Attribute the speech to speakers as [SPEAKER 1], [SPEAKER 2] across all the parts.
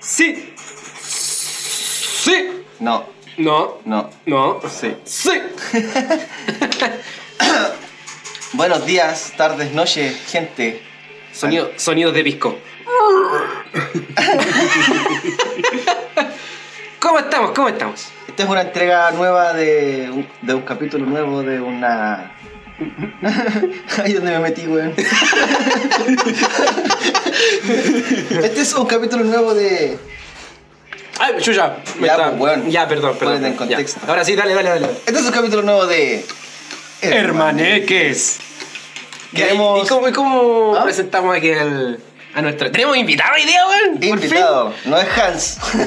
[SPEAKER 1] Sí. Sí.
[SPEAKER 2] No,
[SPEAKER 1] No.
[SPEAKER 2] no,
[SPEAKER 1] No.
[SPEAKER 2] sí.
[SPEAKER 1] Sí.
[SPEAKER 2] Buenos días, tardes, noches, gente.
[SPEAKER 1] Sonido, sonidos de pisco. ¿Cómo estamos? ¿Cómo estamos?
[SPEAKER 2] Esta es una entrega nueva de un, de un capítulo nuevo de una. Ahí donde me metí, weón. este es un capítulo nuevo de.
[SPEAKER 1] Ay, yo ya.
[SPEAKER 2] Ya, pues, weón.
[SPEAKER 1] ya, perdón, perdón.
[SPEAKER 2] Ponete en
[SPEAKER 1] ya.
[SPEAKER 2] contexto.
[SPEAKER 1] Ahora sí, dale, dale, dale.
[SPEAKER 2] Este es un capítulo nuevo de.
[SPEAKER 1] Hermaneques.
[SPEAKER 2] Queremos-
[SPEAKER 1] ¿Y cómo, y cómo
[SPEAKER 2] ¿Ah?
[SPEAKER 1] presentamos aquí al, a nuestro. ¿Tenemos invitado hoy día, weón? Por
[SPEAKER 2] Invitado, no es Hans.
[SPEAKER 1] fin.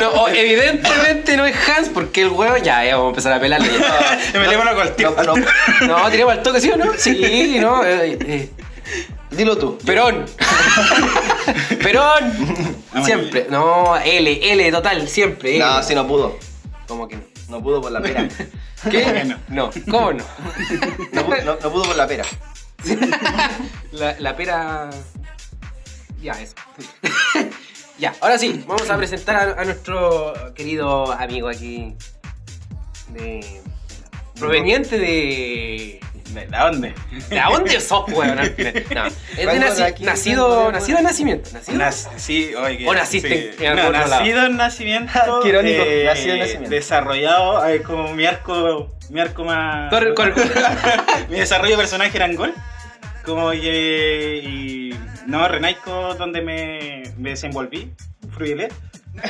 [SPEAKER 1] No, o- evidentemente no es Hans porque el weón. Ya, ya vamos a empezar a pelarle. ya.
[SPEAKER 3] Me metí mano con el tío.
[SPEAKER 2] No, no.
[SPEAKER 1] No, tiremos al toque, ¿sí o no? Sí, no. eh, eh.
[SPEAKER 2] Dilo tú.
[SPEAKER 1] Perón. Perón.
[SPEAKER 3] No,
[SPEAKER 1] Siempre. No, L, L total, siempre. L.
[SPEAKER 2] No, sí, no pudo.
[SPEAKER 1] ¿Cómo que no?
[SPEAKER 2] No pudo por la pera.
[SPEAKER 1] ¿Qué?
[SPEAKER 3] Bueno.
[SPEAKER 1] No, ¿cómo no?
[SPEAKER 2] No, pu- no- no pudo por la pera.
[SPEAKER 1] La, la pera. Ya, eso. ya, ahora sí, vamos a presentar a, a nuestro querido amigo aquí. De. Proveniente de.
[SPEAKER 3] ¿De dónde?
[SPEAKER 1] ¿De a dónde sos, weón? No, es de
[SPEAKER 2] Vengo de
[SPEAKER 1] naci-
[SPEAKER 2] aquí, vengo
[SPEAKER 1] nacido,
[SPEAKER 2] de-
[SPEAKER 1] nacido de nacimiento. Nacido.
[SPEAKER 3] Nac- sí, oye, que-
[SPEAKER 1] O naciste
[SPEAKER 3] sí.
[SPEAKER 1] en
[SPEAKER 3] No,
[SPEAKER 1] algún otro lado. Ah,
[SPEAKER 3] nacido en nacimiento. eh,
[SPEAKER 2] Qué irónico, nacido en nacimiento.
[SPEAKER 3] Desarrollado eh, como mi arco, mi arco más.
[SPEAKER 1] Corre- corre-
[SPEAKER 3] mi desarrollo de personaje era en gol. Como que. Y, no, Renaico, donde me, me desenvolví, fruilé.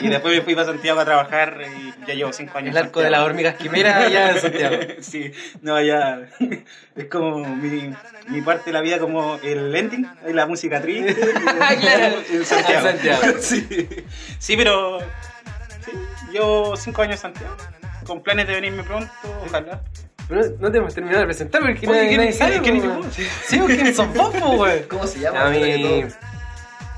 [SPEAKER 3] Y después me fui para Santiago a trabajar y ya llevo cinco años.
[SPEAKER 1] El
[SPEAKER 3] en
[SPEAKER 1] arco de las
[SPEAKER 3] Santiago.
[SPEAKER 1] hormigas quimera allá en Santiago.
[SPEAKER 3] sí, no, ya. Es como mi, mi parte de la vida, como el ending, la música triste.
[SPEAKER 1] Ah, Claro,
[SPEAKER 3] en Santiago.
[SPEAKER 1] en Santiago.
[SPEAKER 3] Sí. Sí, pero. Sí, llevo cinco años en Santiago. Con planes de venirme pronto, ojalá.
[SPEAKER 1] Pero no- no te hemos terminado de presentar porque
[SPEAKER 3] Oye,
[SPEAKER 1] nadie,
[SPEAKER 3] ¿quién-
[SPEAKER 1] nadie sabe.
[SPEAKER 3] quién-
[SPEAKER 1] po,
[SPEAKER 3] quién-
[SPEAKER 1] weón. Sí, o quién son vos, po, weón.
[SPEAKER 2] ¿Cómo se
[SPEAKER 1] A
[SPEAKER 2] llama?
[SPEAKER 1] mí.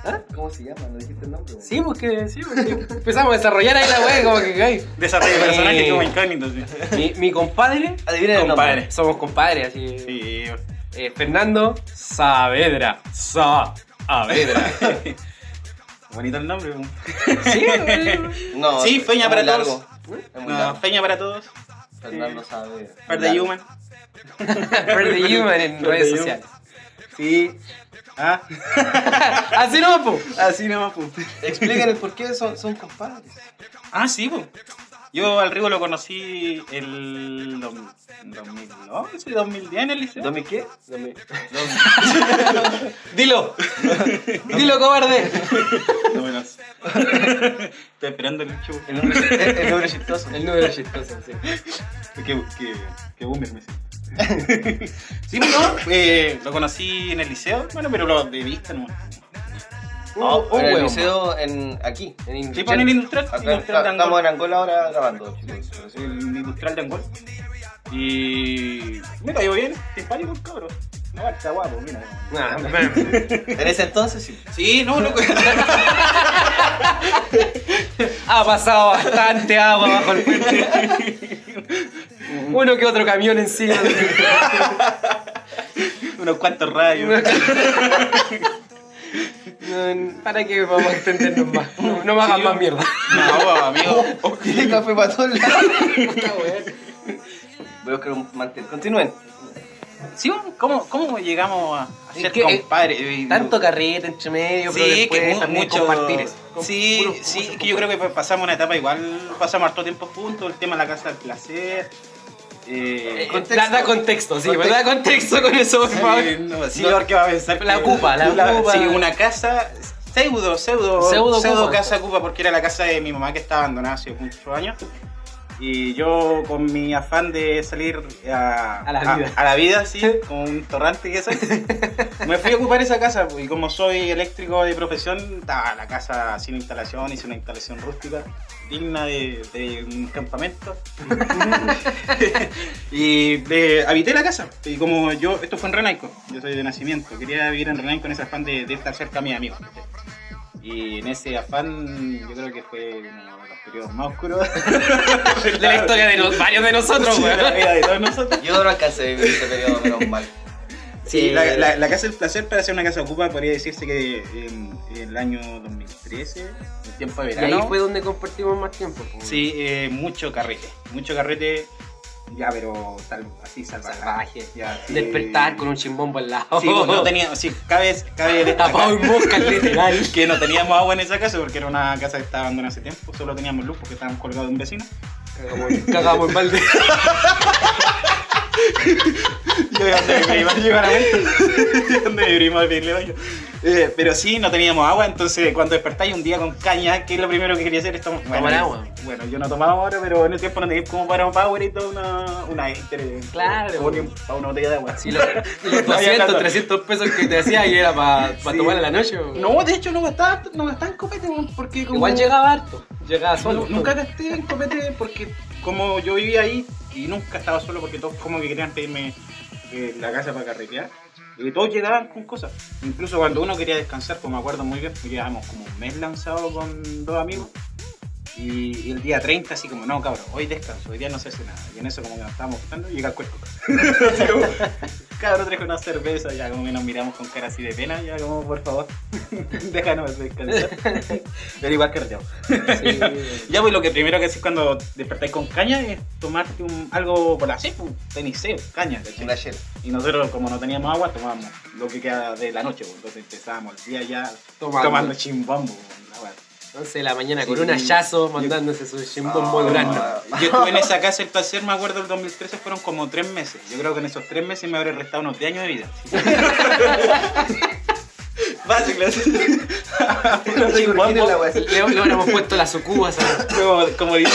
[SPEAKER 2] ¿Ah? ¿Cómo se llama? ¿No dijiste el nombre? weón?
[SPEAKER 1] Sí, porque, sí, porque empezamos a desarrollar ahí la weá, como que ay.
[SPEAKER 3] Desarrollo de
[SPEAKER 1] Sí.
[SPEAKER 3] personaje como incógnito. Sí.
[SPEAKER 1] Mi, mi compadre,
[SPEAKER 2] Adivina el nombre.
[SPEAKER 3] Compadre.
[SPEAKER 1] somos compadres, así.
[SPEAKER 3] Sí.
[SPEAKER 1] Eh, Fernando Saavedra. Saavedra.
[SPEAKER 3] Bonito el nombre. po.
[SPEAKER 1] sí, weón.
[SPEAKER 2] No,
[SPEAKER 3] Sí, Feña
[SPEAKER 2] es
[SPEAKER 3] para
[SPEAKER 2] muy largo. Es muy
[SPEAKER 3] No,
[SPEAKER 2] largo.
[SPEAKER 3] feña para todos.
[SPEAKER 2] Fernando sabe.
[SPEAKER 3] Par de Human.
[SPEAKER 1] Per the Human en
[SPEAKER 3] Per
[SPEAKER 1] redes
[SPEAKER 3] the
[SPEAKER 1] sociales.
[SPEAKER 3] Sí. Ah,
[SPEAKER 1] Así no, po.
[SPEAKER 3] así nomás, pues.
[SPEAKER 2] Expliquen el por qué son, son compadres.
[SPEAKER 3] Ah, sí, po. Yo al Rigo lo conocí el dos- 2011, 2010 en el liceo.
[SPEAKER 2] ¿Domi qué?
[SPEAKER 1] Dilo. Dilo, cobarde.
[SPEAKER 3] No me las- Estoy esperando el chupo.
[SPEAKER 2] El nombre, el, el nombre chistoso.
[SPEAKER 1] El número chistoso, sí.
[SPEAKER 3] Que, que, que boomer me siento. sí, no, eh, lo conocí en el liceo, bueno, pero lo de vista nomás. Ah,
[SPEAKER 1] Oh,
[SPEAKER 2] en el
[SPEAKER 1] weón.
[SPEAKER 2] liceo en, aquí.
[SPEAKER 1] En
[SPEAKER 3] Sí,
[SPEAKER 1] Inglaterra.
[SPEAKER 3] pues en el industrial,
[SPEAKER 2] Acá
[SPEAKER 3] industrial
[SPEAKER 2] está-
[SPEAKER 3] de
[SPEAKER 2] estamos
[SPEAKER 3] Angol.
[SPEAKER 2] en Angola ahora grabando, chicos. pero sí.
[SPEAKER 3] El industrial de Angol. Y. Me cayó bien, simpático el cabro. No, está guapo, mira.
[SPEAKER 1] Nah, Ah,
[SPEAKER 3] Ah,
[SPEAKER 1] man.
[SPEAKER 2] En ese entonces sí.
[SPEAKER 3] Sí, no, loco.
[SPEAKER 1] ha pasado bastante agua bajo el puente. Uno que otro camión encima.
[SPEAKER 3] Unos cuantos rayos.
[SPEAKER 1] No, ¿Para qué vamos a extendernos más? No, no me hagan más mierda.
[SPEAKER 3] No, amigo.
[SPEAKER 1] Oh,
[SPEAKER 2] Tiene café para todos lados. Veo que era un mantel. Continúen.
[SPEAKER 3] Sí, ¿cómo, cómo llegamos a, a
[SPEAKER 1] Es
[SPEAKER 3] ser
[SPEAKER 1] que, eh,
[SPEAKER 3] compadres? Eh,
[SPEAKER 1] Tanto carrete entre medio, pero
[SPEAKER 3] Sí,
[SPEAKER 1] después
[SPEAKER 3] que mu-
[SPEAKER 1] también
[SPEAKER 3] mucho
[SPEAKER 1] compartir eso.
[SPEAKER 3] Sí,
[SPEAKER 1] Puros-
[SPEAKER 3] sí,
[SPEAKER 1] muchos
[SPEAKER 3] es que yo creo que pues, pasamos una etapa igual, pasamos harto tiempo juntos, el tema de la casa del placer.
[SPEAKER 1] Eh,
[SPEAKER 3] Eh,
[SPEAKER 2] Contexto.
[SPEAKER 1] Da, da contexto, sí, pues,
[SPEAKER 2] Contexto.
[SPEAKER 1] da contexto con eso, por favor.
[SPEAKER 3] eh, no, sí,
[SPEAKER 1] No.
[SPEAKER 3] porque va a pensar
[SPEAKER 1] La
[SPEAKER 3] que-
[SPEAKER 1] Cupa, la Cupa.
[SPEAKER 3] Sí, una casa pseudo, pseudo,
[SPEAKER 1] Pseudo
[SPEAKER 3] pseudo,
[SPEAKER 1] Cupa.
[SPEAKER 3] casa Cupa, porque era la casa de mi mamá que estaba abandonada hace muchos años. Y yo con mi afán de salir a,
[SPEAKER 1] A la vida.
[SPEAKER 3] a la vida, sí, como un torrante que soy, me fui a ocupar esa casa. pues, Y como soy eléctrico de profesión, estaba la casa sin instalación, hice una instalación rústica digna de, de un campamento. y eh, habité la casa. Y como yo, esto fue en Renaico, yo soy de nacimiento, quería vivir en Renaico en ese afán de, de estar cerca a mis amigos. ¿cachai? Y en ese afán, yo creo que fue uno de los periodos más oscuros
[SPEAKER 1] De la historia de nos- varios de nosotros,
[SPEAKER 3] Sí, de la
[SPEAKER 1] weón.
[SPEAKER 3] vida de todos nosotros.
[SPEAKER 2] Yo no alcancé a vivir ese periodo, menos mal.
[SPEAKER 3] Sí, la, la- la Casa del Placer para ser una casa ocupa podría decirse que en, el año 2013, el tiempo de
[SPEAKER 4] Y
[SPEAKER 3] verano.
[SPEAKER 4] ahí fue donde compartimos más tiempo. po.
[SPEAKER 3] Sí, eh, mucho carrete, mucho carrete, ya pero tal, así salvaje, ya. sí.
[SPEAKER 4] Despertar con un chimbombo al lado.
[SPEAKER 3] Sí, pues, no tenía, sí, cabe, cabe
[SPEAKER 4] Tapado
[SPEAKER 3] destacar
[SPEAKER 4] en moscas, literal.
[SPEAKER 3] que no teníamos agua en esa casa porque era una casa que estaba abandonada hace tiempo, solo teníamos luz porque estábamos colgados de un vecino.
[SPEAKER 4] Cagamos, cagamos en balde.
[SPEAKER 3] Yo llegando a mi prima, yo claramente. Llegando a mi prima a pedirle baño. Eh, pero sí, no teníamos agua, entonces cuando despertáis un día con caña, que es lo primero que quería hacer? Es tom-
[SPEAKER 4] Tomar
[SPEAKER 3] bueno,
[SPEAKER 4] agua.
[SPEAKER 3] Bueno, yo no tomaba ahora, pero en ese tiempo no tenía como para un powerito, una, una Ester,
[SPEAKER 4] Claro.
[SPEAKER 3] o ni un- para una botella de agua.
[SPEAKER 4] Sí, los, los
[SPEAKER 3] No había
[SPEAKER 4] 200,
[SPEAKER 3] plata.
[SPEAKER 4] 300 pesos que te hacía y era para
[SPEAKER 3] Sí.
[SPEAKER 4] tomar en la noche. po.
[SPEAKER 3] No, de hecho no gastaba, no gastaba en copete, weón, porque como-
[SPEAKER 4] Igual llegaba harto. Llegaba solo.
[SPEAKER 3] Nu- Nunca gasté en copete porque como yo vivía ahí y nunca estaba solo porque todos como que querían pedirme eh, la casa para carretear. Y todos llegaban con cosas. Incluso cuando uno quería descansar, pues me acuerdo muy bien, porque llevábamos como un mes lanzado con dos amigos. Y, y el día 30 así como, no cabrón, hoy descanso, hoy día no se hace nada. Y en eso como que nos estábamos gustando, llega el cuerpo. Así como, cabrón, trajo una cerveza, ya como que nos miramos con cara así de pena, ya como, por favor, déjanos descansar. Pero igual carreteamos.
[SPEAKER 4] Sí.
[SPEAKER 3] Ya, pues lo que primero que haces cuando despertáis con caña es tomarte un, algo por así, pues, teniseo, caña, ¿cachai?
[SPEAKER 2] Un ayer.
[SPEAKER 3] Y nosotros, como no teníamos agua, tomábamos lo que queda de la noche, pues, entonces empezábamos el día ya
[SPEAKER 4] Tomando.
[SPEAKER 3] tomando chimbambo. pues, la weá.
[SPEAKER 4] 11 de la mañana con
[SPEAKER 3] Sí.
[SPEAKER 4] un hallazo mandándose su chimbombo
[SPEAKER 2] Ah,
[SPEAKER 4] durando.
[SPEAKER 2] ah.
[SPEAKER 3] Yo estuve en esa casa el placer, me acuerdo, el 2013 fueron como tres meses. Yo creo que en esos tres meses me habré restado unos 10 años de vida. Fácil, así.
[SPEAKER 2] No te corrigen la wea.
[SPEAKER 4] Le, le hubiéramos puesto las sucubas a
[SPEAKER 3] Como, como dice,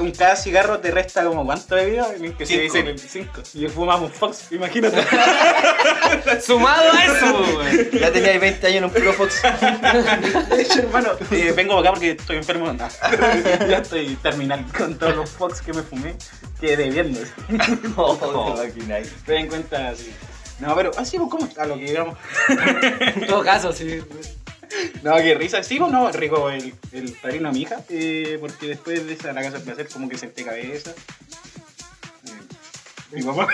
[SPEAKER 3] un cada cigarro te resta como cuánto de vida, que se
[SPEAKER 2] Cinco.
[SPEAKER 3] dice 5. Y fumamos Fox, imagínate.
[SPEAKER 4] Sumado a eso, güey.
[SPEAKER 2] Ya tenía 20 años en un puro Fox.
[SPEAKER 3] De hecho, hermano, eh, vengo acá porque estoy enfermo. No. ya estoy terminal con todos los Fox que me fumé, que debiendo.
[SPEAKER 2] No, te imagináis.
[SPEAKER 3] Te den cuenta así. No, pero así, ¿cómo está lo que digamos?
[SPEAKER 4] En todo caso, sí.
[SPEAKER 3] No, qué risa. Sí, o no, rico el, el padrino de mi hija, eh, porque después de esa la casa del placer, como que senté cabeza. Eh, Mi papá.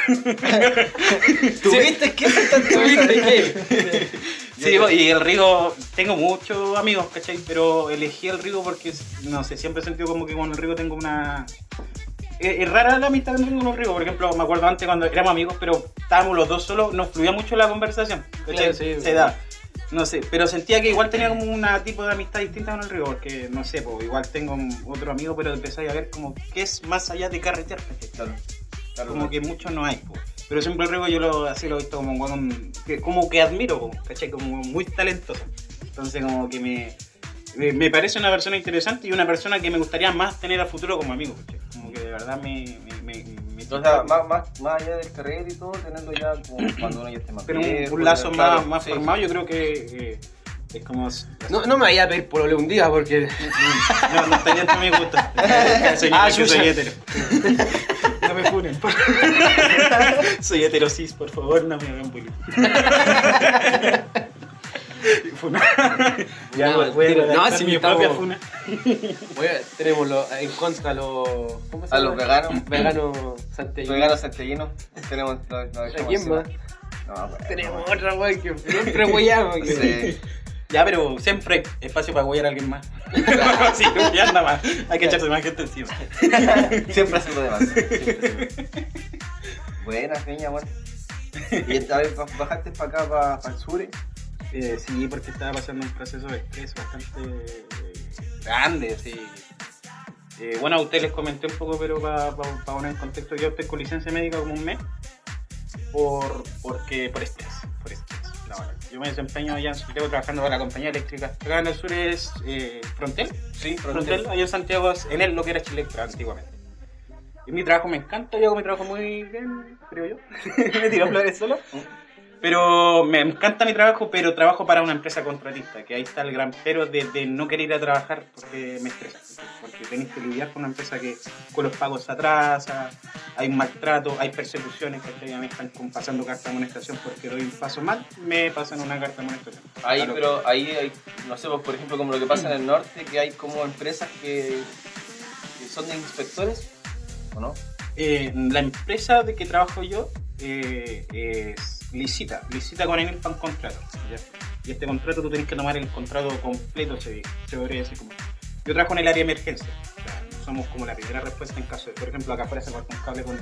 [SPEAKER 4] ¿Tuviste qué? ¿Tuviste qué?
[SPEAKER 3] Sí, y el Rigo, tengo muchos amigos, ¿cachai? Pero elegí el Rigo porque, no sé, siempre he sentido como que con el Rigo tengo una... Es es rara la amistad que tengo con el Rigo, por ejemplo, me acuerdo antes cuando éramos amigos, pero estábamos los dos solos, nos fluía mucho la conversación, ¿cachai?
[SPEAKER 4] Claro, sí,
[SPEAKER 3] Se da. No sé, pero sentía que igual tenía como un tipo de amistad distinta con el Rigo, porque, no sé, pues igual tengo otro amigo, pero empezáis a ver como qué es más allá de carretear, ¿cachai?
[SPEAKER 2] Claro. Claro,
[SPEAKER 3] como
[SPEAKER 2] no.
[SPEAKER 3] que mucho no hay, po. pero siempre el Rigo yo lo, así lo he visto como un weón que, como que admiro, po, ¿cachai? Como muy talentoso. Entonces como que me, me, me parece una persona interesante y una persona que me gustaría más tener a futuro como amigo, ¿cachai? Como que de verdad me... me, me, me-
[SPEAKER 2] O sea, más, más, más allá del carrete y todo, tenerlo ya como cuando uno ya esté más
[SPEAKER 3] pero un,
[SPEAKER 2] viejo,
[SPEAKER 3] un lazo
[SPEAKER 2] claro,
[SPEAKER 3] más, más
[SPEAKER 2] sí.
[SPEAKER 3] formado yo creo que eh, es como... No,
[SPEAKER 4] No, no me vaya a pedir pololo un día porque.
[SPEAKER 3] no, no está dentro de mi gusto. Soy,
[SPEAKER 4] Ah,
[SPEAKER 3] yo
[SPEAKER 4] chucha.
[SPEAKER 3] soy hetero. No me funen. por favor. soy hetero cis, por favor, no me hagan bullying. Funa. Ya,
[SPEAKER 4] No,
[SPEAKER 3] voy- voy a
[SPEAKER 4] tiro.
[SPEAKER 3] redactar
[SPEAKER 4] No, sí,
[SPEAKER 3] mi
[SPEAKER 4] estamos-
[SPEAKER 3] propia funa.
[SPEAKER 4] Bueno, tenemos lo- en contra a los. ¿Cómo
[SPEAKER 2] A los veganos.
[SPEAKER 4] Veganos santellinos.
[SPEAKER 2] Regalos santellinos. Tenemos. No, no,
[SPEAKER 4] ¿A quién más?
[SPEAKER 2] No, bueno.
[SPEAKER 4] Tenemos otra wey que siempre weyamos. que-
[SPEAKER 2] Sí.
[SPEAKER 3] Ya, pero siempre hay espacio para apoyar a alguien más. sí, ya anda más. Hay que echarse más gente encima.
[SPEAKER 2] Siempre hacen lo demás. siempre, siempre. Buena, feña, bueno. Y esta vez baj- bajaste para acá, para el sur. ¿eh?
[SPEAKER 3] Eh, sí, porque estaba pasando un proceso de estrés bastante eh, grande, sí. Eh, bueno, a ustedes les comenté un poco, pero para poner en contexto, yo estoy con licencia médica como un mes por, porque, por estrés. Por estrés laboral. Yo me desempeño allá en Santiago trabajando para la compañía eléctrica. Acá en el sur es eh, Frontel.
[SPEAKER 2] Sí,
[SPEAKER 3] Frontel, allá en Santiago, es- en él lo que era Chile antiguamente. Y mi trabajo me encanta, yo hago mi trabajo muy bien, creo yo. me tiro flores solo. Pero me encanta mi trabajo, pero trabajo para una empresa contratista, que ahí está el gran pero de, de no querer ir a trabajar porque me estresa. Porque tenéis que lidiar con una empresa que con los pagos se atrasa, hay maltrato, hay persecuciones, que ya me están con- pasando carta de amonestación porque doy un paso mal, me pasan una carta de amonestación.
[SPEAKER 2] Ahí,
[SPEAKER 3] Claro.
[SPEAKER 2] pero ahí hay, no sé, pues, por ejemplo, como lo que pasa en el norte, que hay como empresas que, que son de inspectores, ¿o no?
[SPEAKER 3] Eh, la empresa de que trabajo yo eh, es licita, licita con Enel para un contrato. ¿ya? Y este contrato tú tenés que tomar el contrato completo, se, se podría decir. Como. Yo trabajo en el área de emergencia. o sea, somos como la primera respuesta en caso de, por ejemplo, acá afuera se corta un cable con,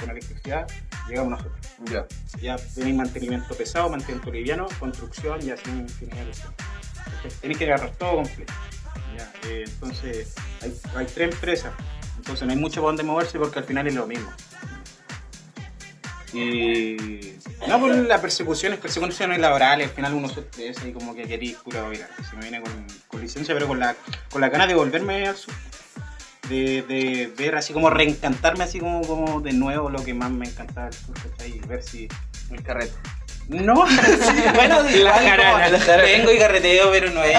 [SPEAKER 3] con electricidad, llegamos nosotros.
[SPEAKER 2] Ya.
[SPEAKER 3] Ya tenéis mantenimiento pesado, mantenimiento liviano, construcción y así infinidad de cosas. Entonces, Tenéis que agarrar todo completo. Ya, eh, entonces, hay, hay tres empresas. Entonces no hay mucho para dónde moverse porque al final es lo mismo. Y no por las persecuciones, persecuciones laborales, al final uno se estresa y como que querís curado mira, se me viene con, con licencia, pero con la, con la ganas de volverme al sur. De, de ver así como reencantarme así como, como de nuevo lo que más me encantaba del sur, ¿cachai? Y ver si
[SPEAKER 2] El carrete.
[SPEAKER 3] no, bueno, igual
[SPEAKER 4] jarana,
[SPEAKER 3] como
[SPEAKER 4] la jarana.
[SPEAKER 3] vengo y carreteo, pero no es,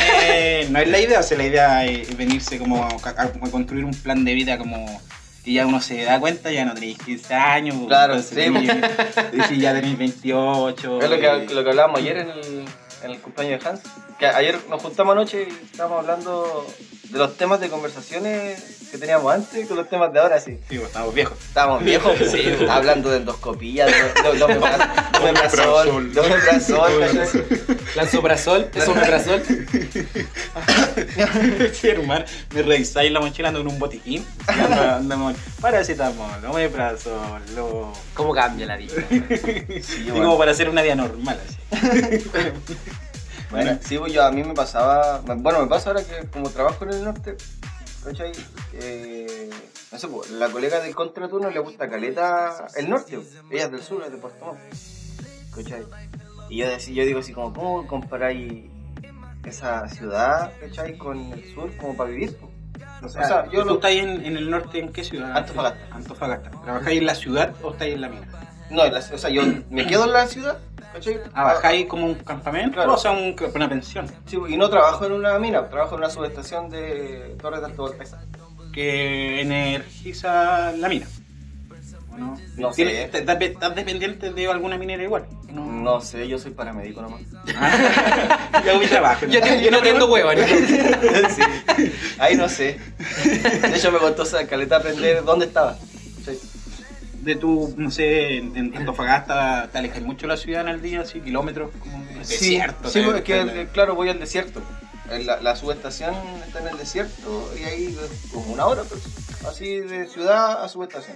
[SPEAKER 3] no es la idea. O sea, la idea es venirse como a, a- a construir un plan de vida como que ya uno se da cuenta, ya no tenéis 15 años. pues,
[SPEAKER 2] Claro,
[SPEAKER 3] entonces,
[SPEAKER 2] sí,
[SPEAKER 3] y, y si ya tenéis 28.
[SPEAKER 2] Es lo
[SPEAKER 3] eh,
[SPEAKER 2] que, lo que hablábamos ayer en el, en el cumpleaños de Hans. Que ayer nos juntamos anoche y estábamos hablando de los temas de conversaciones que teníamos antes con los temas de ahora, sí.
[SPEAKER 3] sí, pues, estamos viejos.
[SPEAKER 2] Estábamos viejos,
[SPEAKER 4] Sí.
[SPEAKER 2] hablando de endoscopía, de de- de omeprazol, de omeprazol, ¿cachai?
[SPEAKER 4] Lanzoprazol, es un prazol.
[SPEAKER 3] sí, hermano, me revisáis la mochila ando en un botiquín. y ando- ando- Paracetamol, omeprazol, lo.
[SPEAKER 4] ¿Cómo cambia la vida?
[SPEAKER 2] Sí,
[SPEAKER 3] Y
[SPEAKER 2] bueno.
[SPEAKER 3] como para hacer una vida normal así.
[SPEAKER 2] Bueno, sí, pues yo a mí me pasaba, bueno, me pasa ahora que como trabajo en el norte, ¿cachai? Eh, no sé, pues, la colega del contraturno le gusta caleta el norte, pues, ella es del sur, es de Puerto Montt, ¿cachai? Y yo, decí- yo digo así como, ¿cómo comparáis esa ciudad, ¿cachai? Con el sur como para vivir, pues?
[SPEAKER 3] O sea,
[SPEAKER 2] O sea, yo
[SPEAKER 3] ¿tú
[SPEAKER 2] lo-
[SPEAKER 3] estáis en, en el norte en qué ciudad?
[SPEAKER 2] Antofagasta.
[SPEAKER 3] Antofagasta. ¿Trabajáis en la ciudad o estáis en la mina?
[SPEAKER 2] No, en la- o sea, yo me quedo en la ciudad, ¿cachai?
[SPEAKER 3] Ah, ¿Bajáis como un campamento?
[SPEAKER 2] Claro.
[SPEAKER 3] O sea, un- una pensión.
[SPEAKER 2] Sí, pues, y no trabajo en una mina, trabajo en una subestación de Torres de Alto Voltaje.
[SPEAKER 3] Que energiza la mina. ¿O ¿No?
[SPEAKER 2] No
[SPEAKER 3] Tienes-
[SPEAKER 2] sé.
[SPEAKER 3] te- ¿Estás estás dependiente de alguna minera igual? No.
[SPEAKER 2] No sé, yo soy paramédico nomás.
[SPEAKER 3] Yo hago mi trabajo. ¿no?
[SPEAKER 4] Yo, te- yo no tengo huevo, ¿no?
[SPEAKER 2] Sí. Ahí no sé. De hecho me costó esa caleta aprender dónde estaba. Sí.
[SPEAKER 3] De tu, no sé, en en Antofagasta te alejáis mucho de la ciudad en el día, así, kilómetros, como un desierto.
[SPEAKER 2] sí,
[SPEAKER 3] te-
[SPEAKER 2] porque
[SPEAKER 3] te-
[SPEAKER 2] el- claro, voy al desierto. La, la subestación está en el desierto y ahí como una hora, pues, así de ciudad a subestación.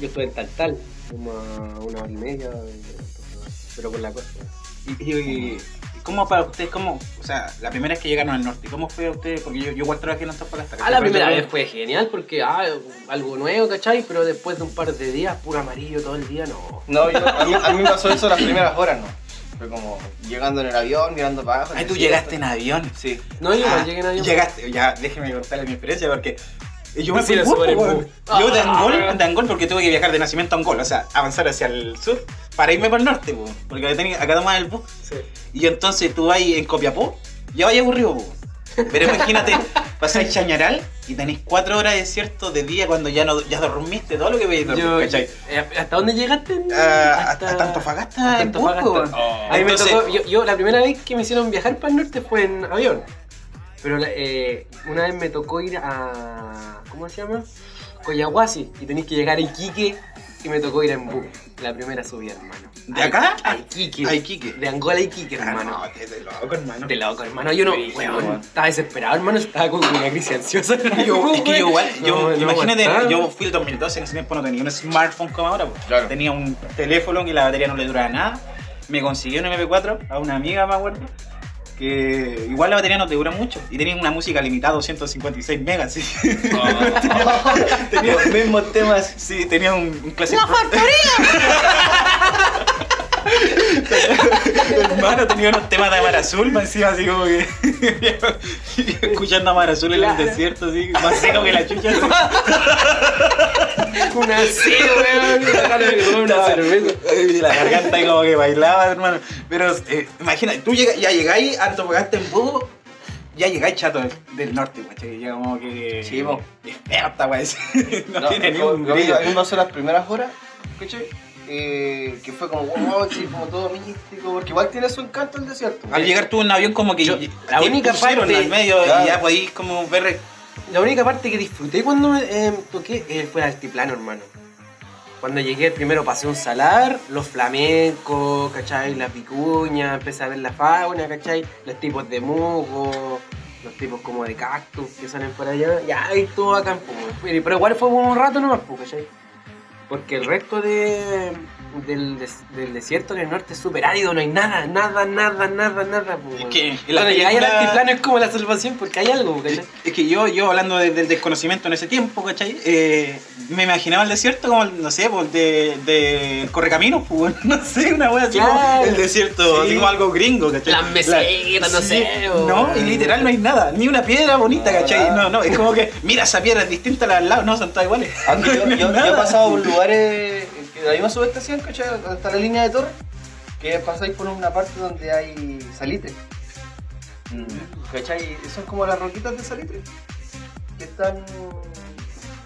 [SPEAKER 4] Yo estuve en Taltal,
[SPEAKER 2] Como una hora y media, pero por la costa.
[SPEAKER 3] Y, y- y ¿Cómo para ustedes, cómo, o sea, la primera vez que llegaron al norte, cómo fue a ustedes? Porque yo, yo igual trabajé en Antofagasta.
[SPEAKER 4] Ah, la
[SPEAKER 3] ¿cachai?
[SPEAKER 4] primera
[SPEAKER 3] Pero-
[SPEAKER 4] vez fue genial porque ah, algo nuevo, ¿cachai? Pero después de un par de días, puro amarillo todo el día, no.
[SPEAKER 2] No, yo- a, mí, a mí me pasó eso las primeras horas, ¿no? Fue como llegando en el avión, mirando para abajo.
[SPEAKER 3] Ay, tú llegaste en avión.
[SPEAKER 2] Sí.
[SPEAKER 4] No, yo igual
[SPEAKER 3] Ah,
[SPEAKER 4] llegué en avión.
[SPEAKER 3] Llegaste, ya, déjeme contarles mi experiencia porque yo me
[SPEAKER 4] Sí,
[SPEAKER 3] fui
[SPEAKER 4] era
[SPEAKER 3] guapo,
[SPEAKER 4] súper
[SPEAKER 3] weón.
[SPEAKER 4] embu.
[SPEAKER 3] Yo de
[SPEAKER 4] Ah.
[SPEAKER 3] Angol, de Angol porque tuve que viajar de nacimiento a Angol, o sea, avanzar hacia el sur para irme para el norte, po, porque acá tenía- acá tomaba el bus.
[SPEAKER 4] Sí.
[SPEAKER 3] Y entonces tú vas en Copiapó, ya vais aburrido, po. Pero imagínate, pasáis Chañaral y tenéis cuatro horas de desierto de día cuando ya no ya dormiste todo lo que veis dormir,
[SPEAKER 4] Yo-
[SPEAKER 3] ¿cachai?
[SPEAKER 4] Eh, ¿Hasta dónde llegaste?
[SPEAKER 3] Ah, hasta, hasta Antofagasta,
[SPEAKER 4] hasta
[SPEAKER 3] en bus, po,
[SPEAKER 4] Antofagasta. Oh,
[SPEAKER 3] weón.
[SPEAKER 4] A mí me
[SPEAKER 3] Entonces,
[SPEAKER 4] tocó- yo, yo la primera vez que me hicieron viajar para el norte fue en avión. Pero la- eh, una vez me tocó ir a. ¿Cómo se llama? Coyahuasi. Y tenéis que llegar a Iquique. Y me tocó ir en bus. La primera subida, hermano.
[SPEAKER 3] ¿De acá?
[SPEAKER 4] A Iquique.
[SPEAKER 3] A Iquique.
[SPEAKER 4] De Angola a Iquique,
[SPEAKER 3] Ah,
[SPEAKER 4] hermano.
[SPEAKER 3] no, te- te loco, hermano.
[SPEAKER 4] De loco, hermano. Yo no.
[SPEAKER 2] Brígido,
[SPEAKER 4] weón,
[SPEAKER 2] weón.
[SPEAKER 4] estaba desesperado, hermano. Estaba con una crisis ansiosa.
[SPEAKER 3] Yo, es que yo igual, yo,
[SPEAKER 4] No, no
[SPEAKER 3] imagínate,
[SPEAKER 4] aguantaba.
[SPEAKER 3] yo fui el 2012, en ese tiempo no tenía un smartphone como ahora, pues.
[SPEAKER 2] Claro.
[SPEAKER 3] tenía un teléfono que la batería no le duraba nada, me conseguí un MP4 a una amiga, me acuerdo, que igual la batería no te dura mucho, y tenía una música limitada a 256 megas, sí,
[SPEAKER 2] Los mismos temas.
[SPEAKER 3] Sí, tenía un, un classic ¡La factoría! Hermano, tenía unos temas de Amar Azul, más encima así como que... escuchando Amar Azul en
[SPEAKER 4] Claro.
[SPEAKER 3] el desierto, así, más seco que la chucha. así.
[SPEAKER 4] Una así, weón. y sacaron el- Una cerveza.
[SPEAKER 3] Y la garganta ahí como que bailaba, hermano. Pero eh, imagina, tú llega- ya llegáis a Antofagasta en Pudo, ya llegáis chato del, del norte, guache. Ya como que.
[SPEAKER 2] Sí, po.
[SPEAKER 3] Es fea esta wea, es- No,
[SPEAKER 2] No, eh,
[SPEAKER 3] tiene ni
[SPEAKER 2] como-
[SPEAKER 3] un
[SPEAKER 2] como
[SPEAKER 3] brillo.
[SPEAKER 2] digo, A mí me pasó las primeras horas, ¿cachai? Eh, que fue como, wow, sí, como todo místico, porque igual tiene su encanto el desierto.
[SPEAKER 3] Al llegar tú en un avión, como que.
[SPEAKER 4] Eh, Yo-
[SPEAKER 3] y-
[SPEAKER 4] la
[SPEAKER 3] te
[SPEAKER 4] única
[SPEAKER 3] pusieron
[SPEAKER 4] parte-
[SPEAKER 3] al medio
[SPEAKER 2] Claro.
[SPEAKER 3] y ya podéis como ver.
[SPEAKER 4] La única parte que disfruté cuando eh, toqué eh, fue el altiplano, hermano. Cuando llegué primero pasé un salar, los flamencos, ¿cachai? La picuña, empecé a ver la fauna, ¿cachai? Los tipos de musgo, los tipos como de cactus que salen por allá. Ya, ahí estuvo bacán, po, weón. Pero pero igual fue por un rato nomás, po, ¿cachai? Porque el resto de, del, des- del desierto en el norte es súper árido, no hay nada, nada, nada, nada, nada, po,
[SPEAKER 3] Es
[SPEAKER 4] weón.
[SPEAKER 3] que, en la
[SPEAKER 4] Cuando llegáis al
[SPEAKER 3] película-
[SPEAKER 4] altiplano es como la salvación porque hay algo, ¿cachai?
[SPEAKER 3] es, es que yo, yo hablando de- del desconocimiento en ese tiempo, ¿cachai? Eh, me imaginaba el desierto como, el, no sé, pues, de, de Correcaminos, pues, bueno, no sé, una wea así como
[SPEAKER 4] Claro.
[SPEAKER 3] el desierto,
[SPEAKER 4] Sí.
[SPEAKER 3] así como algo gringo, ¿cachai?
[SPEAKER 4] Las mesetas, no sé, weón.
[SPEAKER 3] No, y literal no hay nada, ni una piedra bonita,
[SPEAKER 2] No,
[SPEAKER 3] ¿cachai?
[SPEAKER 2] nada.
[SPEAKER 3] No, no, es como que, mira, esa piedra es distinta a la de al lado, no, son todas iguales.
[SPEAKER 2] Ah, que yo,
[SPEAKER 3] No hay
[SPEAKER 2] yo- yo he
[SPEAKER 3] nada.
[SPEAKER 2] pasado por lugares eh, que la misma subestación, ¿cachai? Donde está la línea de torre, que pasáis por una parte donde hay salitre.
[SPEAKER 4] Mm.
[SPEAKER 2] Mm. ¿Cachai? Son como las roquitas de salitre que están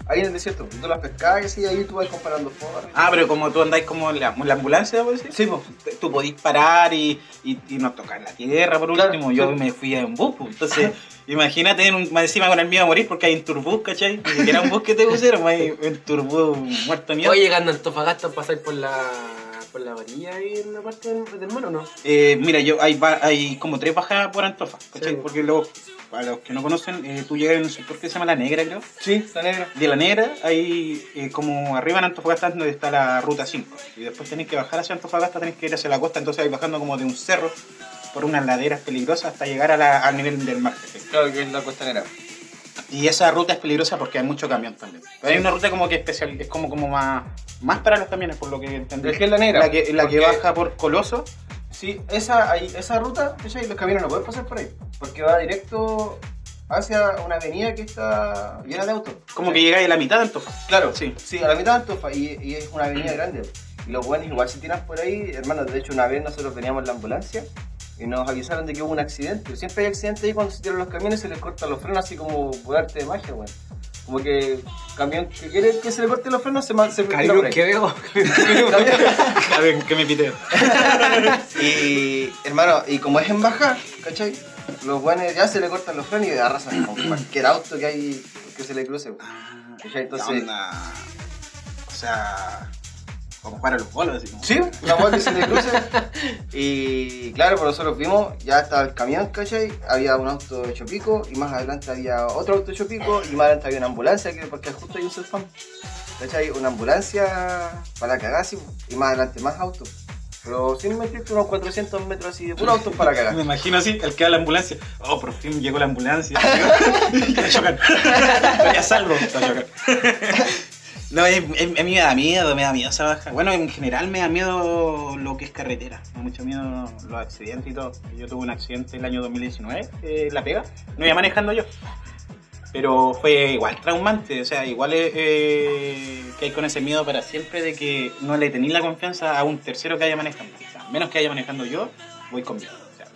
[SPEAKER 2] ahí en el desierto. Tú las pescas y así, ahí tú vas comparando formas.
[SPEAKER 3] Ah, pero como tú andáis como en la, en la ambulancia, por decir.
[SPEAKER 2] Sí, pues.
[SPEAKER 3] t- tú podís parar y, y, y no tocar la tierra por
[SPEAKER 2] Claro,
[SPEAKER 3] último.
[SPEAKER 2] claro.
[SPEAKER 3] Yo me fui a un bus, pues. entonces imagínate en un- más encima con el miedo a morir porque hay un turbús, ¿cachai? Ni siquiera un bus que te pusieron, hay un turbús muerto de miedo.
[SPEAKER 4] Oye, llegando a Antofagasta pasáis por la por la varilla y en la parte del, del mar o no?
[SPEAKER 3] Eh, mira, yo hay, ba- hay como tres bajadas por Antofa, ¿cachai?
[SPEAKER 4] Sí.
[SPEAKER 3] Porque luego, para los que no conocen, eh, tú llegas en un sector que se llama La Negra, creo.
[SPEAKER 2] Sí, está negra.
[SPEAKER 3] De La Negra hay eh, como arriba en Antofagasta es donde está la ruta 5. Y después tenés que bajar hacia Antofagasta, tenés que ir hacia la costa, entonces vais bajando como de un cerro por unas laderas peligrosas hasta llegar a la- al nivel del mar. ¿cachai?
[SPEAKER 2] Claro que es la costanera.
[SPEAKER 3] Y esa ruta es peligrosa porque hay mucho camión también. Pero hay una ruta como que especial, que es como, como más, más para los camiones, por lo que entendí.
[SPEAKER 2] Es que es la negra.
[SPEAKER 3] La que, la
[SPEAKER 2] Porque-
[SPEAKER 3] que baja por Coloso.
[SPEAKER 2] Sí, esa, ahí- esa ruta, ¿cachai? Los camiones no pueden pasar por ahí. Porque va directo hacia una avenida que está llena de autos.
[SPEAKER 3] Como que llegáis a la mitad de Antofagasta.
[SPEAKER 2] Claro,
[SPEAKER 3] Sí.
[SPEAKER 2] sí. Sí, a la mitad de Antofa y, y es una avenida grande. Y los buenos igual se tiran por ahí, hermano. De hecho, una vez nosotros veníamos en la ambulancia y nos avisaron de que hubo un accidente. Siempre hay accidentes ahí cuando se tiran los camiones se les cortan los frenos así como por arte de magia, weón. Como que camión que quiere que se le corten los frenos se, ma- se tira por ahí.
[SPEAKER 4] veo?
[SPEAKER 3] A ver, que me piteo.
[SPEAKER 2] Y hermano, y como es en baja, ¿cachai? Los buenos ya se le cortan los frenos y arrasan con cualquier auto que hay que se le cruce, weón. ¿Cachai? Entonces,
[SPEAKER 3] Ah, O sea, como para los bolos, así como.
[SPEAKER 2] Sí, la weá que se le cruza. Y claro, pues nosotros vimos, ya estaba el camión, ¿cachai? Había un auto hecho pico, y más adelante había otro auto hecho pico, y más adelante había una ambulancia, que porque justo hay un surfam. ¿cachai? Una ambulancia para la cagada, sí, y más adelante más autos. Pero sin mentirte, unos 400 metros así de puro autos para cagar.
[SPEAKER 3] Me imagino así, el que da la ambulancia. Oh, por fin llegó la ambulancia. Ya chocan. Ya salvo. Ya chocan. No, es- es- a mí me da miedo, me da miedo esa baja. Bueno, en general me da miedo lo que es carretera. Me da mucho miedo los accidentes y todo. Yo tuve un accidente el año 2019, eh, en la pega. No iba manejando yo. Pero fue igual traumante, o sea, igual eh, eh, que hay con ese miedo para siempre de que no le tenéis la confianza a un tercero que haya manejando. O sea, menos que haya manejando yo, voy con miedo. O sea,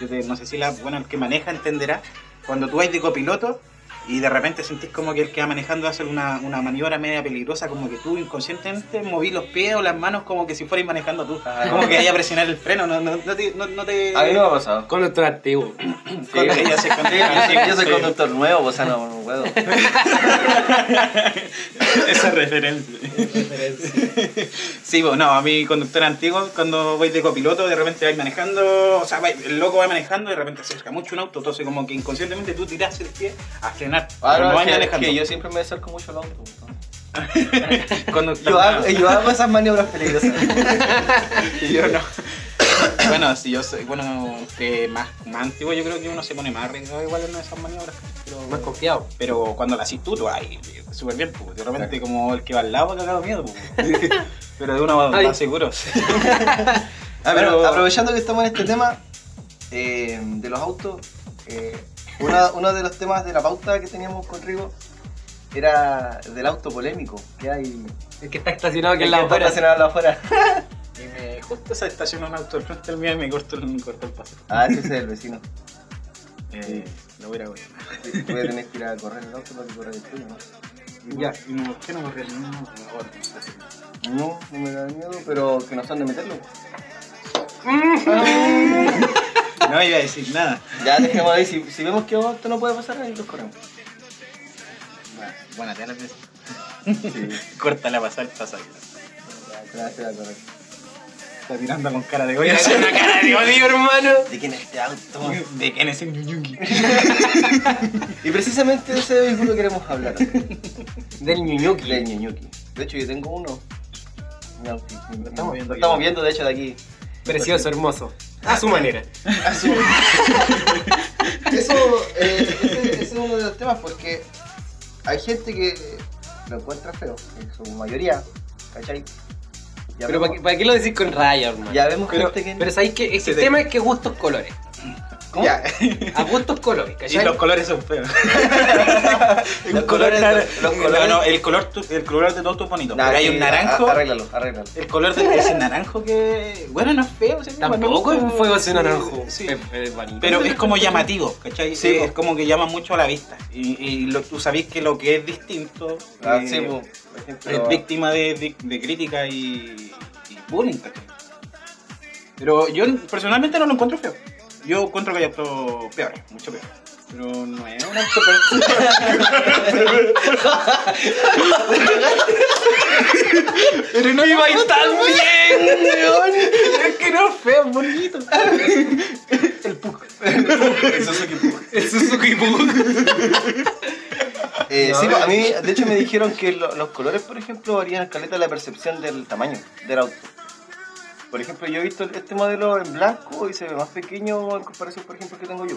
[SPEAKER 3] yo te- no sé si la, bueno, el que maneja entenderá, cuando tú vais de copiloto y de repente sentís como que el que va manejando hace una, una maniobra media peligrosa, como que tú inconscientemente moví los pies o las manos como que si fueras manejando tú, como que vaya a presionar el freno, no, no, no te... No, no te
[SPEAKER 2] A mí Ah. no me ha pasado.
[SPEAKER 4] Conductor activo.
[SPEAKER 3] Con- ella se esconde-
[SPEAKER 2] Yo soy
[SPEAKER 3] Sí.
[SPEAKER 2] conductor nuevo, o sea, no, no puedo.
[SPEAKER 3] Esa referencia. sí, pues no, a mi conductor antiguo, cuando voy de copiloto, de repente vais manejando, o sea, vai- el loco va manejando y de repente se acerca mucho un auto, entonces como que inconscientemente tú tirás el pie a frenar.
[SPEAKER 2] Ah,
[SPEAKER 3] pero
[SPEAKER 2] no,
[SPEAKER 3] no
[SPEAKER 2] es
[SPEAKER 3] vais
[SPEAKER 2] que-
[SPEAKER 3] manejando.
[SPEAKER 2] que yo siempre me acerco mucho al auto. ¿no?
[SPEAKER 3] Conductor-
[SPEAKER 2] Yo hago, yo hago esas maniobras peligrosas.
[SPEAKER 3] Y yo no. bueno, si yo soy, bueno, que más, más antiguo yo creo que uno se pone más arriesgado igual en esas maniobras. Pero,
[SPEAKER 4] Más confiado.
[SPEAKER 3] pero cuando la haces tú, tú ay, súper bien, pues, de repente como el que va al lado que ha cagado miedo, pues. pero de una va
[SPEAKER 4] Ay.
[SPEAKER 3] más seguro.
[SPEAKER 2] Ah, pero
[SPEAKER 3] Pero-
[SPEAKER 2] aprovechando que estamos en este tema eh, de los autos, eh, una- uno de los temas de la pauta que teníamos con Rigo era del auto polémico que hay
[SPEAKER 4] El que está estacionado aquí
[SPEAKER 2] que
[SPEAKER 4] en la
[SPEAKER 2] está
[SPEAKER 4] afuera.
[SPEAKER 2] estacionado al afuera.
[SPEAKER 3] Y me justo se estaciona un auto al frente del mío y me corto el, me corto el paso.
[SPEAKER 2] Ah, ese es el vecino.
[SPEAKER 3] Eh, lo voy a ir a ver.
[SPEAKER 2] Sí, Voy a tener que ir a correr el auto para que corra el tuyo.
[SPEAKER 3] Ya, ¿y no, por qué no correr? No, no, ahora.
[SPEAKER 2] ¿no? No, no me da miedo, pero que no son de meterlo.
[SPEAKER 3] No iba a decir nada.
[SPEAKER 2] Ya dejemos ahí, si, si vemos que un auto no puede pasar, ahí los corremos.
[SPEAKER 3] Buena tela, pues. Corta la pasar, pasar.
[SPEAKER 2] Gracias, la correcta.
[SPEAKER 3] Está mirando con cara de
[SPEAKER 1] Voy a
[SPEAKER 3] goya.
[SPEAKER 1] hacer una cara de odio, hermano.
[SPEAKER 2] ¿De quién es este auto?
[SPEAKER 3] ¿De quién es el Ñuñugui?
[SPEAKER 2] Y precisamente de ese vehículo queremos hablar.
[SPEAKER 1] Del ñuñuki.
[SPEAKER 2] Del Ñuñuki. De hecho, yo tengo uno. Un auti-
[SPEAKER 3] Lo estamos viendo
[SPEAKER 2] Lo estamos
[SPEAKER 3] aquí.
[SPEAKER 2] viendo, de hecho, de aquí.
[SPEAKER 1] Precioso, hermoso. A su manera.
[SPEAKER 2] Eso, eh, ese, ese es uno de los temas porque hay gente que lo encuentra feo, en su mayoría, ¿cachai? Ya
[SPEAKER 1] Pero ¿para
[SPEAKER 2] vemos,
[SPEAKER 1] qué, para qué lo decís con raya, hermano?
[SPEAKER 2] ya vemos
[SPEAKER 1] pero,
[SPEAKER 2] gente que...
[SPEAKER 1] pero sabéis que
[SPEAKER 3] Se
[SPEAKER 1] el
[SPEAKER 3] te-
[SPEAKER 1] tema es que gustos colores.
[SPEAKER 2] ¿Cómo?
[SPEAKER 3] Ya.
[SPEAKER 1] A gustos colores,
[SPEAKER 3] Y
[SPEAKER 1] ¿cachai?
[SPEAKER 3] los colores son feos. Un
[SPEAKER 2] Los
[SPEAKER 3] color
[SPEAKER 2] colores-
[SPEAKER 3] nar-
[SPEAKER 2] los colores-
[SPEAKER 3] No, no, el color, tu- el color de todo tu es bonito.
[SPEAKER 2] Nah,
[SPEAKER 3] Pero hay
[SPEAKER 2] sí,
[SPEAKER 3] un naranjo.
[SPEAKER 2] a- Arréglalo, arréglalo.
[SPEAKER 3] El color de ese naranjo que. Bueno, no es feo, ¿sí?
[SPEAKER 1] Tampoco es
[SPEAKER 3] Bueno,
[SPEAKER 1] un fuego ese naranjo.
[SPEAKER 3] Sí.
[SPEAKER 1] Es- es bonito.
[SPEAKER 3] Pero es como llamativo, ¿cachai?
[SPEAKER 2] Sí,
[SPEAKER 3] Eh,
[SPEAKER 2] po.
[SPEAKER 3] es como que llama mucho a la vista. Y, y lo- tú sabés que lo que es distinto
[SPEAKER 2] Ah,
[SPEAKER 3] eh,
[SPEAKER 2] sí, po. Por
[SPEAKER 3] es
[SPEAKER 2] ejemplo,
[SPEAKER 3] víctima de, de- de crítica y, y bullying, ¿cachai? Pero yo personalmente no lo encuentro feo. Yo encuentro que hay autos peores, mucho peores. Pero no es un auto peor. Pero no iba a ir tan bien, weón. Es que no es feo, es bonito. El Pug.
[SPEAKER 2] eso es lo que pude.
[SPEAKER 1] Es Suzuki Pug.
[SPEAKER 2] Eh,
[SPEAKER 1] No.
[SPEAKER 2] Sí, po, a mí, de hecho, me dijeron que lo- los colores, por ejemplo, varían caleta la percepción del tamaño del auto. Por ejemplo, yo he visto este modelo en blanco y se ve más pequeño en comparación, por ejemplo, que tengo yo.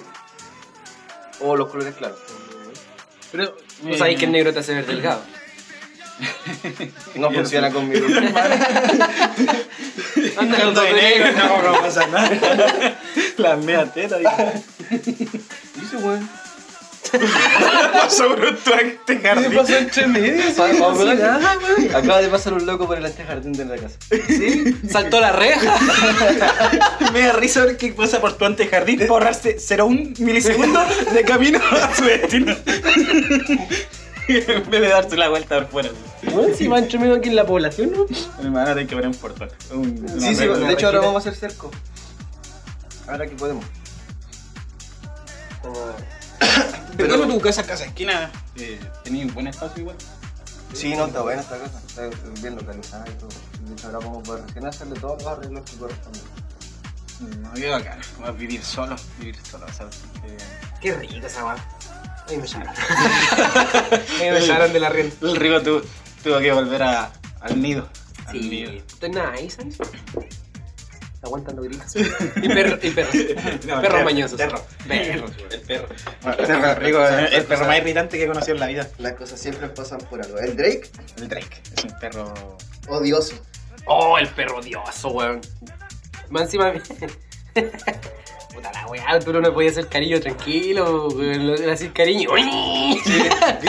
[SPEAKER 2] O los colores claros.
[SPEAKER 1] Pero no sabéis que el negro te hace ver delgado.
[SPEAKER 2] No
[SPEAKER 3] Bien.
[SPEAKER 2] funciona con mi grupo.
[SPEAKER 1] Anda con
[SPEAKER 3] Caldo
[SPEAKER 1] todo
[SPEAKER 3] de
[SPEAKER 1] de negro.
[SPEAKER 3] negro, no, no pasa nada. La mea teta, dice.
[SPEAKER 2] Dice, weón.
[SPEAKER 3] Pasó bruto este jardín.
[SPEAKER 2] entre medio?
[SPEAKER 1] Sí, nada, güey.
[SPEAKER 2] Acaba de pasar un loco por el antejardín de la casa.
[SPEAKER 1] Sí, saltó la reja.
[SPEAKER 3] Me da risa ver que pasa por tu antejardín por ahorrarse 0,1 milisegundo de camino a su destino. En vez de darse la vuelta por fuera.
[SPEAKER 1] Bueno, si va entre medio aquí en la población, ¿no?
[SPEAKER 3] Hermano, hay que poner un portón. Un- una
[SPEAKER 2] Sí, sí,
[SPEAKER 3] regla.
[SPEAKER 1] una
[SPEAKER 2] de hecho ahora
[SPEAKER 1] rejita.
[SPEAKER 2] vamos a hacer cerco. Ahora que podemos.
[SPEAKER 3] Pero bueno, tu casa, casa esquina, eh, tenés un buen espacio igual.
[SPEAKER 2] Sí, no, está buena esta casa. Está bien localizada y todo. De hecho ahora vamos a recién hacerle todos los arreglos que corresponden.
[SPEAKER 3] No, qué bacán. Vas a vivir solo, vivir solo, ¿sabes?
[SPEAKER 1] Qué rico esa weá. Ahí me echaron. Ahí me echaron de la rienda.
[SPEAKER 3] El río tu- tuvo que volver a- al nido. Al nido.
[SPEAKER 1] Sí. Estoy nada ahí, ¿sabes? Aguantan los gritos. Y perro, y perro.
[SPEAKER 3] No,
[SPEAKER 1] perros
[SPEAKER 3] perro,
[SPEAKER 1] mañosos.
[SPEAKER 3] perro.
[SPEAKER 1] Perro.
[SPEAKER 3] El perro.
[SPEAKER 2] El perro rico,
[SPEAKER 3] el,
[SPEAKER 2] el
[SPEAKER 3] perro más irritante que he conocido en la vida.
[SPEAKER 5] Las cosas siempre pasan por algo. El Drake,
[SPEAKER 3] El Drake. Es un perro.
[SPEAKER 5] odioso.
[SPEAKER 1] Oh, el perro odioso, weón. Más encima. Puta la weá, tú no le podías hacer cariño tranquilo, weón. Le hacías cariño. ¡Uy!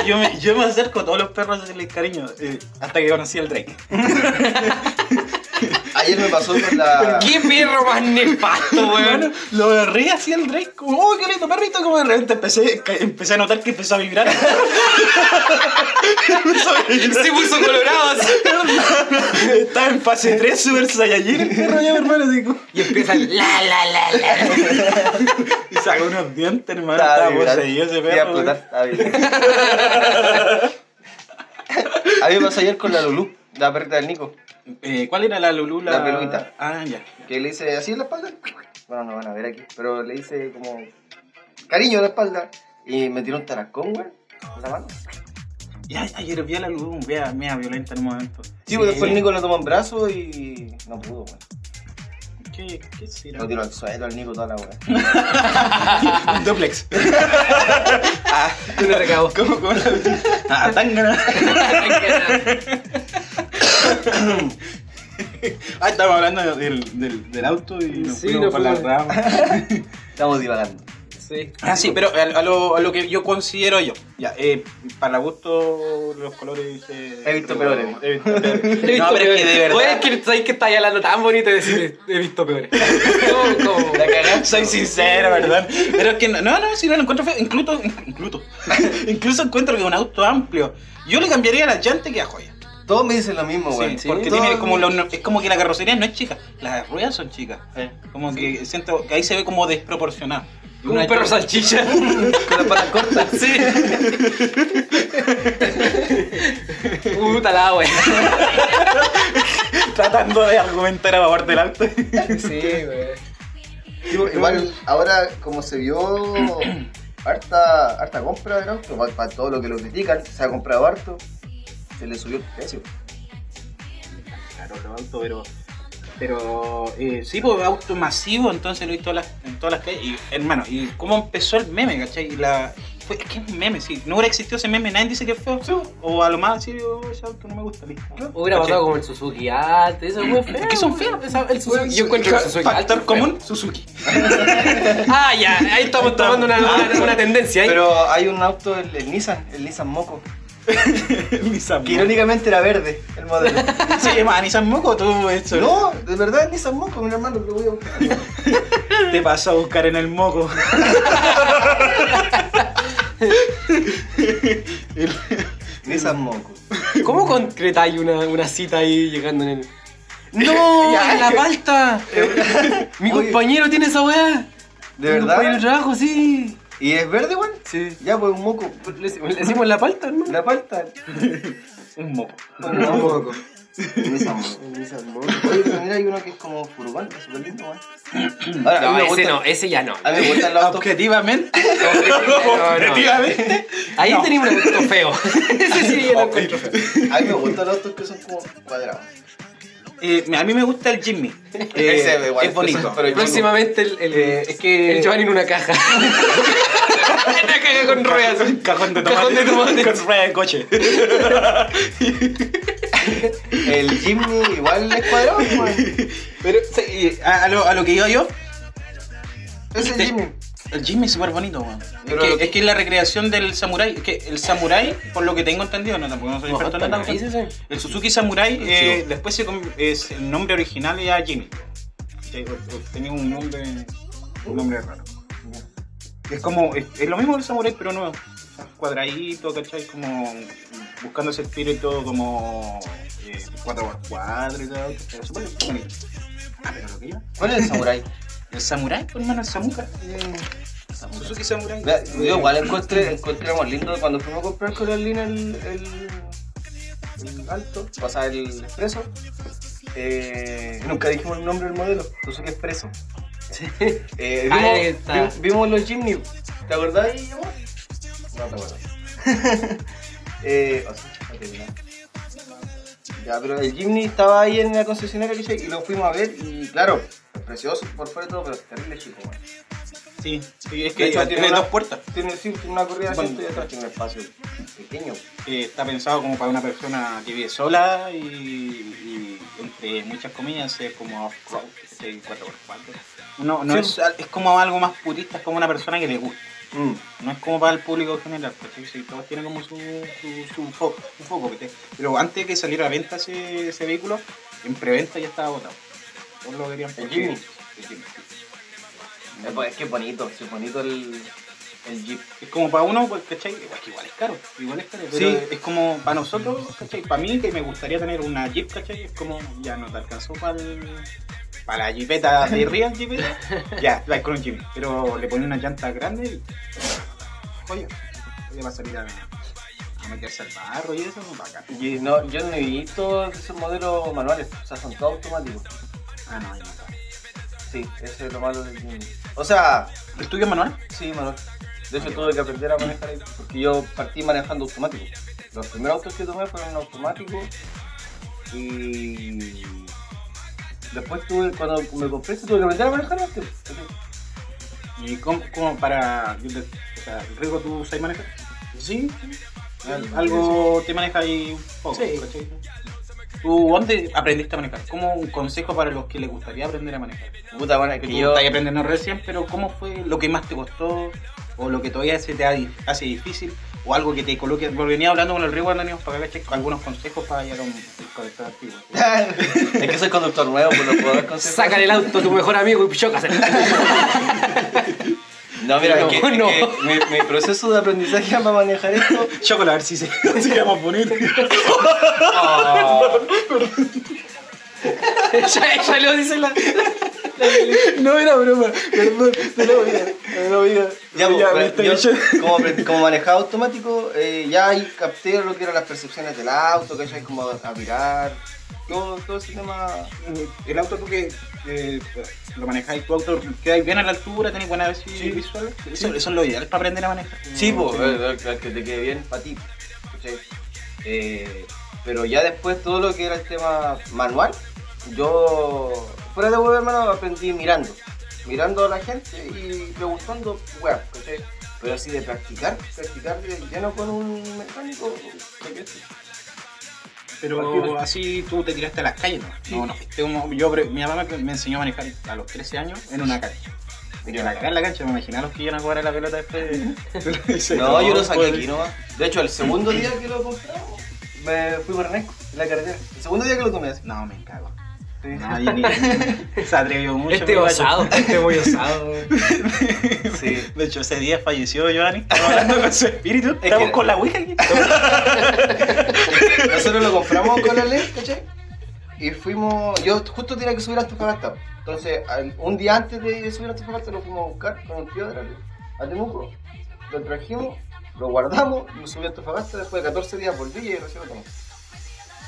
[SPEAKER 3] Yo me, yo me acerco a todos los perros a hacerles cariño. eh, hasta que conocí al Drake.
[SPEAKER 2] Ayer me pasó con la...
[SPEAKER 1] ¡Qué perro más nefasto,
[SPEAKER 3] Bueno,
[SPEAKER 1] weón!
[SPEAKER 3] lo agarré así al Drake. Como, oh, qué lindo perrito. Como de repente empecé, ca- empecé a notar que empezó a vibrar. empezó a vibrar.
[SPEAKER 1] Se puso colorado así.
[SPEAKER 3] Estaba en fase 3, Super Saiyajin. El perro ya, hermano. Así, como-
[SPEAKER 1] Y empieza el la la la la.
[SPEAKER 3] y sacó unos dientes, hermano.
[SPEAKER 2] Estaba
[SPEAKER 3] Estaba
[SPEAKER 2] vibrando.
[SPEAKER 3] poseído Ah, ese
[SPEAKER 2] Iba a
[SPEAKER 3] perro.
[SPEAKER 2] explotar,
[SPEAKER 3] güey.
[SPEAKER 2] estaba vibrando. A mí me pasó ayer con la Lulu, la perrita del Nico.
[SPEAKER 3] Eh, ¿Cuál era la Lulula?
[SPEAKER 2] La peludita.
[SPEAKER 3] Ah, ya.
[SPEAKER 2] Que le hice así en la espalda. Bueno, no van a ver aquí. Pero le hice como cariño a la espalda. Y me tiró un tarascón, güey. En la mano.
[SPEAKER 3] Y ay- ayer vi a la luz, vea, mea violenta en un momento. Eh,
[SPEAKER 2] Sí, pues después el Nico lo tomó en brazos y. No pudo, güey.
[SPEAKER 3] ¿Qué, qué será?
[SPEAKER 2] Lo tiró al suelo al Nico toda la güey.
[SPEAKER 3] Un Ah, duplex.
[SPEAKER 2] Ah.
[SPEAKER 1] Tú le recabó.
[SPEAKER 3] ¿Cómo, cómo la Ah, tan Ah, estábamos hablando del, del, del auto y nos
[SPEAKER 1] Sí,
[SPEAKER 3] fuimos
[SPEAKER 1] nos
[SPEAKER 3] por las
[SPEAKER 1] fuimos.
[SPEAKER 3] ramas.
[SPEAKER 2] Estamos divagando.
[SPEAKER 1] Sí.
[SPEAKER 3] Ah, sí, pero a, a lo, a lo que yo considero yo. Ya, eh, para gusto los colores... eh,
[SPEAKER 2] He visto peores.
[SPEAKER 3] He visto peores.
[SPEAKER 1] He visto
[SPEAKER 3] no, pero es que
[SPEAKER 1] peores.
[SPEAKER 3] de verdad...
[SPEAKER 1] Oye, es que sabes que está ahí hablando tan bonito y decir, he visto peores. No, como-
[SPEAKER 3] Soy sincero, ¿verdad? Pero es que no, no, no, si no lo encuentro feo, incluso, incluso, incluso encuentro que es un auto amplio. Yo le cambiaría la llanta que a joya.
[SPEAKER 2] Todos me dicen lo mismo,
[SPEAKER 3] Oh, Sí,
[SPEAKER 2] güey.
[SPEAKER 3] porque
[SPEAKER 2] Todos
[SPEAKER 3] tiene como
[SPEAKER 2] me-
[SPEAKER 3] los- es como que la carrocería no es chica, las ruedas son chicas. Como que siento que ahí se ve como desproporcionado.
[SPEAKER 1] como un perro salchicha. Con la pata corta. Sí.
[SPEAKER 4] puta la wea.
[SPEAKER 3] Tratando de argumentar a favor del alto.
[SPEAKER 4] Sí, wey.
[SPEAKER 6] Igual, ahora como se vio harta, harta compra del auto, para, todo lo que lo critican, se ha comprado harto, se le subió el precio.
[SPEAKER 3] Claro, los autos, pero. Pero eh, sí, pues auto masivo, entonces lo he visto en las- en todas las calles. Y hermano, ¿y cómo empezó el meme, cachai? Y La, fue, es que es un meme, sí. No hubiera existido ese meme, nadie dice que fue feo. O a lo más, sí, oh, ese auto no me gusta, listo.
[SPEAKER 4] Hubiera
[SPEAKER 3] ¿Cachai?
[SPEAKER 4] pasado como el Suzuki antes, eso fue feo.
[SPEAKER 3] Es que son feos.
[SPEAKER 4] Esa- el Suzuki-
[SPEAKER 6] Bueno,
[SPEAKER 4] yo encuentro que el Suzuki Alto
[SPEAKER 3] Factor
[SPEAKER 4] es feo.
[SPEAKER 3] común, Suzuki.
[SPEAKER 4] Ah, ya, ahí estamos tomando una, una, una tendencia ahí.
[SPEAKER 2] Pero hay un auto, el, el Nissan, el Nissan Moco,
[SPEAKER 3] Mis
[SPEAKER 2] que irónicamente era verde el modelo.
[SPEAKER 3] Se llama Nissan Moco, tú eso.
[SPEAKER 2] no, de verdad el Nissan Moco, mi hermano, lo voy a buscar.
[SPEAKER 3] Te pasó a buscar en el moco.
[SPEAKER 2] Nissan Moco.
[SPEAKER 4] ¿Cómo concretáis una, una cita ahí llegando en el. ¡No! ¡La palta! Mi
[SPEAKER 2] Oye.
[SPEAKER 4] compañero tiene esa weá.
[SPEAKER 2] ¿De
[SPEAKER 4] Mi
[SPEAKER 2] verdad?
[SPEAKER 4] compañero de trabajo, sí.
[SPEAKER 2] ¿Y es verde, weón?
[SPEAKER 4] Sí.
[SPEAKER 2] Ya, pues un moco.
[SPEAKER 4] Le, le decimos la palta, ¿no?
[SPEAKER 2] La palta.
[SPEAKER 3] Un moco.
[SPEAKER 2] Un moco. Nissan Moco. Nissan Moco. Oye, pero mira, hay uno que es como furgón, que es súper lindo, weón. Ahora,
[SPEAKER 4] No,
[SPEAKER 2] a mí me
[SPEAKER 4] ese
[SPEAKER 2] gustan-
[SPEAKER 4] no, ese ya no.
[SPEAKER 2] A mí me gustan los autos.
[SPEAKER 3] Objetivamente.
[SPEAKER 1] Ah,
[SPEAKER 4] Objetivamente. Ahí tenemos un gusto feo. ese sí, yo lo encuentro feo.
[SPEAKER 6] A mí me gustan los autos que son como cuadrados.
[SPEAKER 3] Eh, a mí me gusta el Jimmy. Eh,
[SPEAKER 2] Ese, igual,
[SPEAKER 3] es bonito.
[SPEAKER 2] pero yo-
[SPEAKER 4] Próximamente el, el,
[SPEAKER 2] es que-
[SPEAKER 4] el Giovanni en una caja. una caja con ruedas.
[SPEAKER 3] Un cajón de tomate.
[SPEAKER 4] Cajón de tomate.
[SPEAKER 3] Con rueda de coche.
[SPEAKER 2] El Jimny igual es cuadrado, weón.
[SPEAKER 3] Pero, sí, a, a lo, a lo que iba yo,
[SPEAKER 2] Ese
[SPEAKER 3] Te-
[SPEAKER 2] Jimny.
[SPEAKER 3] el Jimmy es súper bonito, weón. Es
[SPEAKER 2] Pero
[SPEAKER 3] que,
[SPEAKER 2] lo que-
[SPEAKER 3] es que es la recreación del Samurai. Es que el Samurai, por lo que tengo entendido, no tampoco no soy experto en la
[SPEAKER 4] Ahí se sabe.
[SPEAKER 3] El Suzuki Samurai, eh, después se con- es, el nombre original era Jimmy. Sí, o- o Tenía un nombre, un nombre raro. Es como, es, es lo mismo que el Samurai, pero nuevo. Cuadradito, ¿cachai? Como buscando ese espíritu como eh, 4x4 y todo. pero súper bonito. Ah, pero lo que iba.
[SPEAKER 2] ¿Cuál es el samurai?
[SPEAKER 3] El Samurai, pues, hermano, el Samuka. Suzuki Samurai.
[SPEAKER 2] Mira, Yo igual encontré, encontramos lindo cuando fuimos a comprar con la Lina el, el, el alto, o sea, el expreso. Eh, nunca dijimos el nombre del modelo, Suzuki Expreso. Eh, vimos,
[SPEAKER 4] Ahí está.
[SPEAKER 2] vi- vimos los Jimny, ¿te acordás? amor? No te acuerdas. eh, o sea, no te digo nada. ya, pero el Jimny estaba ahí en la concesionaria ¿cachai? y lo fuimos a ver y claro, precioso por fuera y todo, pero terrible chico. man.
[SPEAKER 3] Sí, sí, es
[SPEAKER 2] De
[SPEAKER 3] que
[SPEAKER 2] hecho, tiene
[SPEAKER 3] tiene
[SPEAKER 2] una-
[SPEAKER 3] dos puertas.
[SPEAKER 2] Tiene, sí, tiene una corrida de
[SPEAKER 3] Bueno.
[SPEAKER 2] asiento y atrás tiene un espacio pequeño.
[SPEAKER 3] Eh, está pensado como para una persona que vive sola y, y entre muchas comillas es como off-road, ¿cachai? 4x4. No, no
[SPEAKER 2] Sí.
[SPEAKER 3] es, al- es como algo más purista, es como una persona que le gusta.
[SPEAKER 2] Mm.
[SPEAKER 3] No es como para el público general, ¿cachai? Sí, todos tienen como su, su, su foco, su foco, ¿cachai? Pero antes de que saliera a venta ese, ese vehículo, en preventa ya estaba agotado. Todos lo querían.
[SPEAKER 2] El
[SPEAKER 3] porque-
[SPEAKER 2] Jimny.
[SPEAKER 3] el Jimny.
[SPEAKER 2] Eh, pues, Es que es bonito, sí, es bonito el, el Jeep.
[SPEAKER 3] Es como para uno, pues, ¿cachai? Igual, que igual es caro, igual es caro. Pero
[SPEAKER 2] Sí.
[SPEAKER 3] es como para nosotros, ¿cachai? Para mí que me gustaría tener una Jeep, ¿cachai? Es como, ya no te alcanzó para Para la Jeepeta de Real Jeepeta, ya, vas con un Jeep. Pero le pones una llanta grande y... Oye, oye, va a salir a, a meterse al barro y eso, bacán.
[SPEAKER 2] Y no, yo no he visto esos modelos manuales, o sea, son todos automáticos.
[SPEAKER 3] Ah, no, ahí no está.
[SPEAKER 2] Sí, eso es lo malo del Jimny. O sea,
[SPEAKER 3] ¿El tuyo es manual?
[SPEAKER 2] sí, manual. De hecho, tuve que aprender a manejar ahí, porque yo partí manejando automático. Los primeros autos que tomé fueron automáticos y... Después tuve, cuando me compré, este, tuve que aprender a manejar antes.
[SPEAKER 3] ¿Y cómo, cómo para...? yo te- O sea, Rigo, ¿tú sabes manejar? Ah, Sí. Algo te maneja ahí un poco,
[SPEAKER 4] Sí.
[SPEAKER 3] ¿cachai? ¿Tú dónde aprendiste a manejar? ¿Cómo un consejo para los que les gustaría aprender a manejar?
[SPEAKER 2] Puta, bueno, es
[SPEAKER 3] Que
[SPEAKER 2] que
[SPEAKER 3] tú
[SPEAKER 2] yo...
[SPEAKER 3] estás aprendiendo recién, pero ¿cómo fue lo que más te costó? ¿O lo que todavía se te ha- hace difícil? ¿O algo que te coloque? Porque venía hablando con el Rigo, veníamos para acá, ¿cachai? algunos consejos para llegar a un conector antiguo.
[SPEAKER 2] es que soy conductor nuevo, pues no puedo dar consejos.
[SPEAKER 4] Sácale el auto a tu mejor amigo y chócaselo.
[SPEAKER 2] No, mira, es que,
[SPEAKER 4] No,
[SPEAKER 2] es
[SPEAKER 4] no.
[SPEAKER 2] que mi, mi proceso de aprendizaje para manejar esto.
[SPEAKER 3] Chocolate, a ver si se, se llama bonito.
[SPEAKER 4] ya, ya lo dice la.
[SPEAKER 2] No era broma, perdón, no lo vi, no lo vi. Ya,
[SPEAKER 3] Ya,
[SPEAKER 2] pues,
[SPEAKER 3] viste,
[SPEAKER 2] yo,
[SPEAKER 3] bicho.
[SPEAKER 2] como, pre- como manejaba automático, eh, ya ahí capté lo que eran las percepciones del auto, que ya como a, a mirar, todo, todo ese tema.
[SPEAKER 3] El auto tú que eh, lo manejáis, tu auto quedáis bien a la altura, tenéis buena visión
[SPEAKER 2] Sí.
[SPEAKER 3] visual. Eso, eso es lo ideal para aprender a manejar.
[SPEAKER 2] Sí, pues, que te quede bien para ti. ¿cachai? Eh, pero ya después todo lo que era el tema manual, yo fuera de huevo hermano aprendí mirando. Mirando a la gente y preguntando, weá, ¿cachai? Pero así de practicar, practicar ya no con un mecánico, ¿cachai?
[SPEAKER 3] Pero así tú te tiraste a las calles, ¿no? No, no fuiste como- yo, pre- mi mamá me enseñó a manejar a los 13 años en una cancha. Me iban a cagar en la cancha, me imaginaba los que iban a jugar a la pelota después. de-
[SPEAKER 2] No, yo lo saqué
[SPEAKER 3] pues,
[SPEAKER 2] aquí nomás. De hecho, el segundo día que lo compramos, me fui por Renesco, en la carretera. El segundo día que lo tomé así.
[SPEAKER 3] No, me cago.
[SPEAKER 2] Ah,
[SPEAKER 3] Nadie ni- se atrevió mucho.
[SPEAKER 4] Este
[SPEAKER 3] muchacho.
[SPEAKER 4] osado, este muy osado.
[SPEAKER 2] Sí.
[SPEAKER 3] De hecho, ese día falleció Giovanni. Estamos hablando con su espíritu. Estamos
[SPEAKER 2] que-
[SPEAKER 3] con la Ouija aquí.
[SPEAKER 2] Nosotros lo compramos con la ley, ¿cachai? Y fuimos. Yo justo tenía que subir a Antofagasta. Entonces, al- un día antes de subir a Antofagasta, lo fuimos a buscar con un tío de la ley, a Temuco. Lo trajimos, lo guardamos, lo subí a Antofagasta. Después de 14 días volví y recién lo tomé.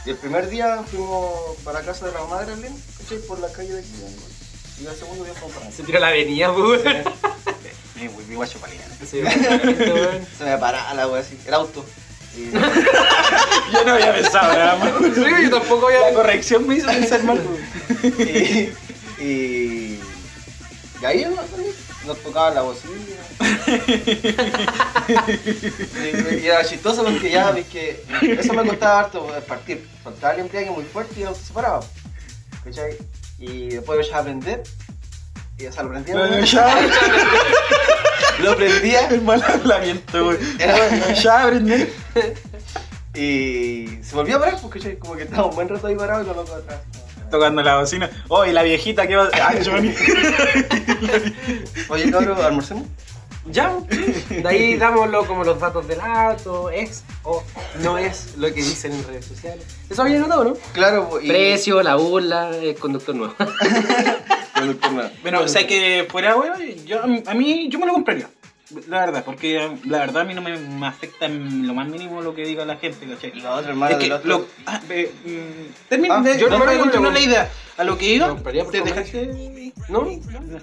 [SPEAKER 2] Y el primer día fuimos para la casa de la mamá de la ley, ¿cachai? Por la calle de aquí. Y el segundo día fuimos para
[SPEAKER 4] Se tiró a la avenida, weón.
[SPEAKER 3] Mi, mi guacho paliano.
[SPEAKER 4] Sí, weón.
[SPEAKER 2] Se me paraba la wea así, el auto. Y-
[SPEAKER 3] Yo no había pensado nada más.
[SPEAKER 4] Sí, yo tampoco voy
[SPEAKER 3] La
[SPEAKER 4] a.
[SPEAKER 3] corrección me hizo pensar mal.
[SPEAKER 2] y, y, y ahí nos, nos tocaba la bocina. y, y era chistoso porque ya ves que eso me costaba harto pues, partir. Faltaba el embriague muy fuerte y el auto se paraba. ¿Cachai? Y después ya aprender. Y o sea, lo prendía.
[SPEAKER 3] Lo
[SPEAKER 2] ¿no?
[SPEAKER 3] ya,
[SPEAKER 2] Lo prendía.
[SPEAKER 3] el mal hablamiento, güey.
[SPEAKER 2] era-
[SPEAKER 3] Ya, aprendí.
[SPEAKER 2] y se volvía a parar, pues, ¿cachai? Como que estaba un buen rato ahí parado y con loco atrás.
[SPEAKER 3] Tocando la bocina. Oh, y la viejita que va. Ay, Giovanni.
[SPEAKER 2] Oye, cabrón, almorcemos.
[SPEAKER 4] Ya, de ahí damos lo- como los datos del auto, es o no es lo que dicen en redes sociales. Eso había notado, ¿no?
[SPEAKER 2] Claro, pues, y.
[SPEAKER 4] Precio, la burla, el conductor nuevo.
[SPEAKER 2] Productor nuevo.
[SPEAKER 3] Bueno, o sea que fuera, güey, yo, a mí, yo me lo compraría. La verdad, porque eh, la verdad a mí no me, me afecta en lo más mínimo lo que diga la gente, ¿cachai?
[SPEAKER 2] Y la otra hermana
[SPEAKER 3] Es que
[SPEAKER 2] del otro.
[SPEAKER 3] lo- ah, ve, mm, termina
[SPEAKER 2] Ah,
[SPEAKER 3] de-
[SPEAKER 4] yo
[SPEAKER 3] no,
[SPEAKER 4] no me
[SPEAKER 3] no,
[SPEAKER 4] lo
[SPEAKER 3] no,
[SPEAKER 4] compro.
[SPEAKER 3] la idea. A lo que iba,
[SPEAKER 4] No, pero ya por
[SPEAKER 3] te
[SPEAKER 4] comer.
[SPEAKER 3] dejaste.
[SPEAKER 4] ¿No? no.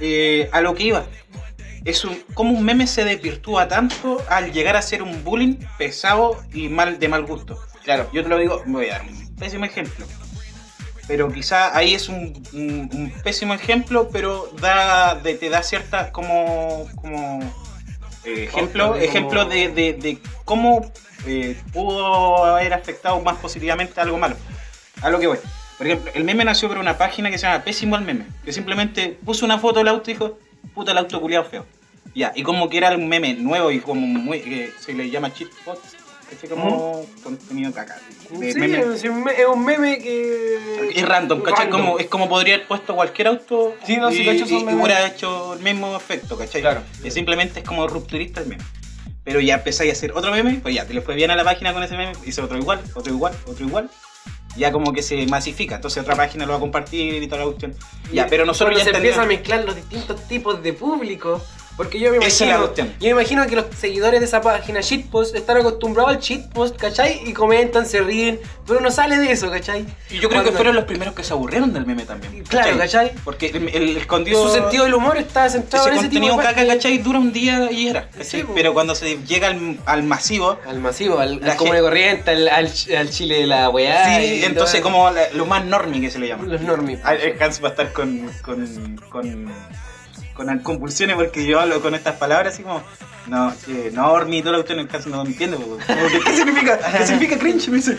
[SPEAKER 3] Eh, a lo que iba. Es un, como un meme se desvirtúa tanto al llegar a ser un bullying pesado y mal de mal gusto.
[SPEAKER 2] Claro.
[SPEAKER 3] Yo te lo digo, me voy a dar un pésimo ejemplo. Pero quizá ahí es un, un- un pésimo ejemplo, pero da, de- te da ciertas como, como eh, ejemplo,
[SPEAKER 4] Ojo, de
[SPEAKER 3] ejemplo
[SPEAKER 4] cómo-
[SPEAKER 3] de, de- de cómo eh, pudo haber afectado más positivamente algo malo. A lo que voy. Por ejemplo, el meme nació por una página que se llama Pésimo al Meme, que simplemente puso una foto del auto y dijo, puta el auto culiado feo. Ya, y como que era un meme nuevo y como muy, que se le llama cheatbot, que como contenido caca. de
[SPEAKER 4] ¿Mm? Sí,
[SPEAKER 3] meme.
[SPEAKER 4] es un me- es un meme que.
[SPEAKER 3] Es random, ¿cachai?
[SPEAKER 4] Random.
[SPEAKER 3] Como, es como podría haber puesto cualquier auto
[SPEAKER 2] Sí, no,
[SPEAKER 3] y,
[SPEAKER 2] sí, cacho, son
[SPEAKER 3] y
[SPEAKER 2] memes.
[SPEAKER 3] hubiera hecho el mismo efecto, ¿cachai?
[SPEAKER 2] Claro.
[SPEAKER 3] Que simplemente es como rupturista el meme. Pero ya empezáis a hacer otro meme, pues ya te le fue bien a la página con ese meme, hice otro igual, otro igual, otro igual. Ya como que se masifica, entonces otra página lo va a compartir y toda la cuestión. Ya, pero nosotros
[SPEAKER 4] Cuando
[SPEAKER 3] ya
[SPEAKER 4] se empieza a
[SPEAKER 3] entendimos-
[SPEAKER 4] mezclar los distintos tipos de público. Porque yo me
[SPEAKER 3] Esa es la
[SPEAKER 4] imagino, yo
[SPEAKER 3] cuestión.
[SPEAKER 4] me imagino que los seguidores de esa página shitpost están acostumbrados al shitpost, ¿cachai? Y comentan, se ríen, pero no sale de eso, ¿cachai?
[SPEAKER 3] Y yo creo que
[SPEAKER 4] Cuando-
[SPEAKER 3] fueron los primeros que se aburrieron del meme también.
[SPEAKER 4] Claro, ¿cachai?
[SPEAKER 3] Porque el, el escondido...
[SPEAKER 4] Su sentido del humor está centrado
[SPEAKER 3] Ese
[SPEAKER 4] en ese tipo
[SPEAKER 3] contenido
[SPEAKER 4] de
[SPEAKER 3] caca,
[SPEAKER 4] páginas.
[SPEAKER 3] ¿cachai? Dura un día y era, ¿cachai?
[SPEAKER 4] Sí, po.
[SPEAKER 3] Pero cuando se llega al, al masivo,
[SPEAKER 4] Al masivo, al,
[SPEAKER 3] La
[SPEAKER 4] al común
[SPEAKER 3] gente-
[SPEAKER 4] de corriente, al, al, ch- al chile de la weá.
[SPEAKER 3] Sí,
[SPEAKER 4] y
[SPEAKER 3] entonces
[SPEAKER 4] todo.
[SPEAKER 3] como la- lo más normie que se le llama.
[SPEAKER 4] Los normies.
[SPEAKER 3] Ah, El Hans va a estar con, con, con, con convulsiones porque yo hablo con estas palabras así como... No, que normie y todo lo que usted en el caso no entiende. po. Como que, ¿Qué significa? ¿Qué significa cringe? Me dice.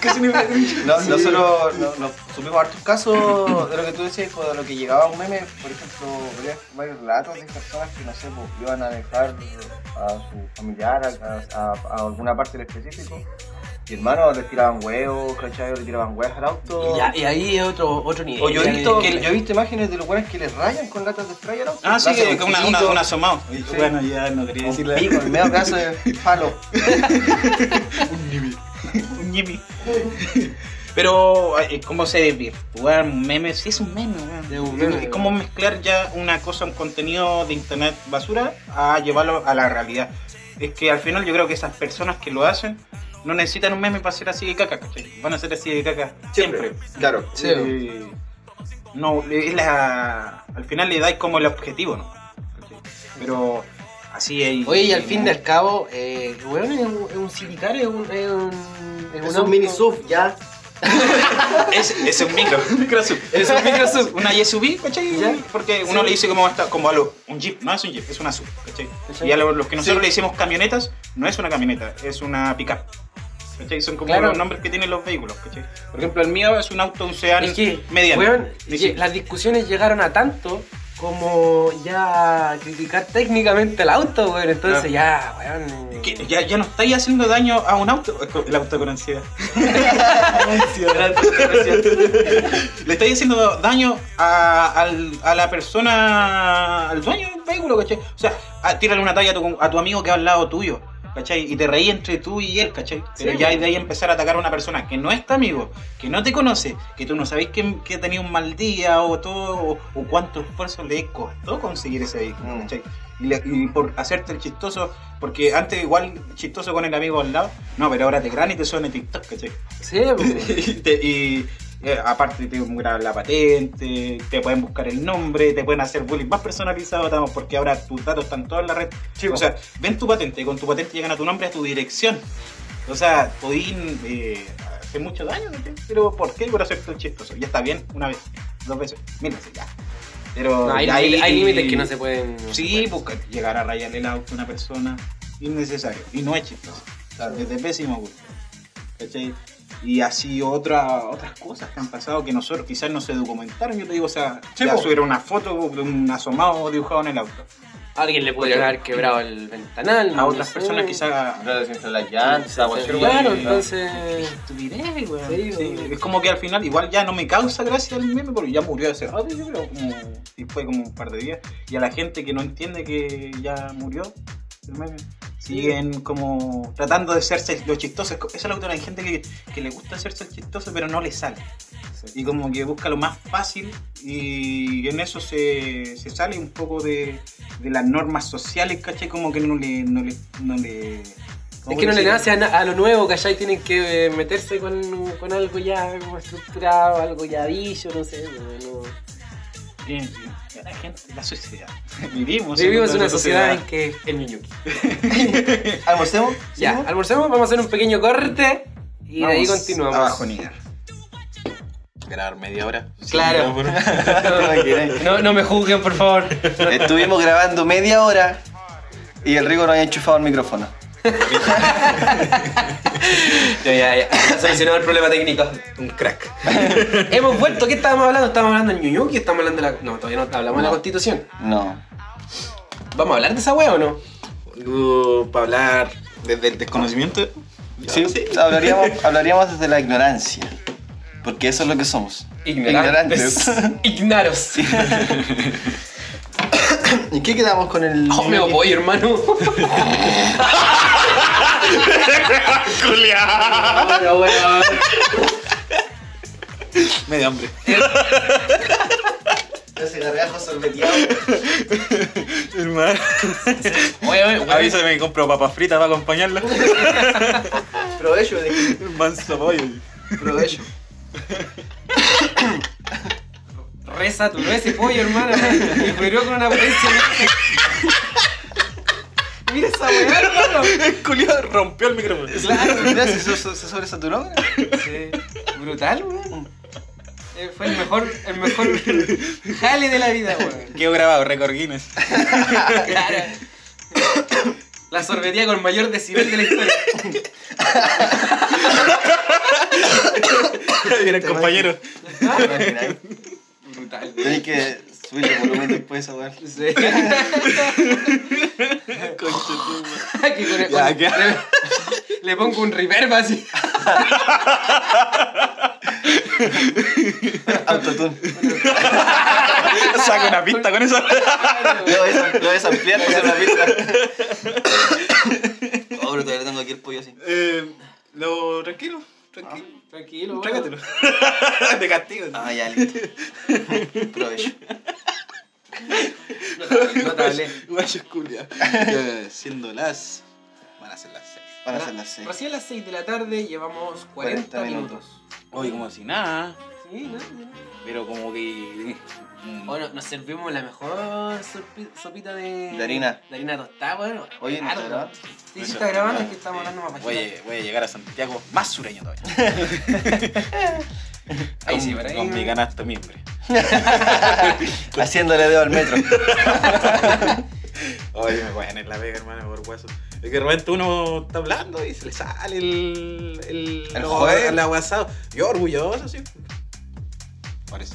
[SPEAKER 3] ¿Qué significa cringe?
[SPEAKER 2] No, Nosotros no, no, supimos hartos casos de lo que tú decías, pues, de lo que llegaba a un meme, por ejemplo, había varios relatos de personas que, no sé, pues, iban a dejar a su familiar, a, a- a alguna parte en específico, y hermano, le tiraban huevos, ¿cachai? O Le tiraban huevas al auto.
[SPEAKER 4] Ya, y ahí es otro, otro nivel.
[SPEAKER 2] O yo he,
[SPEAKER 4] Ya, eh,
[SPEAKER 2] visto,
[SPEAKER 4] que-
[SPEAKER 2] yo he visto imágenes de los buenos que les rayan con latas de spray al auto.
[SPEAKER 3] Ah, sí,
[SPEAKER 2] Le hacen
[SPEAKER 3] que una, una,
[SPEAKER 2] piquito,
[SPEAKER 3] un asomado.
[SPEAKER 2] Sí.
[SPEAKER 3] Bueno, ya no quería
[SPEAKER 2] un
[SPEAKER 3] decirle
[SPEAKER 2] pico, el medio pedazo de palo.
[SPEAKER 3] Un ñimi. Pero eh, cómo se desvirtúa un meme, sí es un meme, weón.
[SPEAKER 1] Es un meme,
[SPEAKER 3] Es como mezclar ya una cosa, un contenido de internet basura, a llevarlo a la realidad. Es que al final yo creo que esas personas que lo hacen no necesitan un meme para ser así de caca, ¿cachai? Van a ser así de caca siempre.
[SPEAKER 2] Claro.
[SPEAKER 1] Sí.
[SPEAKER 3] Eh, no, es la, al final le dais como el objetivo, ¿no? Pero así hay.
[SPEAKER 1] Oye, y al fin y al cabo, eh, el weón es un, es un silicar, es un. Es un, es
[SPEAKER 2] Es
[SPEAKER 1] auto.
[SPEAKER 2] un mini sub ya.
[SPEAKER 3] Es, es un micro, micro sub.
[SPEAKER 1] Es un micro sub.
[SPEAKER 3] Una SUV, ¿cachai?
[SPEAKER 1] Ya.
[SPEAKER 3] Porque uno le dice como, esta, como algo, un jeep, no es un jeep, es una sub, ¿cachai?
[SPEAKER 1] ¿Cachai?
[SPEAKER 3] Y a lo- los que nosotros
[SPEAKER 1] Sí.
[SPEAKER 3] le decimos camionetas, no es una camioneta, es una pickup. ¿Cachai? Son como
[SPEAKER 1] Claro.
[SPEAKER 3] los nombres que tienen los vehículos, ¿cachai? Por ejemplo, el mío es un auto, un sedán
[SPEAKER 1] Es que,
[SPEAKER 3] mediano.
[SPEAKER 1] weón,
[SPEAKER 3] Ni
[SPEAKER 1] lle-
[SPEAKER 3] siquiera.
[SPEAKER 1] las discusiones llegaron a tanto como ya criticar técnicamente el auto, weón. Entonces ya, weón.
[SPEAKER 3] Ah. Que ya, ya no estáis haciendo daño a un auto. Es co- El auto con ansiedad. Le estáis haciendo daño a, al- a la persona, al dueño del vehículo, ¿cachai? O sea, a- tírale una talla a tu, a tu amigo que va al lado tuyo, ¿cachai? Y te reí entre tú y él, ¿cachai? Pero
[SPEAKER 1] Sí,
[SPEAKER 3] ya
[SPEAKER 1] bueno.
[SPEAKER 3] de ahí empezar a atacar a una persona que no es tu amigo, que no te conoce, que tú no sabés que, que ha tenido un mal día o todo, o, o cuánto esfuerzo le costó conseguir ese vehículo,
[SPEAKER 2] Mm.
[SPEAKER 3] ¿cachai? Y, le- y por hacerte el chistoso, porque antes igual chistoso con el amigo al lado, no, pero ahora te gran y te suena TikTok, ¿cachai?
[SPEAKER 1] Sí, pues, weón.
[SPEAKER 3] y, te- y, eh, aparte te graban la patente, te pueden buscar el nombre, te pueden hacer bullying más personalizado, tamo, porque ahora tus datos están todos en la red.
[SPEAKER 1] Sí,
[SPEAKER 3] o sea, ven tu patente, con tu patente llegan a tu nombre, a tu dirección. O sea, podín eh, hacer mucho daño, ¿cachai? pero ¿por qué? Por hacerte el chistoso. Ya está bien, una vez, dos veces, mil veces, ya. Pero
[SPEAKER 1] No, hay,
[SPEAKER 3] ya
[SPEAKER 1] hay-
[SPEAKER 3] ahí-
[SPEAKER 1] hay límites que no se pueden.
[SPEAKER 3] Sí, pues, buscar, llegar a rayarle el auto a una persona innecesario y no es chistoso. O sea, desde pésimo gusto. ¿Cachai? Y así otra, otras cosas que han pasado que nosotros quizás no se documentaron. Yo te digo, o sea,
[SPEAKER 1] Sí,
[SPEAKER 3] ya
[SPEAKER 1] po.
[SPEAKER 3] subieron una foto de un asomado dibujado en el auto.
[SPEAKER 1] Alguien le podría haber quebrado el ventanal.
[SPEAKER 3] A
[SPEAKER 1] no
[SPEAKER 3] otras
[SPEAKER 1] sé.
[SPEAKER 3] personas quizás.
[SPEAKER 6] las llantas, cualquier
[SPEAKER 1] Claro,
[SPEAKER 6] weá.
[SPEAKER 1] entonces.
[SPEAKER 3] Estupidez, weón.
[SPEAKER 1] Sí,
[SPEAKER 3] Sí,
[SPEAKER 1] weón.
[SPEAKER 3] Es como que al final igual ya no me causa gracia el meme porque ya murió hace rato, yo creo, como, y fue como un par de días. Y a la gente que no entiende que ya murió el meme, siguen como tratando de hacerse los chistosos. Es co- Eso es lo que hay gente que, que le gusta hacerse el chistoso pero no le sale. Y como que busca lo más fácil y en eso se, se sale un poco de, de las normas sociales, ¿cachai? Como que no le... No le, no le
[SPEAKER 1] Es
[SPEAKER 3] ¿cómo
[SPEAKER 1] que no le
[SPEAKER 3] decirlo?
[SPEAKER 1] nace a, na- a lo nuevo, ¿cachai? Tienen que eh, meterse con, con algo ya como estructurado, algo ya dicho, no sé. no- no.
[SPEAKER 3] Bien, bien. La gente, la sociedad. Vivimos.
[SPEAKER 1] Vivimos en una sociedad en que el niño.
[SPEAKER 2] ¿Almorcemos?
[SPEAKER 1] Ya, almorcemos, vamos a hacer un pequeño corte y de ahí continuamos.
[SPEAKER 3] Abajo, Nigar. Grabar media hora.
[SPEAKER 1] Claro. No, no me juzguen, por favor.
[SPEAKER 2] Estuvimos grabando media hora y el Rigo no había enchufado el micrófono.
[SPEAKER 6] Ya, ya, ya. Solucionado el problema técnico. Un crack.
[SPEAKER 1] Hemos vuelto, ¿qué estábamos hablando? Estábamos hablando del ñuñuqui, estamos hablando de la. No, todavía no hablamos de la constitución.
[SPEAKER 2] No.
[SPEAKER 1] ¿Vamos a hablar de esa wea o no?
[SPEAKER 3] para hablar desde el desconocimiento. Ah,
[SPEAKER 2] Sí, hablaríamos, hablaríamos desde la ignorancia. Porque eso es lo que somos.
[SPEAKER 1] Ignorantes. Ignaros.
[SPEAKER 2] ¿Y qué quedamos con el.?
[SPEAKER 1] Oh, me voy, hermano. Bueno, bueno.
[SPEAKER 3] Medio hambre. Hermano.
[SPEAKER 1] Oye, oye, oye.
[SPEAKER 3] Avísame que compro papas fritas para acompañarla.
[SPEAKER 2] Provecho,
[SPEAKER 3] Manso pollo.
[SPEAKER 2] provecho.
[SPEAKER 1] Resaturó ese pollo, hermano. Y murió con una potencia. Mira esa weá, hermano.
[SPEAKER 3] Julio rompió el micrófono.
[SPEAKER 1] Claro.
[SPEAKER 2] Mira, se, se, se sobresaturó. mira.
[SPEAKER 1] Sí, brutal, weón. Eh, Fue el mejor, el mejor jale de la vida, weón.
[SPEAKER 3] Quedó grabado, récord Guinness.
[SPEAKER 1] Claro. La sorbetería con mayor decibel de la historia.
[SPEAKER 3] Eran compañeros.
[SPEAKER 2] ¿Te imaginas?
[SPEAKER 1] Brutal.
[SPEAKER 2] Tenés que subir el volumen después, esa weá.
[SPEAKER 1] Sí. Aquí con el-
[SPEAKER 3] Ya, ¿qué?
[SPEAKER 1] le- Le pongo un reverb así.
[SPEAKER 2] Autotune.
[SPEAKER 3] Saco una pista con eso.
[SPEAKER 2] Lo ves, lo ves ampliar, pues en la pista. Oh, pero todavía tengo aquí el pollo así.
[SPEAKER 3] Eh, lo tranquilo,
[SPEAKER 6] Tranquilo.
[SPEAKER 1] Tranquilo,
[SPEAKER 6] Trágatelo. Te castigo.
[SPEAKER 2] Ah, ya, listo. Provecho.
[SPEAKER 7] No te hablé.
[SPEAKER 6] Guayos culia. Ya, Siendo las. Van a ser las 6.
[SPEAKER 2] Van a ser las seis.
[SPEAKER 1] Recién a las 6 de la tarde llevamos 40,
[SPEAKER 2] 40
[SPEAKER 1] minutos.
[SPEAKER 6] Oye, como si nada.
[SPEAKER 1] Sí, ¿no? no.
[SPEAKER 6] Pero como que.
[SPEAKER 1] Bueno, nos servimos la mejor sopi- sopita de...
[SPEAKER 2] De harina.
[SPEAKER 1] De harina tostada, bueno.
[SPEAKER 2] Oye, ¿no está
[SPEAKER 1] Harto.
[SPEAKER 2] grabando?
[SPEAKER 1] Sí, sí está grabando, es que estamos hablando más
[SPEAKER 6] voy
[SPEAKER 1] bajito.
[SPEAKER 6] a, voy a llegar a Santiago más sureño todavía.
[SPEAKER 1] Ahí sí,
[SPEAKER 6] Con-
[SPEAKER 1] por ahí.
[SPEAKER 6] Con mi canasta mimbre.
[SPEAKER 2] Haciéndole dedo al metro.
[SPEAKER 6] Oye, me voy a la vega, hermano, por hueso. Es que de repente uno está hablando y se le sale el. El,
[SPEAKER 2] El
[SPEAKER 6] lo-
[SPEAKER 2] joder.
[SPEAKER 6] el aguasado. Yo orgulloso, sí. Parece.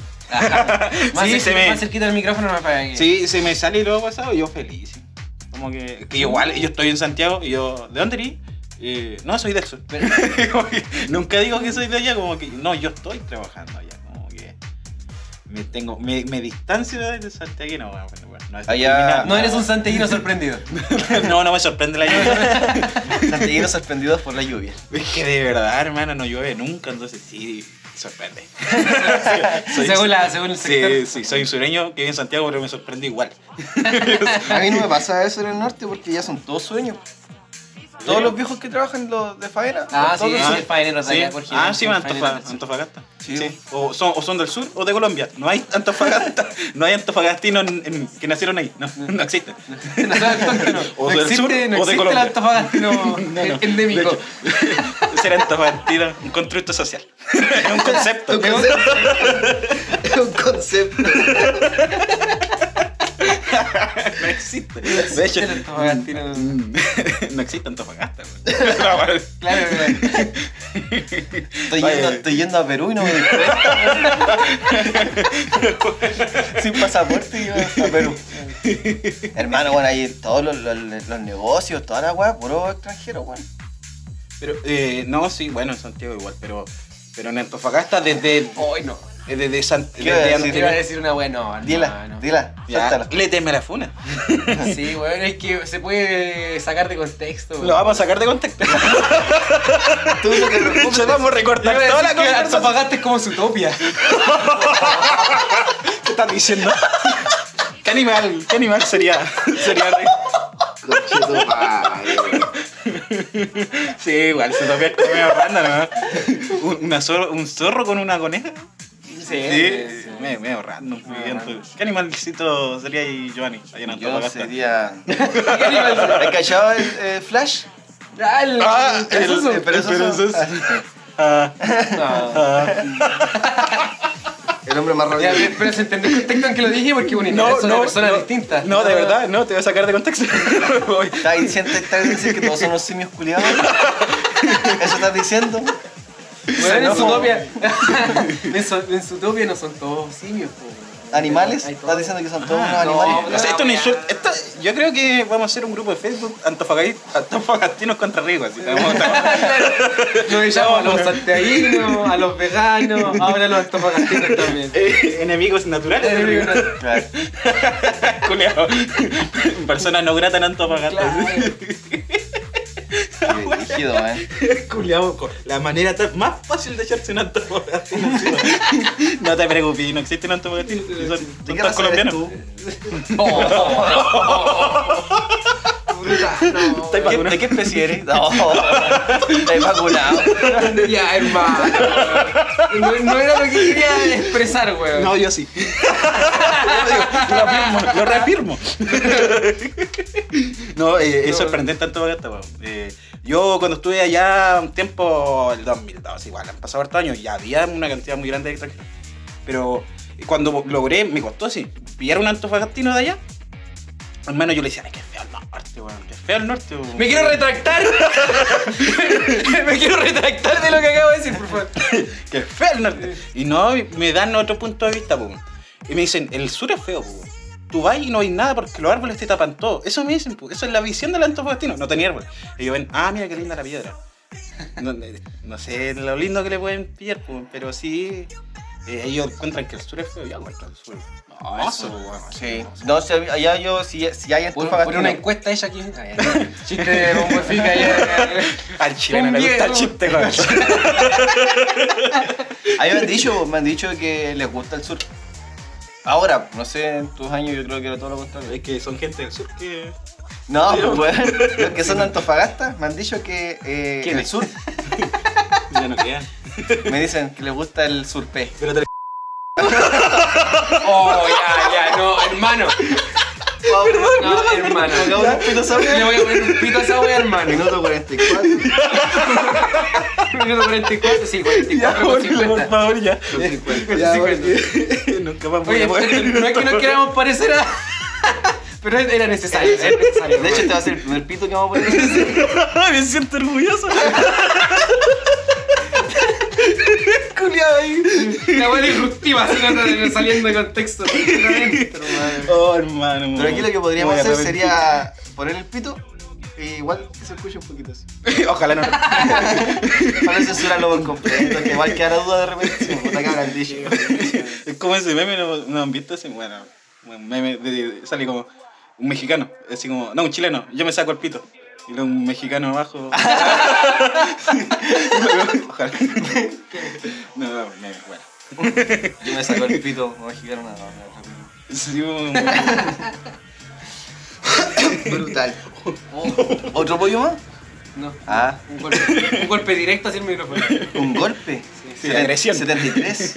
[SPEAKER 1] Más,
[SPEAKER 6] Sí,
[SPEAKER 1] cerquita,
[SPEAKER 6] se me-
[SPEAKER 1] más cerquita del micrófono no me pague.
[SPEAKER 6] Sí, se me sale lo aguasado y yo feliz. sí. Como que. que igual, yo estoy en Santiago y yo. ¿De dónde eres? Eh, no, soy del sur. Como que nunca digo que soy de allá, como que. No, yo estoy trabajando allá. Como que. Me, tengo, me, me distancio de Santiago. No, bueno, bueno, no, es
[SPEAKER 2] Allá-
[SPEAKER 6] discriminar.
[SPEAKER 1] No eres un santeguino sorprendido.
[SPEAKER 6] No, no me sorprende la lluvia.
[SPEAKER 2] Santilleros sorprendidos por la lluvia.
[SPEAKER 6] es que de verdad, hermano, no llueve nunca, entonces sí, sorprende.
[SPEAKER 1] según, la, según el sector.
[SPEAKER 6] Sí, sí, soy un sureño que vive en Santiago, pero me sorprende igual.
[SPEAKER 2] A mí no me pasa eso en el norte porque ya son todos sueños. Todos los viejos que trabajan los de faena.
[SPEAKER 1] Ah, sí,
[SPEAKER 2] todos
[SPEAKER 1] sí,
[SPEAKER 2] son-
[SPEAKER 1] el faenero
[SPEAKER 6] Sí.
[SPEAKER 1] de acá, Jorge.
[SPEAKER 6] Ah, sí,
[SPEAKER 1] el faenero
[SPEAKER 6] Antofagasta.
[SPEAKER 1] del sur.
[SPEAKER 6] Antofagasta.
[SPEAKER 2] Sí.
[SPEAKER 6] Sí. O, son, o son del sur o de Colombia. No hay Antofagasta. no hay antofagastinos en- en- que nacieron ahí. No, no existen.
[SPEAKER 1] No, no, no,
[SPEAKER 6] O
[SPEAKER 1] no
[SPEAKER 6] del sur
[SPEAKER 1] existe, no
[SPEAKER 6] o
[SPEAKER 1] existe
[SPEAKER 6] de
[SPEAKER 1] el
[SPEAKER 6] Colombia.
[SPEAKER 1] antofagastino endémico.
[SPEAKER 6] De hecho, Ser antofagastino es un constructo social. es un
[SPEAKER 1] Ah.
[SPEAKER 6] concepto.
[SPEAKER 2] Es un concepto. Es un concepto.
[SPEAKER 6] no existe. De
[SPEAKER 1] existe
[SPEAKER 6] hecho,
[SPEAKER 1] el antofagastino.
[SPEAKER 6] no existe Antofagasta. güey.
[SPEAKER 1] Claro, claro.
[SPEAKER 2] Estoy
[SPEAKER 6] Oye.
[SPEAKER 2] yendo, estoy yendo a Perú y no me doy cuenta. Sin pasaporte iba a Perú. Hermano, bueno, ahí todos los, los- los negocios, toda la weá, puro extranjero, weón.
[SPEAKER 6] Pero, eh, no, sí, bueno, en Santiago igual, pero, pero en Antofagasta desde,
[SPEAKER 1] Hoy no.
[SPEAKER 6] desde, San-
[SPEAKER 2] ¿Qué iba a
[SPEAKER 6] desde
[SPEAKER 2] decir?
[SPEAKER 1] Te
[SPEAKER 6] anterior-
[SPEAKER 1] iba a decir una buena. No, no,
[SPEAKER 2] Dila,
[SPEAKER 1] no.
[SPEAKER 2] dila,
[SPEAKER 6] Ya,
[SPEAKER 2] suéltala.
[SPEAKER 6] le teme a la funa.
[SPEAKER 1] Sí, weón, es que se puede sacar de contexto. weón.
[SPEAKER 6] Lo vamos a sacar de contexto.
[SPEAKER 2] Tú lo que preocupa-
[SPEAKER 6] Se vamos
[SPEAKER 1] Yo
[SPEAKER 6] a recortar
[SPEAKER 1] iba a
[SPEAKER 6] toda la
[SPEAKER 1] decir que
[SPEAKER 6] conversación.
[SPEAKER 1] Antofagasta es como su topia.
[SPEAKER 6] ¿Qué estás diciendo? ¿Qué animal, qué animal sería? sería rey?
[SPEAKER 2] Conchetumare, weón.
[SPEAKER 6] Sí, igual, se topea el comido random, ¿no? Un, una zorro, un zorro con una coneja.
[SPEAKER 1] Sí,
[SPEAKER 6] Sí,
[SPEAKER 1] sí.
[SPEAKER 6] medio, medio random. pues. ¿Qué animalcito sería ahí, Giovanni? Ahí en
[SPEAKER 2] Yo
[SPEAKER 6] Antofagasta.
[SPEAKER 2] sería. ¿Has cachado el eh, Flash?
[SPEAKER 1] Ah, el,
[SPEAKER 6] Ah,
[SPEAKER 1] el-
[SPEAKER 6] el-
[SPEAKER 1] eso.
[SPEAKER 6] el- perezoso. Ah, ah.
[SPEAKER 2] El hombre más
[SPEAKER 1] Ya,
[SPEAKER 2] rápido.
[SPEAKER 1] bien, pero se entendió el contexto en que lo dije porque bueno, no, son personas distintas.
[SPEAKER 6] No, de verdad, no, te voy a sacar de contexto. Voy.
[SPEAKER 2] ¿Estás diciendo, estás diciendo que todos son unos simios culiados? ¿Eso estás diciendo?
[SPEAKER 1] Weón, en
[SPEAKER 2] No.
[SPEAKER 1] su topia. en, su, en su topia no son todos simios, po, weón.
[SPEAKER 2] ¿Animales?
[SPEAKER 1] Hay
[SPEAKER 2] ¿Estás
[SPEAKER 1] todos.
[SPEAKER 2] diciendo que son todos unos
[SPEAKER 1] no,
[SPEAKER 2] animales?
[SPEAKER 6] No sé, esto es un insulto. Esto, yo creo que vamos a hacer un grupo de Facebook antofagai- antofagastinos contra Rigo. Así, vamos a-
[SPEAKER 1] Yo me llamo a los santiaguinos, a los veganos, ahora a los antofagastinos también.
[SPEAKER 6] Eh, enemigos naturales. de Rigo.
[SPEAKER 2] Claro.
[SPEAKER 6] Culeado. Personas no gratas en antofagastas.
[SPEAKER 2] Qué rígido, eh.
[SPEAKER 6] Culeado, co- la manera tan- más fácil de echarse un antofagastino. encima. no te preocupes, no existen antofagastinos. Son, son
[SPEAKER 2] ¿De qué
[SPEAKER 6] todos
[SPEAKER 2] raza eres
[SPEAKER 6] colombianos.
[SPEAKER 2] tú?
[SPEAKER 6] Estoy
[SPEAKER 2] ¿Qué-
[SPEAKER 6] vacunado.
[SPEAKER 2] ¿De qué especie eres? No, estás vacunado.
[SPEAKER 1] Ya, hermano. No, no era lo que quería expresar, weón.
[SPEAKER 6] No, yo sí. lo afirmo, lo reafirmo. no, eh, es
[SPEAKER 1] No.
[SPEAKER 6] sorprendente tanto gata, weón. Eh, yo cuando estuve allá un tiempo, el 2002, igual, han pasado hartos años, ya había una cantidad muy grande de extranjeros. Pero cuando logré, me costó así, pillar un antofagastino de allá. Hermano, yo le decía, ay, qué feo el norte, weón, qué feo el norte, weón.
[SPEAKER 1] Me quiero retractar. Me quiero retractar de lo que acabo de decir, por favor.
[SPEAKER 6] que es feo el norte. Y no, y me dan otro punto de vista, pum. Y me dicen, el sur es feo, pum. Tú vas y no hay nada porque los árboles te tapan todo. Eso me dicen, pum. Eso es la visión del antofagastino. No tenía árboles. Y yo ven, ah, mira qué linda la eh, piedra. No, no sé lo lindo que le pueden pillar, pum, pero pues, sí.
[SPEAKER 3] Eh, ellos encuentran que el sur es feo, yo encuentro el sur.
[SPEAKER 2] No, pues,
[SPEAKER 3] hermoso, weón.
[SPEAKER 2] Sí. No, si hab- allá yo, si, si hay
[SPEAKER 4] Por,
[SPEAKER 2] estufa
[SPEAKER 4] por una encuesta ella aquí. Ay, ay.
[SPEAKER 2] chiste de Bombo Fica allá.
[SPEAKER 3] Al chileno
[SPEAKER 4] Un
[SPEAKER 3] le gusta el
[SPEAKER 4] viejo.
[SPEAKER 3] chiste, weón.
[SPEAKER 2] A mí me han dicho, me han dicho que les gusta el sur. Ahora, no sé, en tus años yo creo que era todo lo contrario.
[SPEAKER 3] Es que son gente del sur que.
[SPEAKER 2] No,
[SPEAKER 3] Sí,
[SPEAKER 2] pues
[SPEAKER 3] no.
[SPEAKER 2] bueno, los que son de Antofagasta me han dicho que eh,
[SPEAKER 3] ¿Quién
[SPEAKER 2] el
[SPEAKER 3] es?
[SPEAKER 2] sur,
[SPEAKER 3] Ya no quedan.
[SPEAKER 2] me dicen que les gusta el surpé.
[SPEAKER 3] Pero te
[SPEAKER 4] Oh, ya, ya, no, hermano. No, hermano. Le voy a poner un pito a esa wea, hermano.
[SPEAKER 2] Minuto 44.
[SPEAKER 4] Minuto 44, sí, 44 con 50.
[SPEAKER 3] favor, ya.
[SPEAKER 4] Con 50.
[SPEAKER 6] Ya,
[SPEAKER 4] Sí,
[SPEAKER 6] bueno.
[SPEAKER 3] Nunca más voy
[SPEAKER 4] Oye,
[SPEAKER 3] a
[SPEAKER 4] no
[SPEAKER 3] poder.
[SPEAKER 4] es que no queramos parecer a... Pero era necesario, era necesario.
[SPEAKER 2] De hecho, este
[SPEAKER 4] hermano.
[SPEAKER 2] va a ser el primer pito que vamos a poner.
[SPEAKER 3] Me siento orgulloso.
[SPEAKER 2] Culeado ahí.
[SPEAKER 4] La wea disruptiva, así no saliendo de contexto. Pero, hermano.
[SPEAKER 3] Oh, hermano.
[SPEAKER 2] Pero aquí lo que podríamos
[SPEAKER 3] Voy a
[SPEAKER 2] hacer
[SPEAKER 3] repetir.
[SPEAKER 2] sería poner el pito y igual que se escuche un poquito así.
[SPEAKER 3] Ojalá no.
[SPEAKER 2] Para no censurarlo por completo, que igual quedará duda de repente. Sí, puta que habrán dicho.
[SPEAKER 3] Es como ese meme, ¿no, no han visto ese? Bueno, un meme de, de- sale como un mexicano, así como, no, un chileno, yo me saco el pito. Y luego un mexicano abajo. Ojalá. No, no, meme, bueno.
[SPEAKER 2] Yo me saco el pito, me voy a girar una. una- una-
[SPEAKER 3] Sí, un-
[SPEAKER 2] Brutal. Oh. ¿Otro pollo más?
[SPEAKER 4] No.
[SPEAKER 2] Ah.
[SPEAKER 4] Un golpe, un golpe directo hacia el micrófono.
[SPEAKER 2] ¿Un golpe?
[SPEAKER 3] Sí, agresión.
[SPEAKER 2] 73.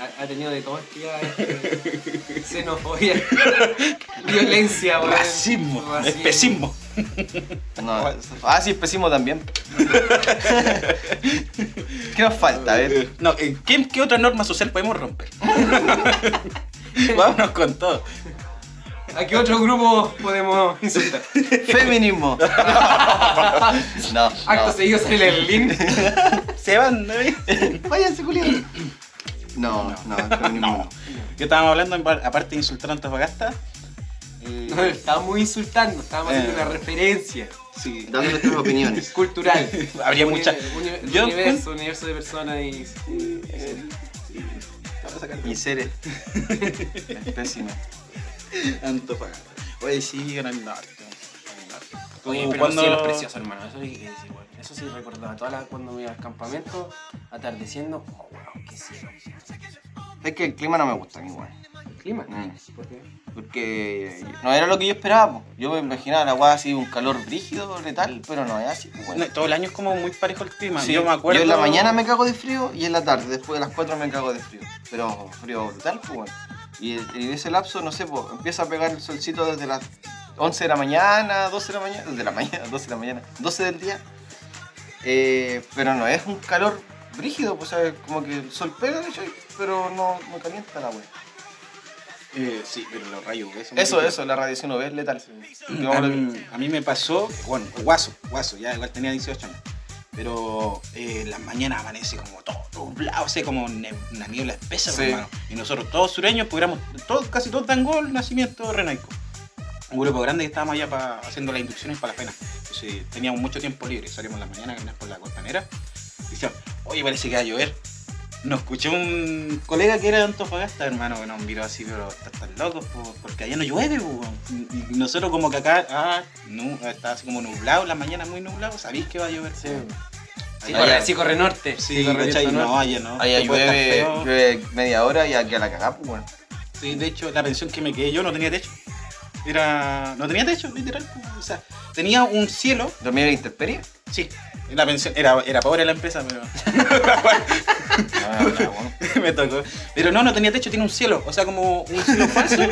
[SPEAKER 4] Ha, ha tenido de todo este ya, este, xenofobia, violencia, weón.
[SPEAKER 3] racismo,
[SPEAKER 4] Racismo.
[SPEAKER 3] especismo.
[SPEAKER 2] No, ah, sí, especismo también. ¿Qué nos falta? A ver.
[SPEAKER 3] No, eh, ¿qué, ¿qué otra norma social podemos romper? Vámonos con todo.
[SPEAKER 4] ¿A qué otro grupo podemos insultar?
[SPEAKER 2] Feminismo. No.
[SPEAKER 4] Acto
[SPEAKER 2] no.
[SPEAKER 4] seguido sale el link.
[SPEAKER 3] Se van, ¿no?
[SPEAKER 2] Váyanse, Julián. No, no, feminismo.
[SPEAKER 3] Que estábamos hablando, en par- aparte de insultar a Antofagasta. eh,
[SPEAKER 4] No, estábamos insultando, estábamos haciendo
[SPEAKER 3] Eh.
[SPEAKER 4] una referencia
[SPEAKER 3] sí.
[SPEAKER 2] Dando nuestras opiniones.
[SPEAKER 4] cultural.
[SPEAKER 3] Habría
[SPEAKER 4] Uni-
[SPEAKER 3] mucha-
[SPEAKER 4] uni-
[SPEAKER 3] Yo-
[SPEAKER 4] universo, universo de personas y.
[SPEAKER 2] Y seres. Espécime.
[SPEAKER 3] Antofagasta. Oye, sí, en el norte. en el norte.
[SPEAKER 4] Oye,
[SPEAKER 3] Como
[SPEAKER 4] pero cuando... cielo precioso, hermano. Eso sí que es igual. Eso sí recordaba. Toda la, cuando me iba al campamento, atardeciendo, oh, wow, qué cielo.
[SPEAKER 2] Es que el clima no me gusta a mí, weón.
[SPEAKER 4] El clima.
[SPEAKER 2] Mm.
[SPEAKER 4] ¿Por qué?
[SPEAKER 2] Porque no era lo que yo esperaba. po. Yo me imaginaba la weá así, un calor rígido, letal, pero no es así, pues, po, weón.
[SPEAKER 3] No, todo el año es como muy parejo el clima.
[SPEAKER 2] Sí,
[SPEAKER 3] yo me acuerdo.
[SPEAKER 2] en la mañana me cago de frío y en la tarde, después de las 4 me cago de frío. Pero frío brutal, pues bueno. Y y en ese lapso, no sé, pues empieza a pegar el solcito desde las 11 de la mañana, 12 de la mañana, desde la mañana, 12 de la mañana, 12 del día. Eh, pero no, es un calor brígido, pues ¿sabes? como que el sol pega, de hecho, pero no, no calienta la wea.
[SPEAKER 3] Eh, sí, pero los rayos UV son
[SPEAKER 2] Eso,
[SPEAKER 3] muy-
[SPEAKER 2] eso, la radiación UV es letal.
[SPEAKER 3] A
[SPEAKER 2] Digamos lo que-
[SPEAKER 3] mí, a mí me pasó, bueno, guaso, guaso, ya igual tenía 18 años. Pero eh, las mañanas amanece como todo nublado, o sea, como ne- una niebla espesa,
[SPEAKER 2] Sí.
[SPEAKER 3] hermano. Y nosotros todos sureños, pues éramos todos, casi todos Dangol, nacimiento renaico. Un grupo grande que estábamos allá pa- haciendo las inducciones para las penas. Entonces teníamos mucho tiempo libre, salimos en la mañana a caminar por la costanera. Y decíamos, oye, parece que va a llover. Nos escuchó un colega que era de Antofagasta, hermano, que nos miró así, pero están tan locos, po, porque allá no llueve, po, weón". Y y nosotros como que acá, ah, nu- está así como nublado, la mañana muy nublado, sabéis que va a llover.
[SPEAKER 4] Sí,
[SPEAKER 3] po.
[SPEAKER 4] Sí,
[SPEAKER 2] Allá-
[SPEAKER 4] corre, sí, corre norte.
[SPEAKER 3] Sí,
[SPEAKER 4] corre
[SPEAKER 3] ¿cachai?
[SPEAKER 4] viento
[SPEAKER 3] no,
[SPEAKER 4] norte.
[SPEAKER 3] allá no.
[SPEAKER 2] Allá
[SPEAKER 3] Puede estar
[SPEAKER 2] llueve,
[SPEAKER 3] feo.
[SPEAKER 2] llueve media hora y aquí a la cagá, pues bueno.
[SPEAKER 3] Sí, de hecho, la pensión que me quedé yo no tenía techo. Era... no tenía techo, literal. po. O sea, tenía un cielo,
[SPEAKER 2] ¿Dormir en intemperie?
[SPEAKER 3] sí. La pensión, era, era pobre la empresa, pero...
[SPEAKER 2] No, no, no, bueno.
[SPEAKER 3] me tocó. Pero no, no tenía techo, tiene un cielo. O sea, como un cielo falso,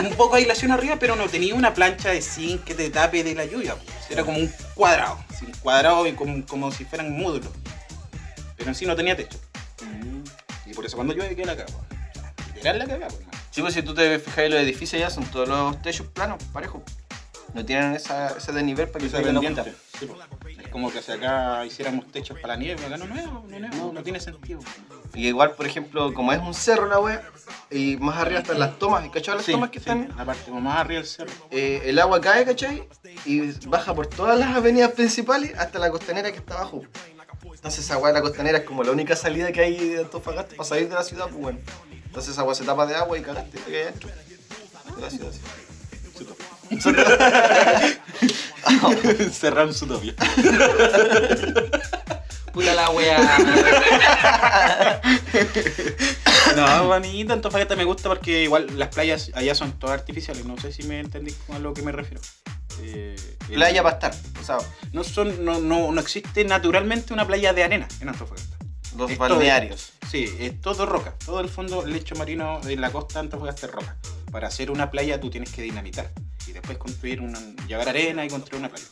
[SPEAKER 3] un poco de aislación arriba, pero no tenía una plancha de zinc que te tape de la lluvia. pues. Era como un cuadrado, así, un cuadrado y como, como si fueran módulos. Pero en sí no tenía techo. Mm. Y por eso cuando llueve queda la cagada. Literal la cagada, pues, hermano.
[SPEAKER 2] Sí, pues si tú te fijas en los edificios ya son todos los techos planos, parejos. No tienen esa, ese desnivel para que se den cuenta.
[SPEAKER 3] Sí, pues. Es como que si acá hiciéramos techos para la nieve, acá no, no, es, no, es, no, no tiene sentido.
[SPEAKER 2] Y igual, por ejemplo, como es un cerro la wea, y más arriba están las tomas, ¿y cachai? Las
[SPEAKER 3] Sí,
[SPEAKER 2] tomas que
[SPEAKER 3] sí,
[SPEAKER 2] están,
[SPEAKER 3] La parte como más arriba del cerro.
[SPEAKER 2] eh, el agua cae, ¿cachai? Y baja por todas las avenidas principales hasta la costanera que está abajo. Entonces esa agua de la costanera es como la única salida que hay de Antofagasta para salir de la ciudad, pues bueno. Entonces esa agua se tapa de agua y cagaste te quedas dentro de la ciudad.
[SPEAKER 8] Cerraron su novia.
[SPEAKER 1] Puta la wea.
[SPEAKER 3] No, a mí tanto Antofagasta me gusta porque igual las playas allá son todas artificiales. No sé si me entendí a lo que me refiero. Eh, el-
[SPEAKER 2] Playa para estar. O sea,
[SPEAKER 3] no, son, no, no, no existe naturalmente una playa de arena en Antofagasta.
[SPEAKER 2] los
[SPEAKER 3] Esto-
[SPEAKER 2] balnearios.
[SPEAKER 3] Sí, es todo roca. Todo el fondo lecho marino de la costa de Antofagasta es roca. Para hacer una playa tú tienes que dinamitar y después construir una, llevar arena y construir una playa.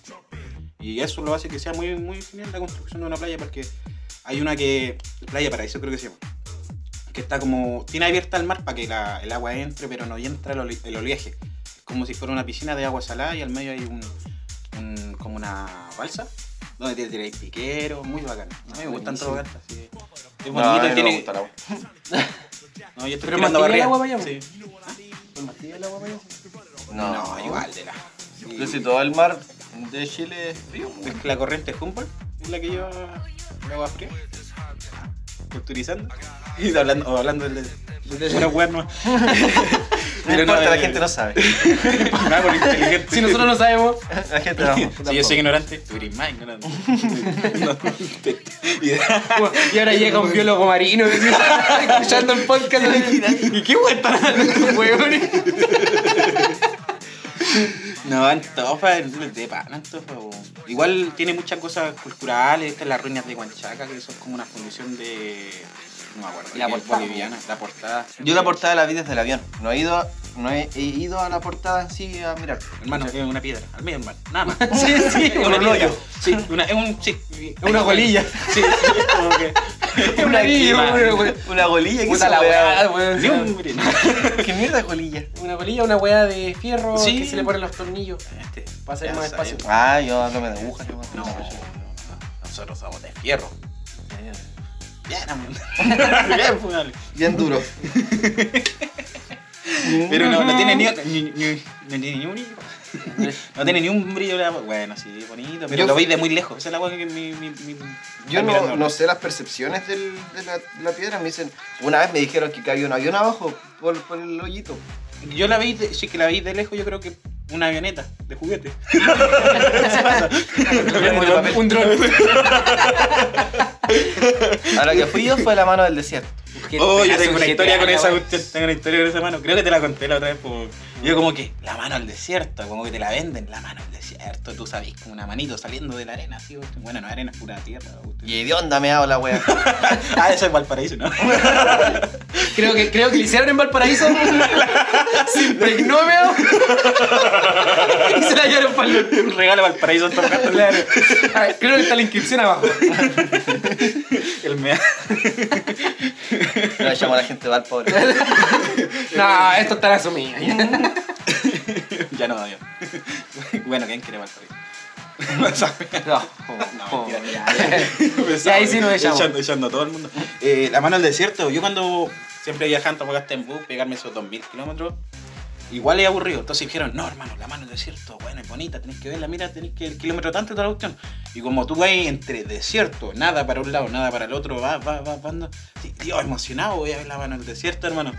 [SPEAKER 3] Y eso lo hace que sea muy, muy genial la construcción de una playa porque hay una que, Playa Paraíso creo que se llama, que está como, tiene abierta el mar para que la- el agua entre pero no entra el, ole- el oleaje. Es como si fuera una piscina de agua salada y al medio hay un, un- como una balsa donde te tiráis piquero, muy bacán. A mí me gustan todas estas. sí. Es bonito,
[SPEAKER 2] a mí no me
[SPEAKER 3] tiene,
[SPEAKER 2] gusta la agua.
[SPEAKER 3] no, yo estoy
[SPEAKER 1] Pero
[SPEAKER 3] tirando
[SPEAKER 1] mantiene el
[SPEAKER 3] barriga.
[SPEAKER 1] agua para allá,
[SPEAKER 3] Sí.
[SPEAKER 2] No,
[SPEAKER 3] No, igual de la.
[SPEAKER 2] Yo si todo el mar de Chile es frío. pues.
[SPEAKER 3] Es La corriente Humboldt es la que lleva el agua fría. Culturizando. Y hablando, o hablando de, de una wea nueva.
[SPEAKER 2] No importa, la gente no sabe.
[SPEAKER 3] Nada por inteligente.
[SPEAKER 1] Si nosotros no sabemos,
[SPEAKER 2] La gente no.
[SPEAKER 3] Si yo soy ignorante, tú eres más ignorante. No, te- y-
[SPEAKER 1] y ahora llega un biólogo marino escuchando el podcast. ¿Y qué wea están hablando estos weones?
[SPEAKER 3] No, Antofa, de pan, Antofa. bo. Igual tiene muchas cosas culturales, estas las ruinas de Huanchaca, que son como una fundición de. No me acuerdo.
[SPEAKER 2] La
[SPEAKER 3] que es
[SPEAKER 2] portada.
[SPEAKER 3] boliviana, la portada.
[SPEAKER 2] Yo la portada la vi desde el avión. No he ido, no he, he ido a la portada en sí a mirar.
[SPEAKER 3] Hermano, es una piedra, al medio hermano, nada más.
[SPEAKER 1] Sí, sí,
[SPEAKER 3] Es
[SPEAKER 1] un
[SPEAKER 3] una piedra.
[SPEAKER 1] hoyo.
[SPEAKER 3] Sí, una, es un. Sí, es
[SPEAKER 1] una golilla.
[SPEAKER 3] Sí, es como que.
[SPEAKER 1] Un anillo,
[SPEAKER 3] quema.
[SPEAKER 1] una wea.
[SPEAKER 2] Una golilla que
[SPEAKER 1] Puta la weá, weón.
[SPEAKER 3] Ni un- mire, no.
[SPEAKER 2] ¿Qué mierda es golilla?
[SPEAKER 1] Una colilla, una weá de fierro
[SPEAKER 3] Sí.
[SPEAKER 1] que se le ponen los tornillos
[SPEAKER 3] Este,
[SPEAKER 1] para hacer
[SPEAKER 3] ya
[SPEAKER 1] más
[SPEAKER 3] sabes.
[SPEAKER 1] espacio.
[SPEAKER 2] Ah, yo háblame de agujas. yo no.
[SPEAKER 3] No, no, nosotros somos de fierro.
[SPEAKER 1] Eh.
[SPEAKER 3] Bien, amor. Bien, pues, dale.
[SPEAKER 2] Bien duro.
[SPEAKER 3] Pero no, no tiene ni, ni, ni- ni- ni- ni un brillo. No tiene ni un brillo la Bueno, sí, bonito, pero
[SPEAKER 2] Yo-
[SPEAKER 3] lo veis de muy lejos. Esa es la hueá que mi. mi, mi
[SPEAKER 2] Yo no,
[SPEAKER 3] está mirando.
[SPEAKER 2] no sé las percepciones del- de, la, de la piedra. Me dicen, una vez me dijeron que cayó un avión abajo por, por el hoyito.
[SPEAKER 3] Yo la veis, de- sí que la veis de lejos, yo creo que una avioneta de juguete.
[SPEAKER 1] Un dron.
[SPEAKER 2] A lo que fui yo fue la mano del desierto.
[SPEAKER 3] Oh, yo tengo una historia con esa cuestión, tengo una historia con esa mano. Creo que te la conté la otra vez. po. Yo como que, la mano al desierto, como que te la venden, la mano al desierto. Tú sabes, como una manito saliendo de la arena, así. cuestión. Bueno, no arena, es pura tierra. cuestión.
[SPEAKER 2] Y de onda me hago la wea.
[SPEAKER 3] Ah, eso es Valparaíso, ¿no?
[SPEAKER 1] Creo que, creo que lo hicieron en Valparaíso. Se impregnó, veo. Y se la llevaron para el
[SPEAKER 3] Un regalo a Valparaíso. todo el rato.
[SPEAKER 1] Claro. A ver, creo que está la inscripción abajo.
[SPEAKER 3] El mea.
[SPEAKER 2] No llamo a la gente val pobre.
[SPEAKER 1] No, esto está asumido.
[SPEAKER 3] Ya no, adiós. bueno, ¿quién quiere Valparaíso? No sabe.
[SPEAKER 2] No,
[SPEAKER 3] No, mentira.
[SPEAKER 1] Ya ahí sí nos echamos.
[SPEAKER 3] Echando, echando a todo el mundo. Eh, la mano al desierto. Yo cuando siempre viajando a Antofagasta en bus, pegarme esos 2000 kilómetros, igual es aburrido. Entonces dijeron, no, hermano, la mano al desierto, bueno, es bonita, tenés que verla, mira, tenés que el kilómetro tanto y toda la cuestión. Y como tú vas entre desierto, nada para un lado, nada para el otro, vas, vas, vas, vas. no. Sí, Dios, emocionado, voy a ver la mano al desierto, hermano.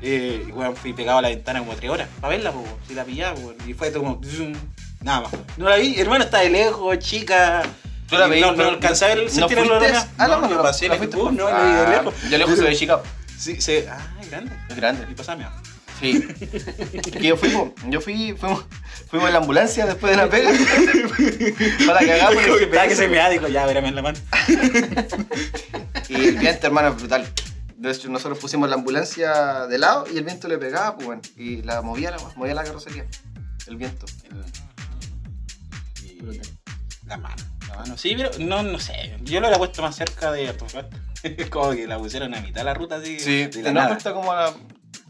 [SPEAKER 3] Eh, y weón, fui pegado a la ventana como tres horas para verla, po, weón. si la pillaba, po, weón. y fue todo como zoom, nada más. No la vi, hermano, está de lejos, chica.
[SPEAKER 2] ¿Tú la
[SPEAKER 3] Y
[SPEAKER 2] veí?
[SPEAKER 3] No, no
[SPEAKER 2] ¿No-
[SPEAKER 3] alcanzaba el
[SPEAKER 2] no
[SPEAKER 3] sentir el
[SPEAKER 2] fuiste
[SPEAKER 3] olor.
[SPEAKER 2] a la
[SPEAKER 3] No,
[SPEAKER 2] mano?
[SPEAKER 3] yo pasé
[SPEAKER 2] ¿No
[SPEAKER 3] la
[SPEAKER 2] fuiste?
[SPEAKER 3] uh, no, la vi de
[SPEAKER 2] Ah,
[SPEAKER 3] lejos.
[SPEAKER 2] yo lejos de Chicago.
[SPEAKER 3] Sí, se. Ah, es grande.
[SPEAKER 2] Es grande.
[SPEAKER 3] Y pasaba mía.
[SPEAKER 2] Sí. Que yo fui, po. yo fui, fuimos, fuimos en la ambulancia después de la pega. para cagar por el
[SPEAKER 3] Estaba que se
[SPEAKER 2] GPS.
[SPEAKER 3] me dijo, ya, verame en la mano.
[SPEAKER 2] Y el viento, hermano, es brutal. De hecho, nosotros pusimos la ambulancia de lado y el viento le pegaba, pues bueno. Y la movía la, movía la carrocería. El viento.
[SPEAKER 3] Y- La mano. La mano. Sí, pero no, no sé. Yo lo hubiera puesto más cerca de Antofagasta. como que la pusieron a mitad de la ruta así. de la
[SPEAKER 2] ¿Te nos
[SPEAKER 3] nada.
[SPEAKER 2] cuesta como a, la-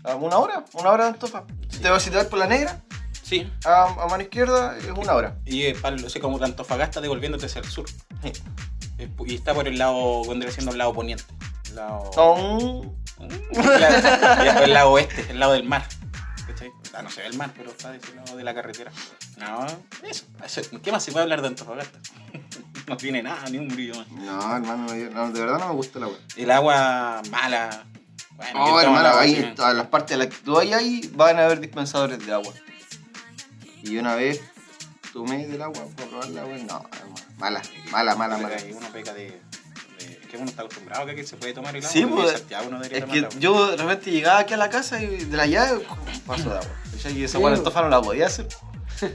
[SPEAKER 2] a una hora? ¿Una hora de antofa? Si te vas a tirar por la negra,
[SPEAKER 3] Sí.
[SPEAKER 2] a, a mano izquierda es una hora.
[SPEAKER 3] Y eh, pal- o sea, como de Antofagasta devolviéndote hacia el sur.
[SPEAKER 2] Sí.
[SPEAKER 3] Eh, pu- Y está por el lado, vendría siendo el lado poniente. El lado.
[SPEAKER 2] Son...
[SPEAKER 3] La- ya, el lado oeste, el lado del mar. ¿Cachai? Ah, no se ve el mar, pero está de ese lado de la carretera. No, eso. eso. ¿Qué más se puede hablar de Antofagasta? No tiene nada, ni un brillo más.
[SPEAKER 2] No, hermano, yo- no, de verdad no me gusta la weá.
[SPEAKER 3] El agua mala. Bueno,
[SPEAKER 2] No,
[SPEAKER 3] ¿quién toma
[SPEAKER 2] hermano,
[SPEAKER 3] agua
[SPEAKER 2] Oh, ahí
[SPEAKER 3] así?
[SPEAKER 2] en todas las partes de la que tú vayas ahí van a haber dispensadores de agua. Y una vez tomé del agua para probar la agua. No, hermano, mala, mala, mala,
[SPEAKER 3] Uno
[SPEAKER 2] mala.
[SPEAKER 3] peca- Uno peca de, de- Es que uno está acostumbrado que aquí se puede tomar el agua.
[SPEAKER 2] Sí,
[SPEAKER 3] pero
[SPEAKER 2] pues,
[SPEAKER 3] en Santiago uno debería
[SPEAKER 2] Es
[SPEAKER 3] tomar
[SPEAKER 2] que
[SPEAKER 3] agua.
[SPEAKER 2] yo de repente llegaba aquí a la casa y de la llave, un paso de agua. ¿cachai? Y esa
[SPEAKER 1] Sí.
[SPEAKER 2] agua de estofa no la podía hacer.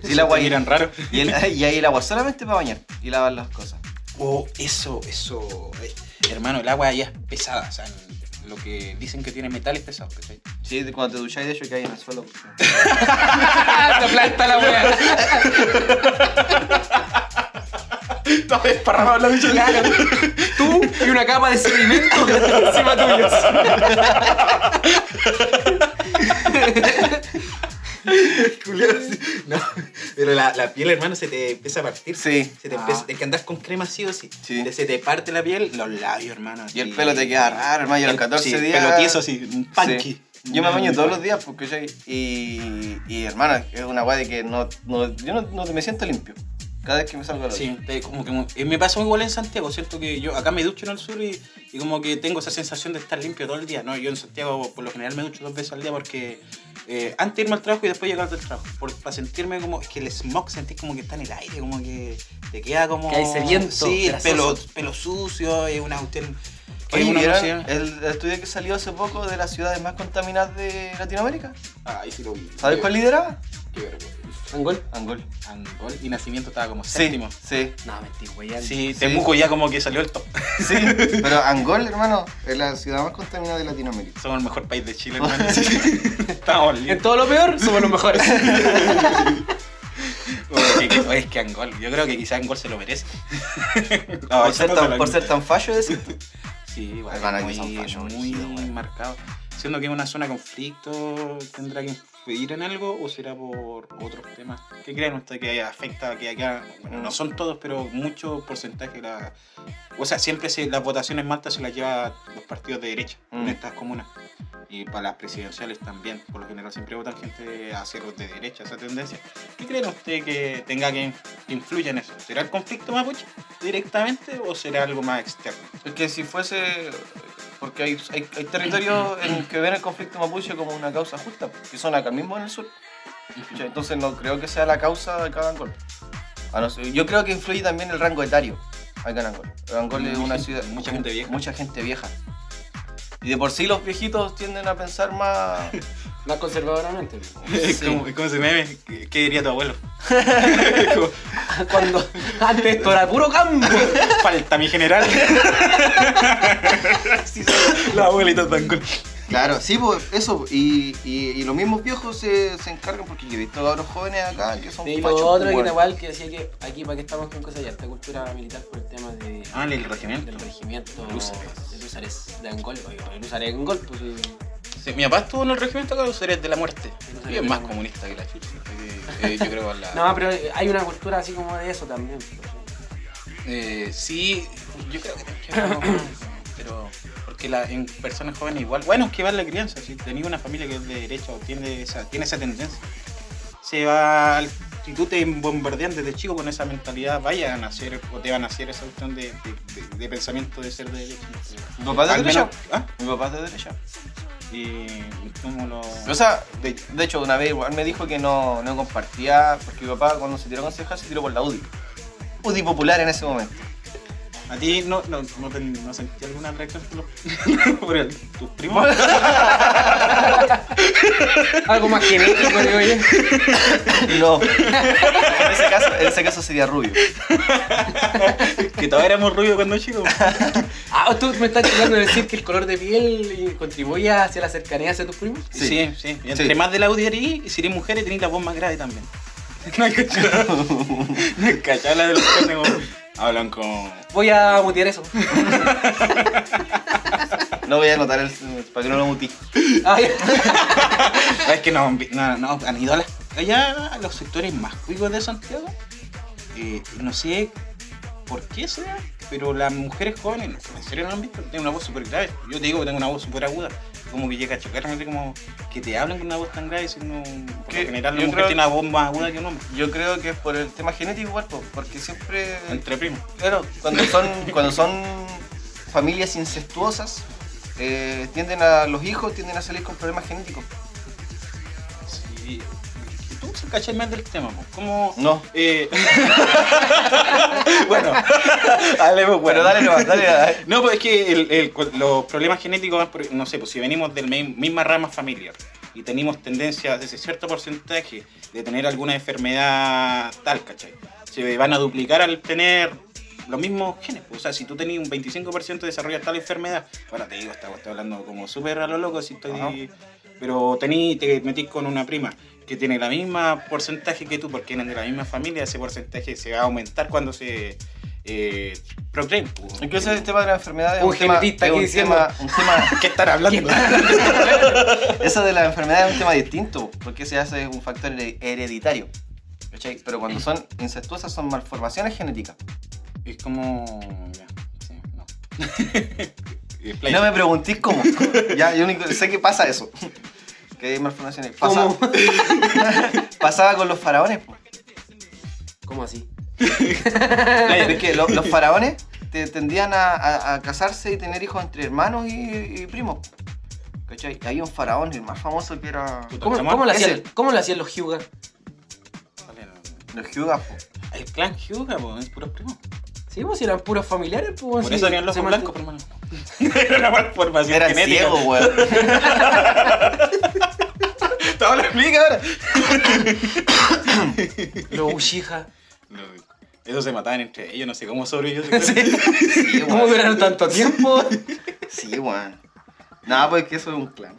[SPEAKER 2] Y el agua
[SPEAKER 3] Te miran raro.
[SPEAKER 2] Y, el- y ahí el agua solamente para bañar y lavar las cosas.
[SPEAKER 3] Oh, eso, eso. eh, hermano, el agua ya es pesada. O sea, en- lo que dicen que tiene metales pesados, ¿cachai?
[SPEAKER 2] Sí, cuando te ducháis, de hecho, que hay en el suelo.
[SPEAKER 1] ¡Te aplasta la weá!
[SPEAKER 3] Está desparramado la bicha.
[SPEAKER 1] Claro. Tú y una capa de sedimento encima tuyo.
[SPEAKER 3] No, pero la, la piel, hermano, se te empieza a partir.
[SPEAKER 2] Sí.
[SPEAKER 3] Se te
[SPEAKER 1] Ah.
[SPEAKER 3] empieza, es que andas con crema sí o sí.
[SPEAKER 2] Sí.
[SPEAKER 3] Se te parte la piel, los labios, hermano.
[SPEAKER 2] Y el
[SPEAKER 3] así.
[SPEAKER 2] pelo te queda raro, hermano. Yo a los 14
[SPEAKER 3] sí,
[SPEAKER 2] días.
[SPEAKER 3] Pelo tieso, sí. un Punky. Mm.
[SPEAKER 2] Sí. Yo me baño todos los días porque soy. Y, y hermano, es una guay de que no, no- yo no, no me siento limpio. Cada vez que me salgo a la
[SPEAKER 3] Sí, te- como que mo- eh, me pasó igual en Santiago, ¿cierto? Que yo acá me ducho en el sur y, y como que tengo esa sensación de estar limpio todo el día, ¿no? Yo en Santiago por lo general me ducho dos veces al día porque eh, antes de irme al trabajo y después llegar del trabajo. por- para sentirme como, es que el smog sentís como que está en el aire, como que te queda como...
[SPEAKER 1] Que hay sediento,
[SPEAKER 3] Sí, el pelo,
[SPEAKER 1] grasoso.
[SPEAKER 3] pelo sucio, es una cuestión... que
[SPEAKER 2] Oye,
[SPEAKER 3] uno no
[SPEAKER 2] ¿vieron
[SPEAKER 3] se-
[SPEAKER 2] el estudio que salió hace poco de las ciudades más contaminadas de Latinoamérica?
[SPEAKER 3] Ah, ahí sí lo vi.
[SPEAKER 2] ¿Sabes
[SPEAKER 3] Qué-
[SPEAKER 2] cuál lideraba?
[SPEAKER 3] qué vergüenza.
[SPEAKER 1] ¿Angol?
[SPEAKER 2] Angol.
[SPEAKER 3] Angol y Nacimiento estaba como
[SPEAKER 2] Sí,
[SPEAKER 3] séptimo.
[SPEAKER 2] sí,
[SPEAKER 1] No, mentí, weá.
[SPEAKER 3] Sí, Temuco ya como que salió el top.
[SPEAKER 2] sí. Pero Angol, hermano, es la ciudad más contaminada de Latinoamérica.
[SPEAKER 3] Somos el mejor país de Chile, hermano. Estamos
[SPEAKER 1] En
[SPEAKER 3] listos.
[SPEAKER 1] todo lo peor, somos los mejores.
[SPEAKER 3] Oye, que- oye, es que Angol, yo creo que quizás Angol se lo merece.
[SPEAKER 2] por,
[SPEAKER 3] No, eso
[SPEAKER 2] ser
[SPEAKER 3] no se
[SPEAKER 2] tan,
[SPEAKER 3] lo-
[SPEAKER 2] por ser tan fallo, decís tú.
[SPEAKER 3] Sí, igual,
[SPEAKER 2] Hermano, aquí
[SPEAKER 3] muy,
[SPEAKER 2] son fallos
[SPEAKER 3] muy
[SPEAKER 2] brígidos, weón.
[SPEAKER 3] marcado. Siendo que es una zona de conflicto, ¿tendrá que influir en algo o será por otros temas? ¿Qué creen ustedes que afecta que acá? Bueno, no son todos, pero mucho porcentaje. de La, o sea, siempre se- las votaciones más altas se las lleva los partidos de derecha
[SPEAKER 2] Mm.
[SPEAKER 3] en estas comunas. Y para las presidenciales también, por lo general siempre votan gente hacia los de derecha, esa tendencia. ¿Qué creen ustedes que tenga que in- que influya en eso? ¿Será el conflicto mapuche directamente o será algo más externo?
[SPEAKER 2] Es que si fuese. Porque hay, hay, hay territorios en que ven el conflicto mapuche como una causa justa, que son acá mismo en el sur. ¿Cachai? Entonces no creo que sea la causa de cada Angol. A no ser- yo creo que influye también el rango etario acá en Angol. Angol es
[SPEAKER 3] Mucha
[SPEAKER 2] una
[SPEAKER 3] gente-
[SPEAKER 2] ciudad.
[SPEAKER 3] mucha gente vieja.
[SPEAKER 2] Mucha gente vieja. Y de por sí los viejitos tienden a pensar más.
[SPEAKER 1] Más conservadoramente.
[SPEAKER 3] Es
[SPEAKER 2] Sí.
[SPEAKER 3] como, es como ese meme, ¿qué qué diría tu abuelo?
[SPEAKER 1] Cuando antes esto era puro campo.
[SPEAKER 3] Falta mi general. Sí, son Los abuelitos tan cool.
[SPEAKER 2] Claro, sí, pues eso. Y, y, y los mismos viejos se, se encargan, porque yo he visto a los jóvenes acá que son
[SPEAKER 1] Y lo
[SPEAKER 2] fachos,
[SPEAKER 1] otro
[SPEAKER 2] pues,
[SPEAKER 1] que
[SPEAKER 2] weón.
[SPEAKER 1] igual que decía que aquí para qué estamos con cosas ya, esta cultura militar por el tema de
[SPEAKER 3] Ah, el regimiento.
[SPEAKER 1] del regimiento
[SPEAKER 3] Lúzares.
[SPEAKER 1] de Lúzares de Angol, oye, Lúzares de Angol, pues sí.
[SPEAKER 3] mi papá estuvo en el regimiento de los seres de la muerte.
[SPEAKER 1] Los
[SPEAKER 3] Y
[SPEAKER 1] Héroes
[SPEAKER 3] es
[SPEAKER 1] de
[SPEAKER 3] más
[SPEAKER 1] la Muerte.
[SPEAKER 3] comunista que la chucha. Eh, yo creo que la...
[SPEAKER 1] No, pero hay una cultura así como de eso también. pues,
[SPEAKER 3] Eh, sí, yo creo que te queda algo más, pero porque la, en personas jóvenes igual, bueno, es que va en la crianza, si tenés una familia que es de derecha o tiene esa, tiene esa tendencia, se va, al- si tú te bombardean desde chico con esa mentalidad, vaya a nacer o te va a nacer esa cuestión de, de- de- de pensamiento de ser de derecha.
[SPEAKER 2] Mi papá es de
[SPEAKER 3] Al
[SPEAKER 2] derecha.
[SPEAKER 3] menos- ¿ah?
[SPEAKER 2] Mi papá es de derecha.
[SPEAKER 3] Y como lo...
[SPEAKER 2] O sea, de, de hecho, una vez igual me dijo que no, no compartía, porque mi papá cuando se tiró con Ceja se tiró por la UDI. UDI popular en ese momento.
[SPEAKER 3] ¿ah? ¿A ti no, no, no, te- no sentí alguna atracción por los- por el- tus primos?
[SPEAKER 1] Algo más genético, digo yo.
[SPEAKER 2] No. En ese caso, en ese caso sería rubio.
[SPEAKER 3] que todos éramos rubios cuando chicos.
[SPEAKER 1] Ah, tú me estás tratando de decir que el color de piel contribuye hacia la cercanía hacia tus primos.
[SPEAKER 3] Sí,
[SPEAKER 2] Sí.
[SPEAKER 3] sí. Y entre
[SPEAKER 2] Sí.
[SPEAKER 3] más de la audiería, y si eres mujer, tenés la voz más grave también. No hay cachado. No hay cachado la de los que tengo. Hablan con.
[SPEAKER 1] Voy a mutear eso.
[SPEAKER 2] No voy a anotar el, para que no lo mutí.
[SPEAKER 1] Ah, ya.
[SPEAKER 3] Es que no, no, no, han ido a las- allá a los sectores más cuicos de Santiago. eh, no sé por qué será, pero las mujeres jóvenes, en serio no lo han visto, tienen una voz súper grave. Yo te digo que tengo una voz súper aguda. como que llega a chocarme, así como que te hablan con una voz tan grave, sino por lo
[SPEAKER 2] Que
[SPEAKER 3] general la
[SPEAKER 2] yo
[SPEAKER 3] mujer
[SPEAKER 2] creo-
[SPEAKER 3] tiene una voz más aguda que un hombre,
[SPEAKER 2] Yo creo que es por el tema genético igual, po, porque siempre...
[SPEAKER 3] entre primos.
[SPEAKER 2] Claro, cuando son, cuando son familias incestuosas, eh, tienden a los hijos tienden a salir con problemas genéticos.
[SPEAKER 3] Sí. ¿Y tú se cachas más del tema? po? ¿Cómo...?
[SPEAKER 2] No.
[SPEAKER 3] Eh... bueno, hablemos
[SPEAKER 2] Bueno, dale pues, nomás, dale. dale.
[SPEAKER 3] No, pues es que el- el- los problemas genéticos, van por- no sé, pues si venimos del mi- misma rama familiar y tenemos tendencia de ese cierto porcentaje de tener alguna enfermedad tal, ¿cachai? Se van a duplicar al tener los mismos genes. pues, o sea, si tú tenés un 25% de desarrollar tal enfermedad, bueno, te digo, está- estoy, hablando como súper a lo loco, si estoy...
[SPEAKER 2] Ajá.
[SPEAKER 3] Pero tení, te metís con una prima que tiene la misma porcentaje que tú, porque eres de la misma familia, ese porcentaje se va a aumentar cuando se... Eh, procreen, pues.
[SPEAKER 2] Incluso el tema de las enfermedades es
[SPEAKER 1] Un
[SPEAKER 2] un tema,
[SPEAKER 1] genetista
[SPEAKER 2] es
[SPEAKER 1] aquí
[SPEAKER 2] un
[SPEAKER 1] diciendo-
[SPEAKER 2] tema- un tema
[SPEAKER 3] ¿Qué están hablando?
[SPEAKER 2] Eso de la enfermedad es un tema distinto, porque se hace un factor here- hereditario. ¿cachai? Pero cuando son incestuosas son malformaciones genéticas.
[SPEAKER 3] Es como. Ya, sí, no. Eh, play.
[SPEAKER 2] No me preguntéis cómo. ya, yo único- sé que pasa eso. Que hay malformaciones. Pasa-
[SPEAKER 1] ¿Cómo?
[SPEAKER 2] pasaba con los faraones. po.
[SPEAKER 1] ¿Cómo así?
[SPEAKER 2] Es que lo- los faraones te- tendían a, a- a casarse y tener hijos entre hermanos y, y primos. ¿Cachai? Había un faraón, el más famoso, que era
[SPEAKER 1] ¿Cómo,
[SPEAKER 3] Chamorro,
[SPEAKER 1] cómo lo
[SPEAKER 2] ese.
[SPEAKER 1] hacían, ¿Cómo lo hacían los Hyuga?
[SPEAKER 2] los Hyugas. po.
[SPEAKER 3] El clan Hyuga, po, es puros primos.
[SPEAKER 1] Sí, pues si eran puros familiares, pues.
[SPEAKER 3] Por
[SPEAKER 1] sí,
[SPEAKER 3] eso tenían los
[SPEAKER 1] se
[SPEAKER 3] ojos
[SPEAKER 1] mantu-
[SPEAKER 3] blancos, hermano. Era una malformación
[SPEAKER 2] Eran
[SPEAKER 3] genética.
[SPEAKER 2] ciegos, weón.
[SPEAKER 3] Todo lo explica ahora. pues.
[SPEAKER 1] Los Uchiha.
[SPEAKER 3] No, Esos se mataban entre ellos, no sé cómo sobrevivieron. Sí.
[SPEAKER 2] Sí,
[SPEAKER 1] pues, ¿Cómo
[SPEAKER 2] weón.
[SPEAKER 1] duraron tanto tiempo?
[SPEAKER 2] Sí, weón. Nada, pues que eso es un clan.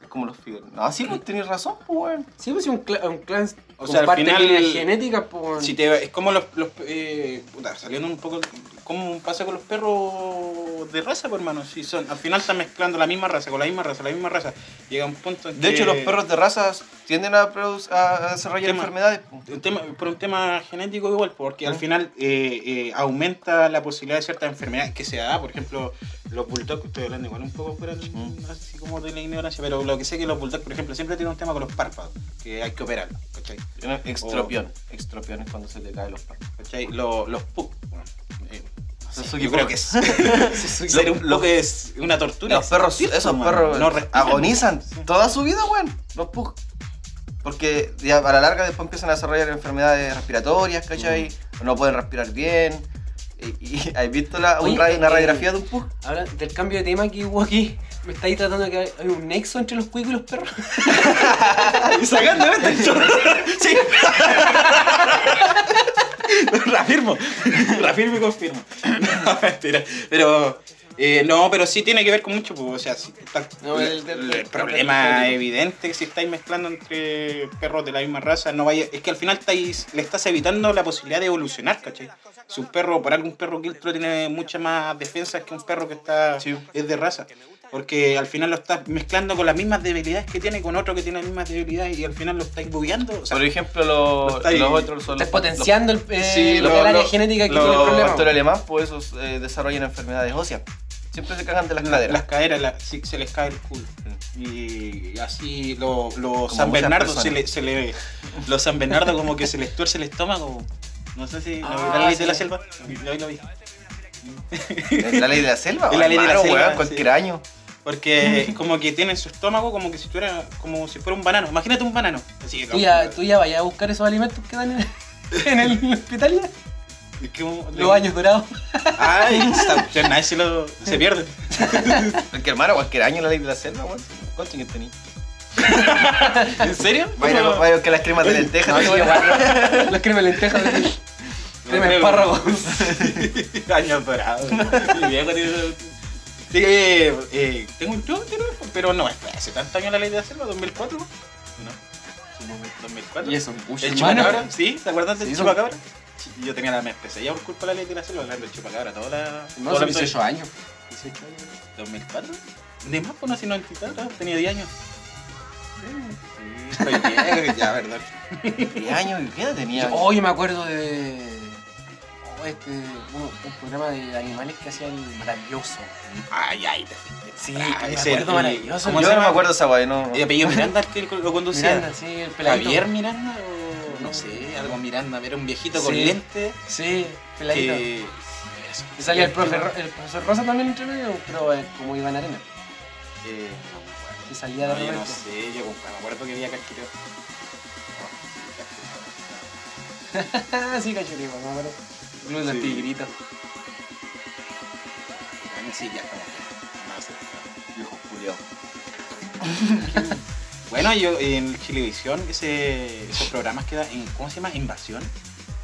[SPEAKER 2] Es como los figuras. No, sí, pues tenés razón, pues, weón.
[SPEAKER 1] Sí, pues si un, cla- un clan
[SPEAKER 3] O sea, al
[SPEAKER 1] comparte
[SPEAKER 3] final-
[SPEAKER 1] líneas genéticas, pues.
[SPEAKER 3] Si te, es como los. los eh, puta, saliendo un poco. ¿Cómo pasa con los perros de raza, pues, hermano? Si son, al final están mezclando la misma raza con la misma raza, la misma raza. Llega un punto en
[SPEAKER 2] De hecho,
[SPEAKER 3] que-
[SPEAKER 2] los perros de razas tienden a, produc- a a desarrollar
[SPEAKER 3] Tema.
[SPEAKER 2] enfermedades. pues. po.
[SPEAKER 3] Un tema- por un tema genético igual, porque al
[SPEAKER 2] Ah.
[SPEAKER 3] final eh, eh, aumenta la posibilidad de ciertas enfermedades que se da, por ejemplo, los bulldogs, estoy hablando igual un poco fuera del-
[SPEAKER 2] Mm.
[SPEAKER 3] así como de la ignorancia, pero lo que sé que los bulldogs, por ejemplo, siempre tienen un tema con los párpados, que hay que operarlos, ¿cachai?
[SPEAKER 2] Extropión. Extropión es Oh. cuando se te caen los perros.
[SPEAKER 3] ¿Cachai? Los, los pup, bueno, eh, no sé,
[SPEAKER 2] Suzuki
[SPEAKER 3] yo creo
[SPEAKER 2] Pug.
[SPEAKER 3] que es,
[SPEAKER 2] Suzuki
[SPEAKER 3] ser
[SPEAKER 2] Pug.
[SPEAKER 3] un poco es una tortura.
[SPEAKER 2] Los perros,
[SPEAKER 3] existir,
[SPEAKER 2] esos
[SPEAKER 3] man.
[SPEAKER 2] perros
[SPEAKER 3] No respiran.
[SPEAKER 2] agonizan
[SPEAKER 3] Sí.
[SPEAKER 2] toda su vida, weón. Los pug. Porque ya a la larga después empiezan a desarrollar enfermedades respiratorias, ¿cachai? No pueden respirar bien. Y, y- ¿Has visto la, un
[SPEAKER 1] Oye,
[SPEAKER 2] radio- una
[SPEAKER 1] eh,
[SPEAKER 2] radiografía de un pug?
[SPEAKER 1] Ahora, del cambio de tema que hubo aquí, me estáis tratando de que hay- hay un nexo entre los cuicos y los perros.
[SPEAKER 3] Y sacando esto. sí. Reafirmo. Reafirmo y confirmo. No, mentira. Pero. eh, no, pero sí tiene que ver con mucho, pues, o sea, si está-
[SPEAKER 1] No, el-
[SPEAKER 3] el,
[SPEAKER 1] el- el-
[SPEAKER 3] problema
[SPEAKER 1] el-
[SPEAKER 3] evidente que si estáis mezclando entre perros de la misma raza, no vaya, es que al final estáis, le estás evitando la posibilidad de evolucionar, ¿cachai? Si un perro, por algún perro quiltro tiene muchas más defensas que un perro que está
[SPEAKER 2] Sí.
[SPEAKER 3] es de raza. Porque al final lo estás mezclando con las mismas debilidades que tiene, con otro que tiene las mismas debilidades y al final lo estáis bugueando. O sea,
[SPEAKER 2] Por ejemplo, los,
[SPEAKER 3] los tai-
[SPEAKER 2] los otros son los
[SPEAKER 1] Estás potenciando el, eh,
[SPEAKER 2] Sí,
[SPEAKER 1] lo
[SPEAKER 2] lo-
[SPEAKER 1] que es el área
[SPEAKER 2] lo-
[SPEAKER 1] genética que
[SPEAKER 2] los
[SPEAKER 1] tiene el problema.
[SPEAKER 2] pastores alemán, pues esos eh, desarrollan enfermedades óseas. Siempre se cagan de las
[SPEAKER 3] la-
[SPEAKER 2] caderas.
[SPEAKER 3] las caderas, la- sí, se les cae el culo. Y así lo- los
[SPEAKER 2] Mm. Como
[SPEAKER 3] San
[SPEAKER 2] muchas
[SPEAKER 3] Bernardo
[SPEAKER 2] personas.
[SPEAKER 3] se le, se le- Los San Bernardo como que se les tuerce el estómago. No sé si.
[SPEAKER 1] Ah,
[SPEAKER 3] ¿La, la ley
[SPEAKER 1] sí.
[SPEAKER 3] de la selva? Lo- lo vi.
[SPEAKER 2] ¿Es la ley de la selva?
[SPEAKER 3] Es la ley de la
[SPEAKER 2] hermano,
[SPEAKER 3] selva,
[SPEAKER 2] weón,
[SPEAKER 3] sí.
[SPEAKER 2] cualquier año.
[SPEAKER 3] Porque como que tienen su estómago como que si fuera, como si fuera un banano. Imagínate un banano. Así,
[SPEAKER 1] ¿Tú ya, tú ya vayas a buscar esos alimentos que dan en, en el hospital ya?
[SPEAKER 3] Es que un-
[SPEAKER 1] Los años dorados.
[SPEAKER 3] Ay, esa cuestión, nadie se, lo, se pierde.
[SPEAKER 2] Porque hermano, cualquier año la ley de la selva, weón. ¿Cuántos años tenés?
[SPEAKER 3] ¿En serio?
[SPEAKER 2] Vaya,
[SPEAKER 3] No,
[SPEAKER 2] vaya que las cremas de lentejas.
[SPEAKER 1] Oye, guarda, Los cremes de lentejas, crema de
[SPEAKER 3] creo.
[SPEAKER 1] espárragos.
[SPEAKER 3] Años dorados. Mi viejo tiene eso. Sí, eh, eh, tengo un show, pero- pero no, es hace tantos años la ley de la selva, 2004. ¿no? No, supongo que 2004.
[SPEAKER 1] Y eso,
[SPEAKER 3] ¿El
[SPEAKER 1] hermano.
[SPEAKER 3] chupacabra? ¿Sí? ¿Te acuerdas del
[SPEAKER 1] Sí, son-
[SPEAKER 3] chupacabra? Ch- Yo tenía la mía especial por culpa de la ley de la selva, hablando del chupacabra, toda la...
[SPEAKER 1] No,
[SPEAKER 3] toda la-
[SPEAKER 1] son 18 años.
[SPEAKER 3] 18 años. ¿2004? De más, pues nací en 94, tenía 10 años. Sí, estoy viejo, ya, verdad.
[SPEAKER 2] ¿Qué año? ¿Qué edad tenía?
[SPEAKER 1] Oye, me acuerdo de. oh, este, uno- un programa de animales que hacían maravilloso.
[SPEAKER 3] Ay, ay, te fuiste.
[SPEAKER 1] Sí,
[SPEAKER 3] Ah,
[SPEAKER 1] me
[SPEAKER 3] ese,
[SPEAKER 1] acuerdo
[SPEAKER 3] el-
[SPEAKER 1] maravilloso.
[SPEAKER 3] ¿cómo
[SPEAKER 1] Yo-
[SPEAKER 3] se
[SPEAKER 6] Yo no me
[SPEAKER 3] llama?
[SPEAKER 6] acuerdo esa weá, no.
[SPEAKER 3] ¿Y apellido Miranda el que lo- lo conducía?
[SPEAKER 1] Miranda, sí, el peladito.
[SPEAKER 3] ¿Javier Miranda o no sé, algo Miranda? Era un viejito con
[SPEAKER 1] Sí.
[SPEAKER 3] lente
[SPEAKER 1] Sí, peladito.
[SPEAKER 3] que...
[SPEAKER 1] Y salía el, profe, Ro- el profesor Rosa también entre medio, pero eh, como Iván Arena.
[SPEAKER 3] Eh,
[SPEAKER 1] Que salía de
[SPEAKER 3] no, yo no
[SPEAKER 1] repente.
[SPEAKER 3] sé, yo me acuerdo que había casquillo.
[SPEAKER 1] Ah, sí, cachureo, me acuerdo. Club de los
[SPEAKER 3] Sí.
[SPEAKER 1] tigritos.
[SPEAKER 3] Sí, ya estamos bien. No sé.
[SPEAKER 6] Viejo culiao.
[SPEAKER 3] Bueno, yo en Chilevisión, ese, esos programas que da en, ¿cómo se llama? Invasión.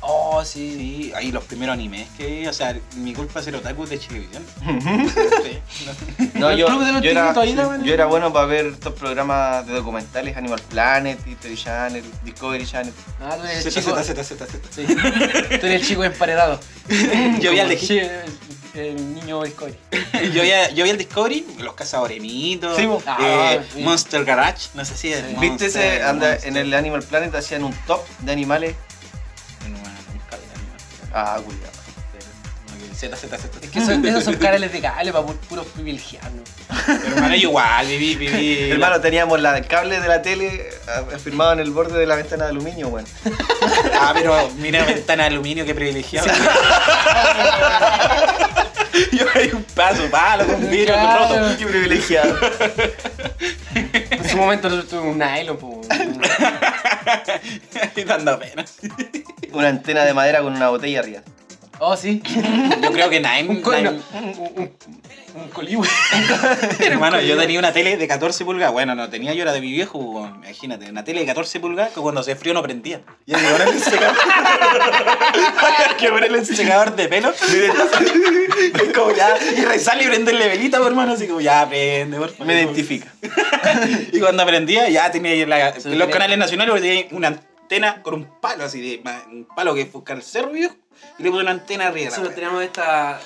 [SPEAKER 1] Oh, sí.
[SPEAKER 3] Sí, ahí los primeros animes que, o sea, mi culpa es el otaku de Chilevisión. Sí, no sé.
[SPEAKER 6] No,
[SPEAKER 1] El
[SPEAKER 6] yo,
[SPEAKER 1] Club de los
[SPEAKER 6] yo era,
[SPEAKER 1] Tigritos, ahí la
[SPEAKER 6] sí,
[SPEAKER 1] van.
[SPEAKER 6] yo era bueno para ver estos programas de documentales, Animal Planet, History Channel, Discovery Channel.
[SPEAKER 1] Ah, tú eres el
[SPEAKER 3] Z,
[SPEAKER 1] chico.
[SPEAKER 3] Z, Z, Z, Z.
[SPEAKER 1] Sí. Tú eres el chico emparedado.
[SPEAKER 3] Yo vi al de
[SPEAKER 1] Sí, el, el niño Discovery.
[SPEAKER 3] Yo vi, a- yo vi el Discovery, los cazadoremitos,
[SPEAKER 6] Sí, bo.
[SPEAKER 3] eh,
[SPEAKER 1] Ah, sí.
[SPEAKER 3] Monster Garage, no sé si es
[SPEAKER 1] Sí.
[SPEAKER 6] ¿Viste ese?
[SPEAKER 3] Monster,
[SPEAKER 6] Anda,
[SPEAKER 3] Monster.
[SPEAKER 6] en el Animal Planet hacían un top de animales.
[SPEAKER 3] En una- en un cable de animación.
[SPEAKER 6] Ah, culiao.
[SPEAKER 3] Como que Z, Z, Z.
[SPEAKER 1] Es que son- esos son canales de cable para puros privilegiados.
[SPEAKER 3] Hermano, yo igual, viví, viví.
[SPEAKER 6] Hermano, teníamos la- el cable de la tele ah, firmado en el borde de la ventana de aluminio, weón.
[SPEAKER 3] Ah, pero mira la ventana de aluminio que privilegiado. Yo hay un paso, palo, con vidrio, con
[SPEAKER 1] Claro.
[SPEAKER 3] roto.
[SPEAKER 6] Ah, Qué privilegiado.
[SPEAKER 1] En su momento nosotros tuvimos un nylon, po.
[SPEAKER 3] Y dando pena.
[SPEAKER 6] Una antena de madera con una botella arriba.
[SPEAKER 1] Oh, sí.
[SPEAKER 3] Yo creo que nadie.
[SPEAKER 1] Un cono.
[SPEAKER 3] nadie-
[SPEAKER 1] Un, un, un coligüe.
[SPEAKER 3] Hermano, yo tenía una tele de 14 pulgadas. Bueno, no tenía yo, era de mi viejo. weón. Imagínate, una tele de 14 pulgadas que cuando se frío no prendía. Y ahí ponerle el secador. Hay que ponerle el secador de pelo. Es como ya. Y resale y prenderle velita, pues, hermano. Así como ya prende, por favor.
[SPEAKER 6] Me identifica.
[SPEAKER 3] Y cuando aprendía, ya tenía ahí la-
[SPEAKER 1] Sí,
[SPEAKER 3] los
[SPEAKER 1] tenía-
[SPEAKER 3] canales nacionales porque tenía una antena con un palo así de ma- un palo que buscar el cerro viejo y le puse una antena arriba. de la
[SPEAKER 1] Nosotros
[SPEAKER 3] wea.
[SPEAKER 1] teníamos esta.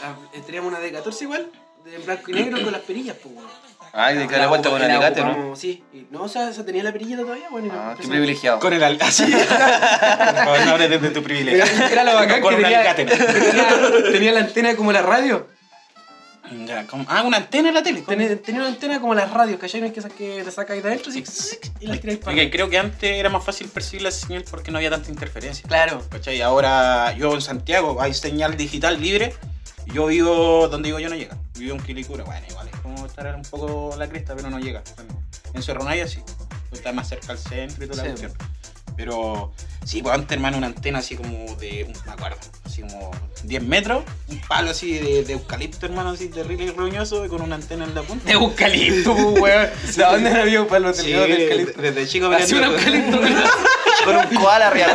[SPEAKER 1] Teníamos una de 14 igual, de blanco y negro con las perillas, po. weón.
[SPEAKER 6] Ay, de que la vuelta con
[SPEAKER 1] la
[SPEAKER 6] el alicate, ¿no?
[SPEAKER 1] ocupamos, Sí. Y no, o sea, esa tenía la perilla todavía, bueno. y la
[SPEAKER 6] Ah, qué
[SPEAKER 1] compré.
[SPEAKER 6] privilegiado.
[SPEAKER 3] Con el al- así. Por favor, no hables desde tu privilegio.
[SPEAKER 1] Era lo bacán
[SPEAKER 3] Con
[SPEAKER 1] que
[SPEAKER 3] un
[SPEAKER 1] tenía,
[SPEAKER 3] alicate, ¿no?
[SPEAKER 1] tenía, tenía la antena como la radio.
[SPEAKER 3] Ya, ¿cómo? Ah, una antena en la tele. ¿cómo?
[SPEAKER 1] Tenía, tenía una antena como las radios, ¿cachai? No es que esas que te sacáis de adentro así, y las tiráis para
[SPEAKER 3] Ok, creo que antes era más fácil percibir la señal porque no había tanta interferencia.
[SPEAKER 1] Claro.
[SPEAKER 3] ¿Cachai? Ahora yo en Santiago hay señal digital libre. Yo vivo donde digo yo no llega. Vivo en Quilicura. Bueno, igual es como estar un poco a la cresta, pero no llega. En Cerro Naya sí. pues, Está más cerca al centro y toda
[SPEAKER 1] Sí.
[SPEAKER 3] la cuestión. Pero sí, pues antes hermano una antena así como de, un- me acuerdo, así como 10 metros, un palo así de, de eucalipto hermano, así terrible y roñoso, con una antena en la punta.
[SPEAKER 1] De eucalipto, weón. ¿De dónde era vivo para los
[SPEAKER 3] Sí,
[SPEAKER 1] teléfonos de eucalipto?
[SPEAKER 3] desde chico
[SPEAKER 1] Así un
[SPEAKER 3] mirando-
[SPEAKER 1] eucalipto, weón.
[SPEAKER 6] Con un koala arriba.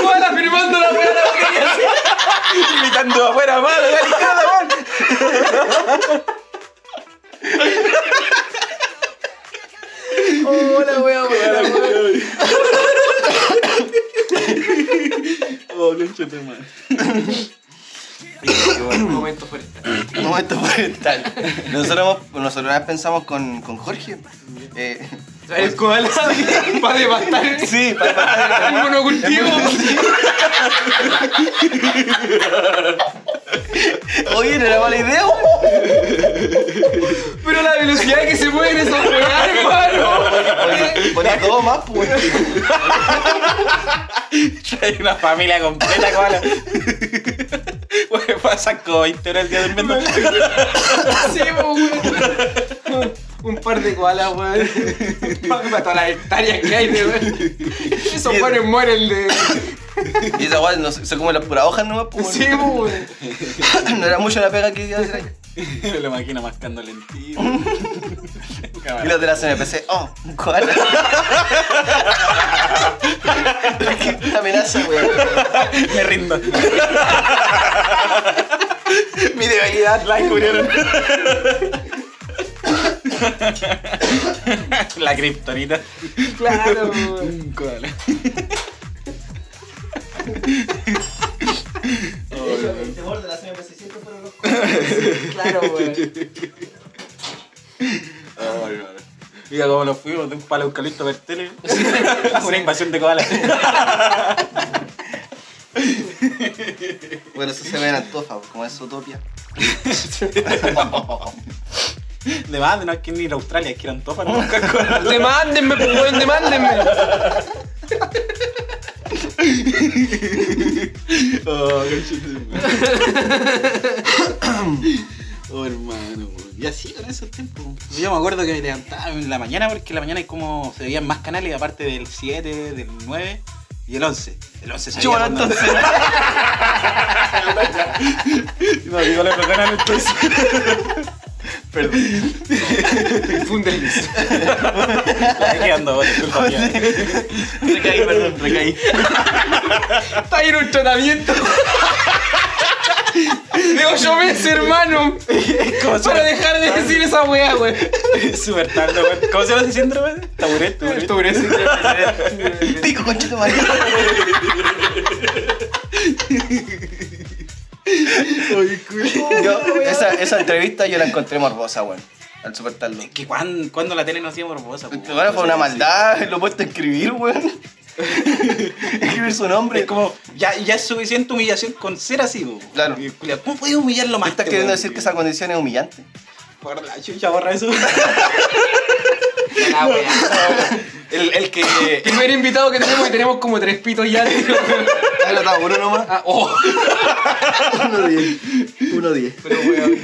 [SPEAKER 1] Koala firmando la weá, la botella así.
[SPEAKER 3] gritando afuera, mano, delicada, mano.
[SPEAKER 1] Hola, weón, weón.
[SPEAKER 3] Oh, conchete, man.
[SPEAKER 1] Un momento este. forestal.
[SPEAKER 6] Un momento forestal. Nosotros, nosotros una vez pensamos con, con Jorge. Eh,
[SPEAKER 1] Trae el koala para devastar el
[SPEAKER 6] sí, para pasar el-
[SPEAKER 1] monocultivo.
[SPEAKER 6] Oye, no era mala idea.
[SPEAKER 1] Pero la velocidad que se mueven esos weá, hermano.
[SPEAKER 6] Ponía todo más, pues.
[SPEAKER 3] Hay una familia completa, koala. Güey, pasan como 20 horas el día durmiendo.
[SPEAKER 1] Sí, po, weón. Un par de koalas, weón. Para todas las hectáreas que hay, de weón. Esos weones mueren de.
[SPEAKER 6] Y esa guay no, se se come las puras hojas nomás, pues.
[SPEAKER 1] Sí, po, weón.
[SPEAKER 6] No era mucho la pega que iba a hacer ahí.
[SPEAKER 3] La máquina mascando lentillo.
[SPEAKER 6] Y los de la CNPC, oh, un koala. Qué amenaza, güey.
[SPEAKER 3] Me rindo.
[SPEAKER 6] Mi debilidad.
[SPEAKER 3] La descubrieron. La kriptonita.
[SPEAKER 1] Claro, weón.
[SPEAKER 3] Un koala.
[SPEAKER 6] El temor este de la CNPC siempre fueron los
[SPEAKER 1] Claro, weón.
[SPEAKER 3] Ay, vale.
[SPEAKER 6] Mira cómo nos fuimos de un palo eucalipto ver tele. Una invasión de koalas.
[SPEAKER 9] Bueno, eso se ve en Antofa, como es Utopia.
[SPEAKER 6] De más, no es que ni ir a Australia, es que ir a Antofa no buscar koalas.
[SPEAKER 1] Demándenme, pues, weón, demándenme.
[SPEAKER 6] Oh, qué Oh, hermano, weón. y así en esos tiempos. Yo me acuerdo que me levantaba en la mañana porque en la mañana es como se veían más canales, aparte del 7, del 9 y el 11. El 11 se veía.
[SPEAKER 9] Chúbalo,
[SPEAKER 6] cuando- no, digo, le perdonan entonces. Perdón. La dejé ando, vale, disculpa, tía.
[SPEAKER 9] Recaí, perdón, recaí.
[SPEAKER 1] Está ahí en un tratamiento. De ocho meses, hermano.
[SPEAKER 6] ¿Cómo se
[SPEAKER 1] Para
[SPEAKER 6] llama?
[SPEAKER 1] dejar de decir esa weá, weey.
[SPEAKER 6] Súper tarde, weón. ¿Cómo se llama ese síndrome? Taburet, taburet.
[SPEAKER 9] Pico, conchito, madre. Yo, esa, esa entrevista yo la encontré morbosa, weón. Al super tarde.
[SPEAKER 6] Que cuan- cuando la tele no hacía morbosa, po,
[SPEAKER 9] Bueno, Este fue una
[SPEAKER 6] sí,
[SPEAKER 9] maldad, lo he puesto a escribir, weón. escribir su
[SPEAKER 6] sí.
[SPEAKER 9] nombre.
[SPEAKER 6] Es como, ya, ya es suficiente humillación con ser así, po.
[SPEAKER 9] Claro.
[SPEAKER 6] Y, culiao, ¿Cómo puedes humillarlo más?
[SPEAKER 9] ¿Estás
[SPEAKER 6] este
[SPEAKER 9] queriendo
[SPEAKER 6] weón,
[SPEAKER 9] decir
[SPEAKER 6] tío?
[SPEAKER 9] que esa condición es humillante?
[SPEAKER 6] Por la chucha, borra eso.
[SPEAKER 1] La weá.
[SPEAKER 6] el, el que...
[SPEAKER 1] Primer invitado que tenemos y tenemos como tres pitos ya, tío.
[SPEAKER 9] Ah, no, está, uno nomás.
[SPEAKER 1] Ah, oh.
[SPEAKER 9] Uno diez. Uno diez.
[SPEAKER 1] Pero weón.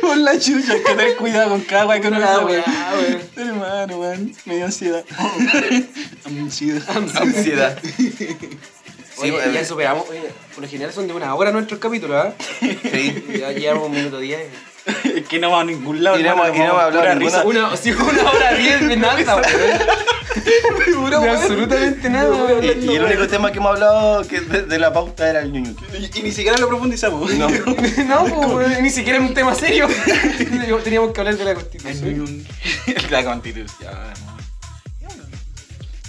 [SPEAKER 6] Por la chucha, hay que tener cuidado con cada weá que uno
[SPEAKER 1] La
[SPEAKER 6] hace,
[SPEAKER 1] weá,
[SPEAKER 6] weón.
[SPEAKER 1] weón.
[SPEAKER 6] Hermano, weón. Me dio ansiedad. ansiedad.
[SPEAKER 9] Ansiedad. Sí,
[SPEAKER 1] Oye,
[SPEAKER 9] weón.
[SPEAKER 1] ya superamos. Oye, pues, eh, por lo general son de una hora nuestros capítulos, ¿ah?
[SPEAKER 9] Sí.
[SPEAKER 1] Ya llevamos un minuto diez.
[SPEAKER 6] Es que no vamos a ningún lado.
[SPEAKER 9] Y no hemos-
[SPEAKER 6] hermano,
[SPEAKER 9] y no hemos
[SPEAKER 6] vamos a pura
[SPEAKER 9] hablado ninguna-
[SPEAKER 6] risa.
[SPEAKER 1] Una, sí, una hora diez de nada, weón. De absolutamente nada,
[SPEAKER 9] Y,
[SPEAKER 1] weón.
[SPEAKER 9] y el único tema que hemos hablado que de, de la pauta era el ñuño.
[SPEAKER 6] Y, y ni siquiera lo profundizamos.
[SPEAKER 9] No.
[SPEAKER 1] No, pues, weón, ni siquiera era un tema serio. Teníamos que hablar de la constitución.
[SPEAKER 6] La constitución.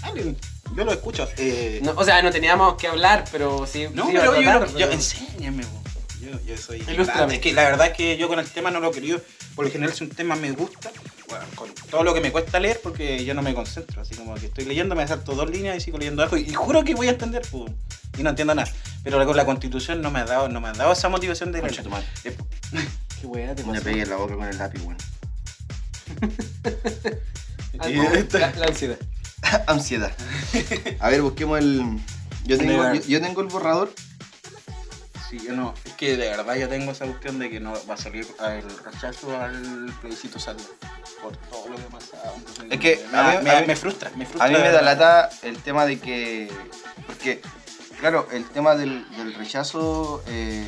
[SPEAKER 6] Dale, Yo lo escucho. Eh,
[SPEAKER 1] No, o sea, no teníamos que hablar, pero sí.
[SPEAKER 6] no,
[SPEAKER 1] sí iba a
[SPEAKER 6] pero yo,
[SPEAKER 1] tratar,
[SPEAKER 6] lo- yo
[SPEAKER 1] pero-
[SPEAKER 6] enséñame, po. yo, yo soy.
[SPEAKER 1] Ilústrame.
[SPEAKER 6] Es que la verdad es que yo con el tema no lo quería. Por lo general, si un tema me gusta, bueno, con todo lo que me cuesta leer, porque yo no me concentro. Así como que estoy leyendo, me salto dos líneas y sigo leyendo algo. Y juro que voy a entender, po, y no entiendo nada. Pero con la constitución no me ha dado, no me ha dado esa motivación de leer. Eh,
[SPEAKER 1] Qué weá, te
[SPEAKER 9] Me
[SPEAKER 1] pasó.
[SPEAKER 9] pegué en la boca con el lápiz, weón.
[SPEAKER 1] Ah,
[SPEAKER 9] Y
[SPEAKER 1] no,
[SPEAKER 9] esta-
[SPEAKER 1] la, la ansiedad.
[SPEAKER 9] Ansiedad. A ver, busquemos el. Yo tengo,
[SPEAKER 6] Negar.
[SPEAKER 9] yo, yo tengo el borrador.
[SPEAKER 6] Sí, yo no. Es que de verdad yo tengo esa cuestión de que no va a salir el rechazo al plebiscito salvo. Por todo lo que pasa.
[SPEAKER 9] Es que
[SPEAKER 6] me,
[SPEAKER 9] a mí-
[SPEAKER 6] me-
[SPEAKER 9] a mí-
[SPEAKER 6] me frustra, me frustra.
[SPEAKER 9] A mí me
[SPEAKER 6] de
[SPEAKER 9] da
[SPEAKER 6] verdad.
[SPEAKER 9] lata el tema de que. Porque, claro, el tema del, del rechazo. eh,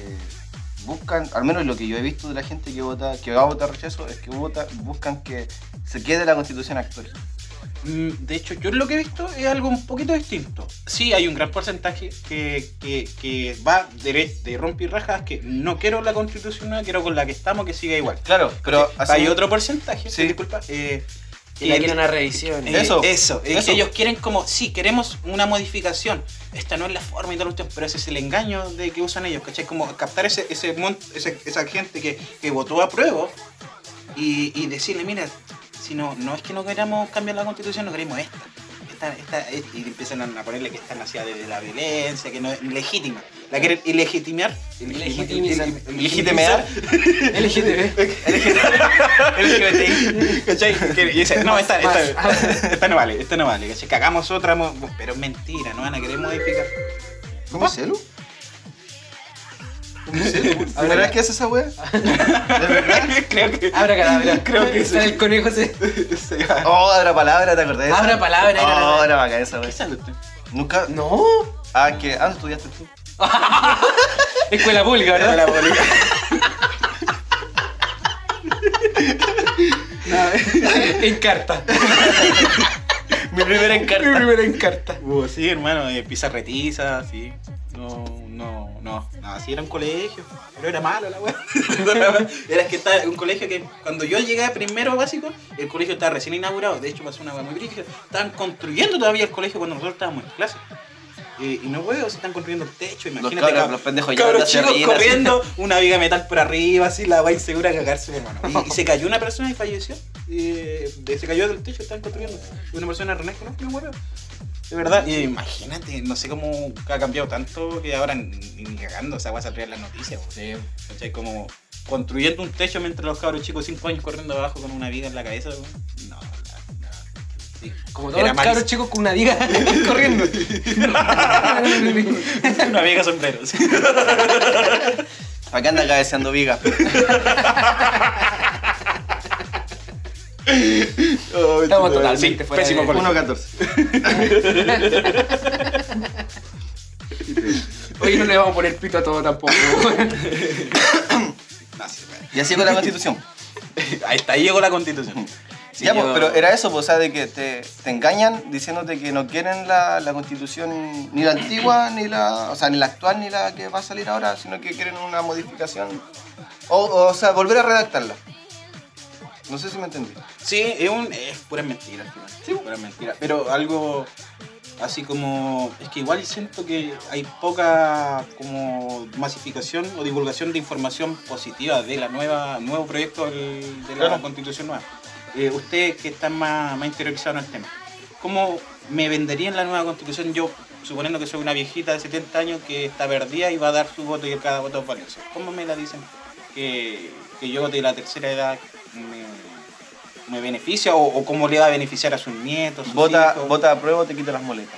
[SPEAKER 9] buscan, al menos lo que yo he visto de la gente que vota que va a votar rechazo, es que vota, buscan que se quede la constitución actual.
[SPEAKER 6] Mm, De hecho, yo lo que he visto es algo un poquito distinto. Sí, hay un gran porcentaje que, que, que va de, de rompir rajas que no quiero la constitución nueva, quiero con la que estamos que siga igual.
[SPEAKER 9] Claro, pero así-
[SPEAKER 6] hay otro porcentaje,
[SPEAKER 9] Sí.
[SPEAKER 6] disculpa, eh,
[SPEAKER 1] Que la quieren a revisión.
[SPEAKER 6] Eh,
[SPEAKER 9] Eso,
[SPEAKER 6] Eso. eh,
[SPEAKER 9] eso.
[SPEAKER 6] Ellos quieren como, sí, queremos una modificación. Esta no es la forma y tal cuestión, pero ese es el engaño de que usan ellos, ¿cachai? Como captar ese, ese, mon- ese- esa gente que, que votó a prueba y, y decirle, mira, si no, no es que no queramos cambiar la constitución, no queremos esta. Esta, esta, esta", y empiezan a ponerle que esta nacida de la violencia, que no es legítima. La quieren ilegitimar.
[SPEAKER 1] Legitimizar.
[SPEAKER 9] Legitimar.
[SPEAKER 1] LGTB.
[SPEAKER 6] LGBTI. ¿Cachai? Que- Y dice, no, esta,
[SPEAKER 1] Más,
[SPEAKER 6] esta, esta no vale, esta no vale. ¿Cachai? Cagamos otra, mo- pero es mentira, no van a querer modificar.
[SPEAKER 9] ¿Cómo celu? ¿De verdad que hace esa wea? ¿De verdad?
[SPEAKER 6] Creo que.
[SPEAKER 1] Abra cadabra.
[SPEAKER 6] Creo que
[SPEAKER 1] Sale el conejo ese.
[SPEAKER 6] se va.
[SPEAKER 9] Oh, abra palabra, ¿te acordás? de esa?
[SPEAKER 1] Abra palabra, era la-
[SPEAKER 9] Oh, era bacán esa
[SPEAKER 6] ¿Qué
[SPEAKER 9] wea.
[SPEAKER 6] es esa cuestión?
[SPEAKER 9] Nunca.
[SPEAKER 1] No.
[SPEAKER 9] Ah, que. Ah, estudiaste tú.
[SPEAKER 1] Escuela pública,
[SPEAKER 6] Pero
[SPEAKER 1] ¿verdad?
[SPEAKER 6] la política.
[SPEAKER 1] eh. Encarta.
[SPEAKER 9] Mi primera
[SPEAKER 1] Mi
[SPEAKER 9] encarta.
[SPEAKER 1] primera encarta.
[SPEAKER 6] Uh, sí, hermano, eh, pizarretiza, sí. No, no, no. No, sí era un colegio. Pero era malo la weá. era que estaba un colegio que cuando yo llegué a primero básico, el colegio estaba recién inaugurado. De hecho pasó una weá muy crítica. Estaban construyendo todavía el colegio cuando nosotros estábamos en clase.
[SPEAKER 3] Eh, y no huevos, se están construyendo el techo,
[SPEAKER 9] Los,
[SPEAKER 3] imagínate.
[SPEAKER 9] cabros,
[SPEAKER 3] cab-
[SPEAKER 9] los pendejos
[SPEAKER 3] cabros
[SPEAKER 9] llorando hacia
[SPEAKER 3] chicos
[SPEAKER 9] arriba, así.
[SPEAKER 3] corriendo, una viga de metal por arriba, así la va insegura a cagarse, hermano. Y, y se cayó una persona y falleció. Eh, de- se cayó del techo, estaban construyendo. Y una persona René no, no huevo. De verdad, y imagínate, no sé cómo ha cambiado tanto
[SPEAKER 6] Eh,
[SPEAKER 3] que ahora ni ni cagando, esa sea, a traer las noticias. po. ¿Cachai? Como construyendo un techo mientras los cabros chicos 5 años corriendo abajo con una viga en la cabeza. po. No, la- la- sí.
[SPEAKER 1] Como
[SPEAKER 3] Era
[SPEAKER 1] todos los
[SPEAKER 3] mal-
[SPEAKER 1] cabros chicos con una viga corriendo.
[SPEAKER 3] Una vieja sombrero. sí.
[SPEAKER 9] ¿Para qué anda cabeceando vigas?
[SPEAKER 1] Estamos totalmente
[SPEAKER 3] Sí,
[SPEAKER 1] fuera
[SPEAKER 3] pésimo
[SPEAKER 1] de-
[SPEAKER 3] colegio.
[SPEAKER 2] 1.14.
[SPEAKER 1] Hoy no le vamos a poner pito a todo tampoco.
[SPEAKER 3] No, sí, bueno.
[SPEAKER 9] Y así con la constitución.
[SPEAKER 3] Ahí está, ahí llegó la constitución. Sí,
[SPEAKER 9] ya, pues,
[SPEAKER 3] yo-
[SPEAKER 9] pero era eso, pues, o sea, de que te, te engañan diciéndote que no quieren la, la constitución, ni la antigua, ni la, o sea, ni la actual, ni la que va a salir ahora, sino que quieren una modificación, o, o, sea, volver a redactarla. No sé si me entendí.
[SPEAKER 3] Sí, es, un, es pura mentira al final. Pura mentira. Pero algo así como. Es que igual siento que hay poca como masificación o divulgación de información positiva de la nueva nuevo proyecto del- de la
[SPEAKER 9] Claro.
[SPEAKER 3] constitución nueva. Eh, usted que está más, más interiorizado en el tema, ¿cómo me venderían la nueva constitución yo, suponiendo que soy una viejita de 70 años que está perdida y va a dar su voto y que cada voto es valioso? ¿Cómo me la dicen? Que, que yo de la tercera edad me, me beneficia o, o cómo le va a beneficiar a sus nietos? sus
[SPEAKER 9] Vota,
[SPEAKER 3] hijos?
[SPEAKER 9] vota a prueba o te quita las moletas.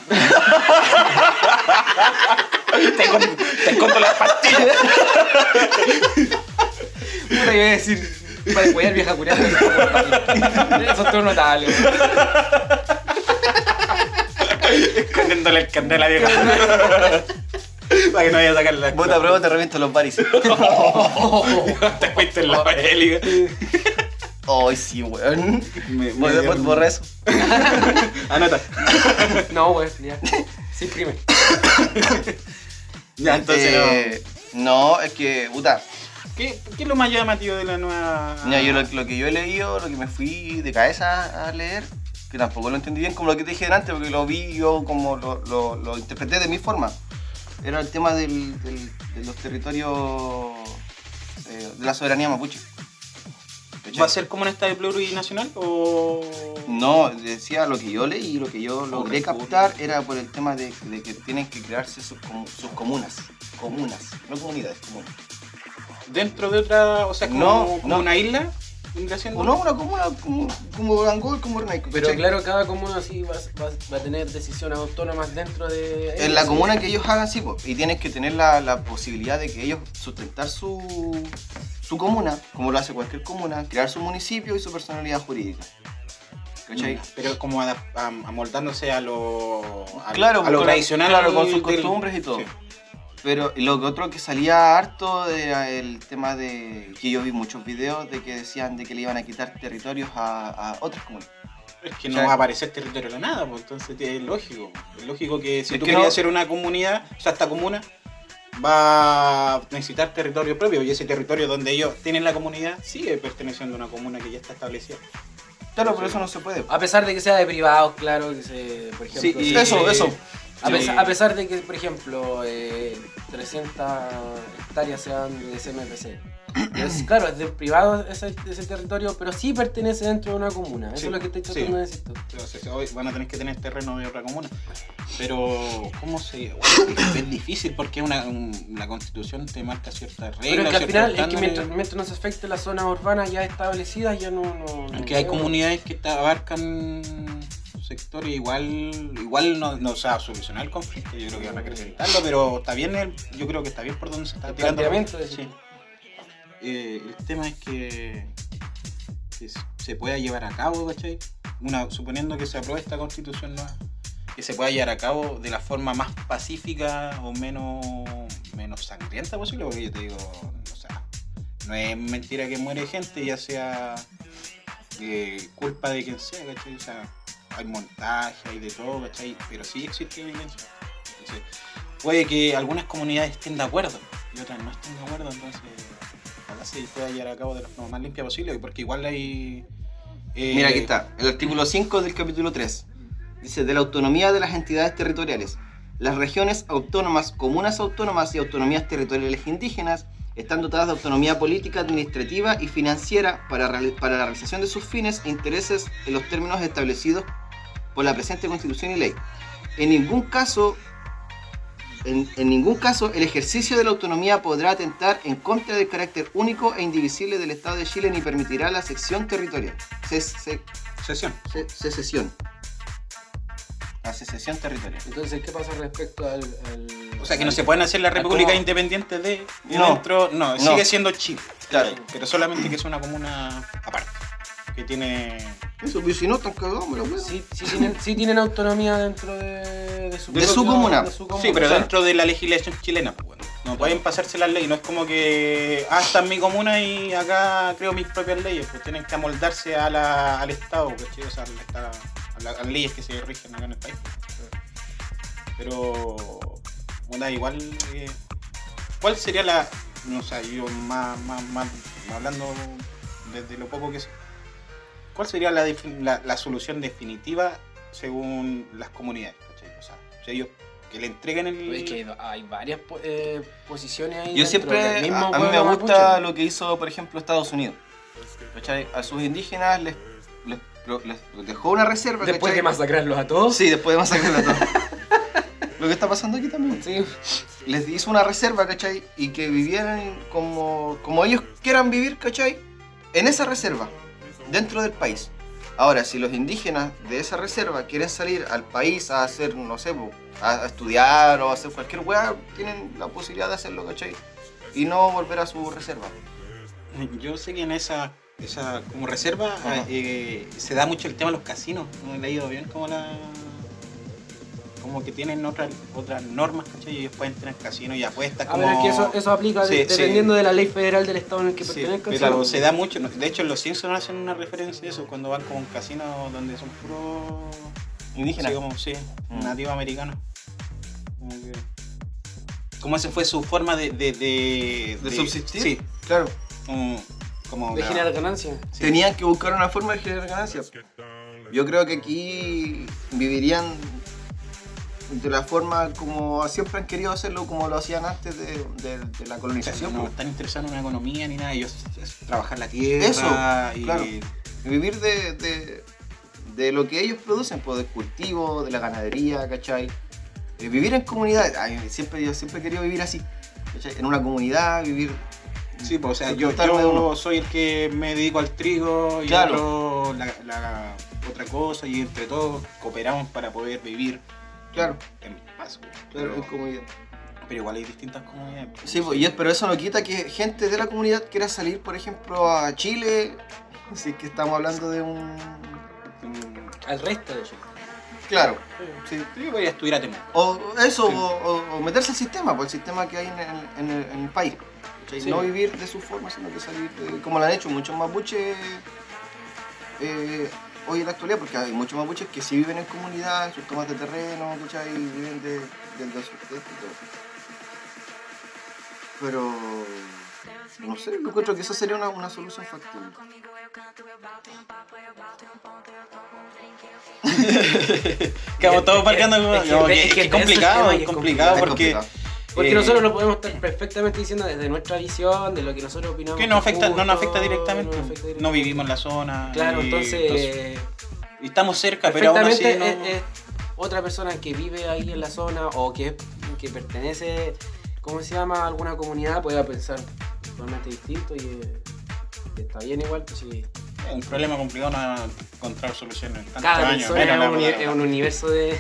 [SPEAKER 3] Te, con- te encontro las pastillas.
[SPEAKER 1] Puta, iba a decir, para apoyar vieja curada. Eso es todo notable. weón.
[SPEAKER 3] Escondiéndole el candela a la vieja. Para que no vaya a sacar la
[SPEAKER 9] Vota a prueba o te reviento los baris.
[SPEAKER 3] Te fuiste en la peli.
[SPEAKER 9] Ay, sí, weón.
[SPEAKER 3] Me- me
[SPEAKER 9] Borra-
[SPEAKER 3] dio-
[SPEAKER 9] Borra eso.
[SPEAKER 3] Anota.
[SPEAKER 1] No, weón, ya. Sí, prime.
[SPEAKER 3] Ya, entonces
[SPEAKER 9] Eh, no, es que, puta,
[SPEAKER 3] no. ¿Qué, ¿Qué es lo más llamativo de la nueva.?
[SPEAKER 9] Mira, yo lo, lo que yo he leído, lo que me fui de cabeza a leer, que tampoco lo entendí bien, como lo que te dije delante, porque lo vi yo como lo, lo- lo interpreté de mi forma. Era el tema del- del- de los territorios eh, de la soberanía mapuche. ¿Cachai?
[SPEAKER 3] ¿Va a ser como un estadio plurinacional o.?
[SPEAKER 9] No, decía lo que yo leí y lo que yo logré captar era por el tema de, de que tienen que crearse sus, comu- sus comunas. Comunas, no comunidades, comunas.
[SPEAKER 3] ¿Dentro de otra.? O sea, como,
[SPEAKER 9] No,
[SPEAKER 3] como
[SPEAKER 9] no.
[SPEAKER 3] una isla? ¿Vendría siendo?
[SPEAKER 9] O no, una comuna como, como Angol, como Renaico.
[SPEAKER 1] Pero
[SPEAKER 9] ¿cachai?
[SPEAKER 1] claro, cada comuna sí va, va- va a tener decisiones autónomas dentro de.
[SPEAKER 9] En la comuna que ellos hagan, sí, po, y tienes que tener la, la posibilidad de que ellos sustentar su, su comuna, como lo hace cualquier comuna, crear su municipio y su personalidad jurídica. ¿Cachai?
[SPEAKER 3] Mm, Pero como adap- am- amoldándose a lo. a-
[SPEAKER 9] Claro,
[SPEAKER 3] a lo
[SPEAKER 9] con-
[SPEAKER 3] tradicional.
[SPEAKER 9] claro, con sus
[SPEAKER 3] del-
[SPEAKER 9] costumbres y todo.
[SPEAKER 3] Sí.
[SPEAKER 9] Pero lo que otro que salía harto era el tema de que yo vi muchos videos de que decían de que le iban a quitar territorios a, a otras comunas.
[SPEAKER 3] Es que
[SPEAKER 9] O
[SPEAKER 3] no
[SPEAKER 9] sea,
[SPEAKER 3] va a aparecer territorio de la nada, pues entonces es lógico. Es lógico que si
[SPEAKER 9] Es
[SPEAKER 3] tú
[SPEAKER 9] que
[SPEAKER 3] querías
[SPEAKER 9] no-
[SPEAKER 3] hacer una comunidad, o sea, esta comuna va a necesitar territorio propio y ese territorio donde ellos tienen la comunidad sigue perteneciendo a una comuna que ya está establecida.
[SPEAKER 9] Claro, pero eso no se puede.
[SPEAKER 1] A pesar de que sea de privados, claro, que se. Por ejemplo,
[SPEAKER 3] Sí, y-
[SPEAKER 1] se-
[SPEAKER 9] Eso, eso.
[SPEAKER 1] A,
[SPEAKER 3] Sí.
[SPEAKER 1] pesar, a pesar de que, por ejemplo, eh, 300 hectáreas sean de CMPC. Pero es- claro, es de privado ese, ese territorio, pero sí pertenece dentro de una comuna. Eso
[SPEAKER 3] Sí,
[SPEAKER 1] es lo que estoy tratando
[SPEAKER 3] sí.
[SPEAKER 1] de decir tú.
[SPEAKER 3] Entonces, hoy van a tener que tener terreno de otra comuna. Pero, ¿cómo se.? bueno, es- es difícil porque una, un- la constitución te marca ciertas reglas.
[SPEAKER 1] Pero es que al
[SPEAKER 3] ciertos
[SPEAKER 1] final, es que
[SPEAKER 3] estándares.
[SPEAKER 1] mientras, mientras no se afecte las zonas urbanas ya establecidas, ya no. no, no
[SPEAKER 3] Aunque hay
[SPEAKER 1] veo.
[SPEAKER 3] comunidades que ta- abarcan sectores igual, igual no, no o sea, solucionar el conflicto, yo creo que van a acrecentarlo, pero está bien, el- yo creo que está bien por donde se está
[SPEAKER 1] El
[SPEAKER 3] tirando.
[SPEAKER 1] planteamiento de
[SPEAKER 3] Sí. Eh, el tema es que, que s- se pueda llevar a cabo, ¿cachai? Una, suponiendo que se apruebe esta constitución nueva, que se pueda llevar a cabo de la forma más pacífica o menos, menos sangrienta posible, porque yo te digo, o sea, no es mentira que muere gente, ya sea eh, culpa de quien sea, ¿cachai? O sea, hay montaje, hay de todo, ¿cachai? Pero sí existe violencia. Entonces, puede que algunas comunidades estén de acuerdo y otras no estén de acuerdo, entonces ojalá se pueda llevar a cabo de la forma más limpia posible, porque igual hay... eh,
[SPEAKER 9] Mira, aquí está, el artículo 5 del capítulo 3. Dice, de la autonomía de las entidades territoriales. Las regiones autónomas, comunas autónomas y autonomías territoriales indígenas están dotadas de autonomía política, administrativa y financiera para, reali- para la realización de sus fines e intereses en los términos establecidos por la presente constitución y ley. En ningún caso, en, en ningún caso, el ejercicio de la autonomía podrá atentar en contra del carácter único e indivisible del Estado de Chile ni permitirá la sección territorial. Se- se-
[SPEAKER 3] Sesión.
[SPEAKER 9] se- secesión. La secesión territorial.
[SPEAKER 1] Entonces, ¿qué pasa respecto al. al-
[SPEAKER 3] O sea, que no se pueden hacer la república independiente de y
[SPEAKER 9] No.
[SPEAKER 3] dentro. No,
[SPEAKER 9] No.
[SPEAKER 3] sigue siendo Chile.
[SPEAKER 9] Claro.
[SPEAKER 3] Pero solamente que es una comuna aparte. Que tiene.
[SPEAKER 9] Eso, pues si no, están cagados, me lo voy
[SPEAKER 1] Sí, sí tienen, sí tienen autonomía dentro de, de su,
[SPEAKER 9] De su comuna.
[SPEAKER 1] de su comuna.
[SPEAKER 3] Sí, pero dentro de la legislación chilena, pues bueno. No pueden pasarse las leyes, no es como que ah, esta es mi comuna y acá creo mis propias leyes, pues tienen que amoldarse a la, al Estado, ¿cachai? O sea, al Estado- a, la- a las leyes que se rigen acá en el país. pues, Pero, bueno, igual, eh, ¿cuál sería la, no sé, yo más, más, más- hablando desde lo poco que sé, ¿cuál sería la, defin- la, la solución definitiva según las comunidades, ¿cachai? O sea, si ellos que le entreguen el...
[SPEAKER 1] Es que hay varias po- eh, posiciones ahí.
[SPEAKER 6] Yo
[SPEAKER 1] dentro del
[SPEAKER 6] siempre,
[SPEAKER 1] mismo
[SPEAKER 6] a, a mí
[SPEAKER 1] pueblo
[SPEAKER 6] me
[SPEAKER 1] mapuche.
[SPEAKER 6] gusta lo que hizo, por ejemplo, Estados Unidos. ¿Cachai? A sus indígenas les, les, pro- les dejó una reserva.
[SPEAKER 1] Después de
[SPEAKER 6] ¿cachai?
[SPEAKER 1] masacrarlos a todos.
[SPEAKER 6] Sí, después de masacrar a todos. Lo que está pasando aquí también.
[SPEAKER 1] Sí.
[SPEAKER 6] Les hizo una reserva, ¿cachai? Y que vivieran como, como ellos quieran vivir, ¿cachai? En esa reserva, dentro del país. Ahora, si los indígenas de esa reserva quieren salir al país a hacer, no sé, po, a, a estudiar o a hacer cualquier weá, tienen la posibilidad de hacerlo, ¿cachai? Y no volver a su reserva.
[SPEAKER 3] Yo sé que en esa, esa como reserva eh, se da mucho el tema de los casinos. No he leído bien como la. Como que tienen otras otras normas, ¿cachai? Y ellos pueden tener casinos y apuestas
[SPEAKER 1] A
[SPEAKER 3] como.
[SPEAKER 1] ver, es que eso, eso aplica
[SPEAKER 3] Sí,
[SPEAKER 1] de-
[SPEAKER 3] sí.
[SPEAKER 1] dependiendo de la ley federal del estado en el que
[SPEAKER 3] Sí,
[SPEAKER 1] pertenezca.
[SPEAKER 3] pero
[SPEAKER 1] sí.
[SPEAKER 3] se da mucho. De hecho, los Simpsons hacen una referencia a eso cuando van con un casino donde son puros.
[SPEAKER 6] Indígenas.
[SPEAKER 3] Sí, como, sí,
[SPEAKER 6] Mm.
[SPEAKER 3] nativo americano. Como que- Como esa fue su forma de. ¿De, de,
[SPEAKER 6] ¿De subsistir?
[SPEAKER 3] Sí.
[SPEAKER 6] Claro.
[SPEAKER 3] Como. como
[SPEAKER 1] De
[SPEAKER 3] la-
[SPEAKER 1] generar ganancias.
[SPEAKER 6] Tenían que buscar una forma de generar ganancias.
[SPEAKER 9] Yo creo que aquí vivirían de la forma como siempre han querido hacerlo, como lo hacían antes de, de- de la
[SPEAKER 3] O sea,
[SPEAKER 9] colonización.
[SPEAKER 3] no
[SPEAKER 9] pues.
[SPEAKER 3] están interesados en una economía ni nada, ellos es trabajar la tierra
[SPEAKER 9] Eso,
[SPEAKER 3] y
[SPEAKER 9] claro. Vivir de, de- de lo que ellos producen, pues, del cultivo, de la ganadería, ¿cachai? Eh, vivir en comunidad. Ay, siempre, yo siempre he querido vivir así, ¿cachai? En una comunidad, vivir...
[SPEAKER 3] sí, pues, o sea,
[SPEAKER 9] Sí,
[SPEAKER 3] yo,
[SPEAKER 9] juntarme
[SPEAKER 3] yo
[SPEAKER 9] uno.
[SPEAKER 3] soy el que me dedico al trigo y
[SPEAKER 9] Claro.
[SPEAKER 3] otro la, la otra cosa y entre todos cooperamos para poder vivir
[SPEAKER 9] Claro,
[SPEAKER 3] en paz. güey.
[SPEAKER 9] claro, en
[SPEAKER 3] pero,
[SPEAKER 9] comunidad.
[SPEAKER 3] pero igual hay distintas comunidades.
[SPEAKER 9] Sí, pues, y es- pero eso no quita que gente de la comunidad quiera salir, por ejemplo, a Chile, si es que estamos hablando de un...
[SPEAKER 1] Al resto de ellos.
[SPEAKER 9] Claro,
[SPEAKER 3] Yo voy a estudiar a Temuco.
[SPEAKER 9] o eso,
[SPEAKER 3] Sí.
[SPEAKER 9] o, o- o meterse al sistema, pues el sistema que hay en el, en el- en el país. ¿cachai?
[SPEAKER 1] Sí.
[SPEAKER 9] No vivir de su forma, sino que salir, de- como lo han hecho muchos mapuches eh, hoy en la actualidad, porque hay muchos mapuches que sí viven en comunidad, en sus tomas de terreno, ¿cachai? Y viven de, del de su- de esto y todo. Pero, no sé, yo encuentro que esa sería una, una solución factible.
[SPEAKER 3] Quedamos todos parqueando como.
[SPEAKER 1] es que-
[SPEAKER 3] no,
[SPEAKER 1] es
[SPEAKER 3] que-
[SPEAKER 1] que de
[SPEAKER 3] que es
[SPEAKER 1] ese
[SPEAKER 3] complicado,
[SPEAKER 1] tema
[SPEAKER 3] es
[SPEAKER 1] y es
[SPEAKER 3] complicado
[SPEAKER 9] Es
[SPEAKER 3] porque.
[SPEAKER 9] complicado.
[SPEAKER 1] Porque
[SPEAKER 3] eh,
[SPEAKER 1] nosotros lo podemos estar perfectamente diciendo desde nuestra visión, de lo que nosotros opinamos.
[SPEAKER 3] que no
[SPEAKER 1] es
[SPEAKER 3] afecta, no
[SPEAKER 1] justo,
[SPEAKER 3] nos afecta
[SPEAKER 1] nos
[SPEAKER 3] directamente. No,
[SPEAKER 1] Uh, afecta directamente.
[SPEAKER 3] vivimos en la zona.
[SPEAKER 1] Claro,
[SPEAKER 3] y-
[SPEAKER 1] entonces, eh,
[SPEAKER 3] y estamos cerca, pero aún así.
[SPEAKER 1] perfectamente eh,
[SPEAKER 3] no-
[SPEAKER 1] es, es otra persona que vive ahí en la zona o que, que pertenece, ¿cómo se llama?, a alguna comunidad, pueda pensar totalmente distinto y eh, está bien igual. Pues, sí.
[SPEAKER 3] Es un problema complicado no encontrar soluciones en tantos
[SPEAKER 1] Cada
[SPEAKER 3] años.
[SPEAKER 1] persona
[SPEAKER 3] menos
[SPEAKER 1] es
[SPEAKER 3] la
[SPEAKER 1] un, uni-
[SPEAKER 3] palabra.
[SPEAKER 1] es un universo de...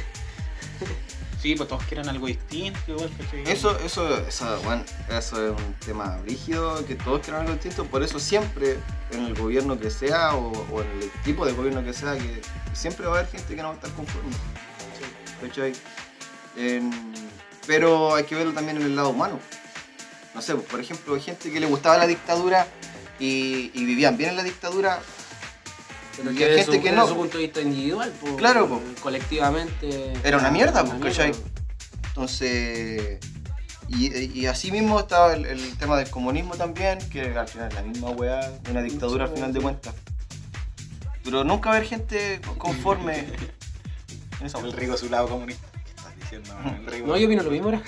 [SPEAKER 3] Sí, pues todos quieren algo distinto, igual que
[SPEAKER 9] Eso, eso, eso, bueno, eso es un tema rígido, que todos quieren algo distinto, por eso siempre en el gobierno que sea o, o en el tipo de gobierno que sea, que siempre va a haber gente que no va a estar conforme. ¿Cachai? En- pero hay que verlo también en el lado humano. No sé, por ejemplo, hay gente que le gustaba la dictadura y, y vivían bien en la dictadura.
[SPEAKER 1] Pero
[SPEAKER 9] Y
[SPEAKER 1] que
[SPEAKER 9] hay
[SPEAKER 1] desde
[SPEAKER 9] gente
[SPEAKER 1] su,
[SPEAKER 9] que
[SPEAKER 1] desde
[SPEAKER 9] no.
[SPEAKER 1] su punto de vista individual, pues,
[SPEAKER 9] Claro, po.
[SPEAKER 1] colectivamente...
[SPEAKER 9] Era una mierda, po,
[SPEAKER 1] una
[SPEAKER 9] ¿cachai?
[SPEAKER 1] mierda.
[SPEAKER 9] Entonces, y, y así mismo estaba el, el tema del comunismo también, que al final es la misma weá, una dictadura al final de cuentas. Pero nunca va a haber gente conforme.
[SPEAKER 3] El rico su lado comunista. ¿Qué estás diciendo? diciendo. El Rigo.
[SPEAKER 1] No, yo opino lo mismo ahora.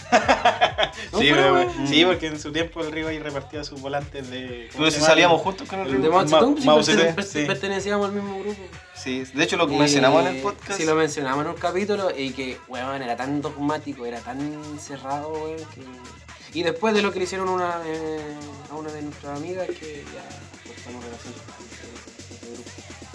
[SPEAKER 1] No,
[SPEAKER 3] sí,
[SPEAKER 1] pero-
[SPEAKER 3] pero- sí, porque en su tiempo el Rigo ahí repartía sus volantes de. ¿cómo
[SPEAKER 6] Pero
[SPEAKER 3] se
[SPEAKER 6] si
[SPEAKER 3] llama?
[SPEAKER 6] salíamos juntos con el
[SPEAKER 1] De Mao Zedong, sí,
[SPEAKER 3] Mao
[SPEAKER 1] pertene-
[SPEAKER 3] Zedong,
[SPEAKER 1] per-
[SPEAKER 3] sí.
[SPEAKER 1] pertenecíamos al mismo grupo.
[SPEAKER 6] Sí, de hecho lo mencionamos en el
[SPEAKER 1] Eh,
[SPEAKER 6] podcast.
[SPEAKER 1] Sí, lo mencionamos en un capítulo y que, weón, era tan dogmático, era tan cerrado, weón, que- Y después de lo que le hicieron una, eh, a una de nuestras amigas, que ya cortamos relación con ese- ese grupo.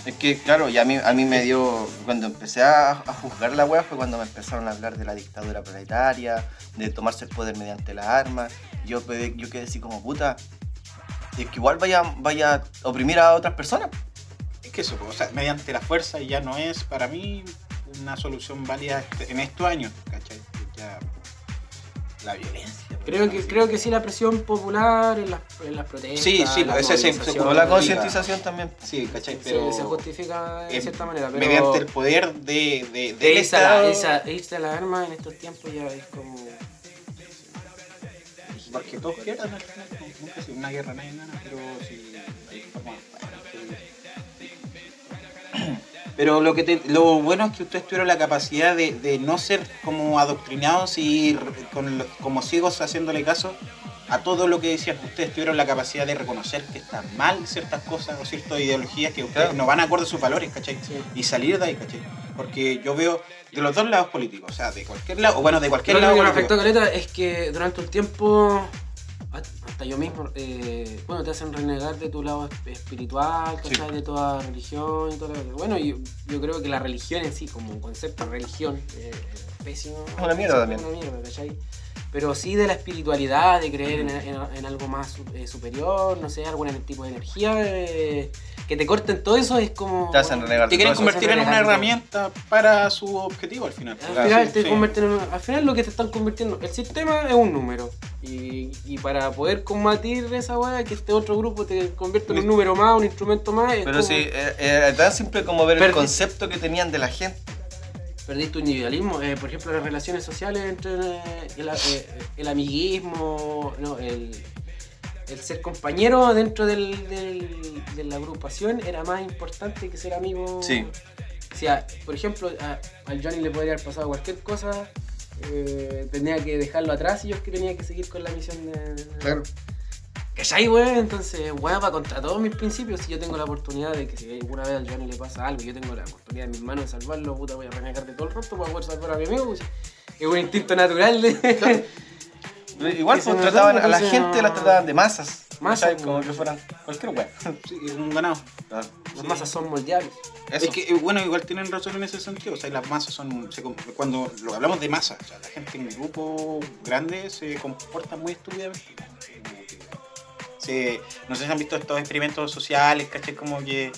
[SPEAKER 9] Es que, claro, y a mí, a mí me dio. Cuando empecé a, a juzgar la weá fue cuando me empezaron a hablar de la dictadura proletaria, de tomarse el poder mediante las armas. Yo, pedí- yo quedé así como puta. Es que igual vaya, vaya a oprimir a otras personas.
[SPEAKER 3] Es que eso, o sea, mediante la fuerza ya no es para mí una solución válida este- en estos años, ¿cachai? Ya la violencia.
[SPEAKER 1] Creo que, creo que sí, la presión popular en las, en las protestas.
[SPEAKER 3] Sí, sí,
[SPEAKER 1] en las
[SPEAKER 3] ese sí,
[SPEAKER 1] movilizaciones,
[SPEAKER 3] seguro.
[SPEAKER 6] O la
[SPEAKER 3] Diga.
[SPEAKER 6] concientización también.
[SPEAKER 3] Sí, ¿cachai?
[SPEAKER 1] se-
[SPEAKER 3] Pero
[SPEAKER 1] se, justifica de
[SPEAKER 3] eh,
[SPEAKER 1] cierta manera, pero.
[SPEAKER 3] mediante el poder de, de, del
[SPEAKER 1] de irse, a
[SPEAKER 3] Estado.
[SPEAKER 1] la, esa, irse a la arma en estos tiempos ya es como.
[SPEAKER 3] Porque todos pierden al final, pues, nunca si una guerra nadie gana, pero si ahí vamos a- Pero lo, que te- lo bueno es que ustedes tuvieron la capacidad de, de no ser como adoctrinados y re- con lo- como ciegos haciéndole caso a todo lo que decían. Ustedes tuvieron la capacidad de reconocer que están mal ciertas cosas o ciertas ideologías que ustedes no van acorde a sus valores, ¿cachai? Y salir de ahí, ¿cachai? Porque yo veo de los dos lados políticos, o sea, de cualquier lado, o bueno, de
[SPEAKER 1] Lo
[SPEAKER 3] cualquier
[SPEAKER 1] único que
[SPEAKER 3] lado.
[SPEAKER 1] me
[SPEAKER 3] político.
[SPEAKER 1] afectó Caleta es que durante un tiempo, hasta yo mismo, eh, bueno, te hacen renegar de tu lado esp- espiritual,
[SPEAKER 3] Sí.
[SPEAKER 1] ¿cachai? de toda religión y todo lo que- Bueno, yo, yo creo que la religión en sí, como concepto de religión, eh, es pésimo.
[SPEAKER 6] Es una mierda también.
[SPEAKER 1] Una mierda, ¿cachai? Pero sí de la espiritualidad, de creer en, en- en algo más su- eh, superior, no sé, algún tipo de energía, eh, que te corten todo eso es como...
[SPEAKER 6] Te hacen
[SPEAKER 1] bueno,
[SPEAKER 6] renegar
[SPEAKER 3] Te
[SPEAKER 6] de todo
[SPEAKER 3] quieren
[SPEAKER 6] eso.
[SPEAKER 3] convertir en una
[SPEAKER 1] Relegando.
[SPEAKER 3] herramienta para su objetivo al final.
[SPEAKER 1] Al final,
[SPEAKER 3] Ah,
[SPEAKER 1] este
[SPEAKER 3] Sí,
[SPEAKER 1] te
[SPEAKER 3] sí.
[SPEAKER 1] convierten en un- al final lo que te están convirtiendo, el sistema es un número. Y, y para poder combatir esa weá, que este otro grupo te convierte en un número más, un instrumento más, es
[SPEAKER 6] Pero
[SPEAKER 1] como-
[SPEAKER 6] sí, eh, era tan simple como ver el
[SPEAKER 1] Perdí.
[SPEAKER 6] concepto que tenían de la gente.
[SPEAKER 1] perdiste tu individualismo. Eh, por ejemplo, las relaciones sociales entre eh, el, eh, el amiguismo, no, el, el ser compañero dentro del- del- de la agrupación era más importante que ser amigo.
[SPEAKER 6] Sí.
[SPEAKER 1] O sea, por ejemplo, a- al Johnny le podría haber pasado cualquier cosa. eh, tenía que dejarlo atrás y yo es que tenía que seguir con la misión de...
[SPEAKER 2] Claro.
[SPEAKER 1] ¿Cachai, weón? Entonces, weón, va contra todos mis principios. Si yo tengo la oportunidad de que si alguna vez al Johnny le pasa algo, yo tengo la oportunidad en mis manos de salvarlo, puta, voy a renegar de todo el rato para poder salvar a mi amigo. pues. Es un instinto natural de...
[SPEAKER 6] Igual
[SPEAKER 1] Que se
[SPEAKER 6] pues,
[SPEAKER 1] me
[SPEAKER 6] trataban
[SPEAKER 1] dan,
[SPEAKER 6] a la
[SPEAKER 1] entonces,
[SPEAKER 6] gente,
[SPEAKER 1] no-
[SPEAKER 6] la trataban de masas.
[SPEAKER 1] Masas, pues.
[SPEAKER 6] ¿cachai? Como
[SPEAKER 1] no.
[SPEAKER 6] que fueran cualquier weá.
[SPEAKER 3] Sí, es un ganado.
[SPEAKER 1] Las masas son moldeables.
[SPEAKER 3] Es que, eh, bueno, igual tienen razón en ese sentido. O sea, las masas son. se com- cuando lo hablamos de masa, o sea, la gente en el grupo grande se comporta muy estúpidamente. Como que se- no sé si han visto estos experimentos sociales, ¿cachai? Como que.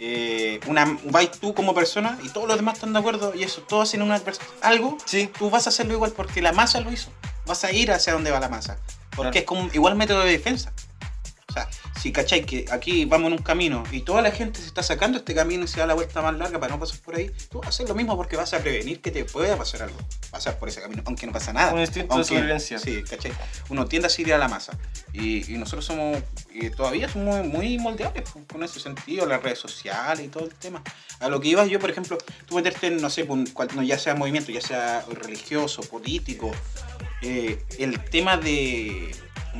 [SPEAKER 3] eh, una, vais tú como persona y todos los demás están de acuerdo y eso, todos hacen una, advers- algo,
[SPEAKER 6] Sí.
[SPEAKER 3] tú vas a hacerlo igual porque la masa lo hizo. Vas a ir hacia donde va la masa. Porque
[SPEAKER 6] Claro.
[SPEAKER 3] es como un- igual método de defensa. O sea, si cachai que aquí vamos en un camino y toda la gente se está sacando este camino y se da la vuelta más larga para no pasar por ahí, tú vas a hacer lo mismo porque vas a prevenir que te pueda pasar algo. Pasar por ese camino, aunque no pasa nada.
[SPEAKER 6] Un instinto de
[SPEAKER 3] Aunque-
[SPEAKER 6] supervivencia.
[SPEAKER 3] Sí, cachai. Uno tiende a seguir a la masa. Y, y nosotros somos, eh, todavía somos muy moldeables pues, con- con ese sentido, las redes sociales y todo el tema. A lo que ibas yo, por ejemplo, tú meterte en, no sé, por un- cual- no, ya sea movimiento, ya sea religioso, político, eh, el tema de,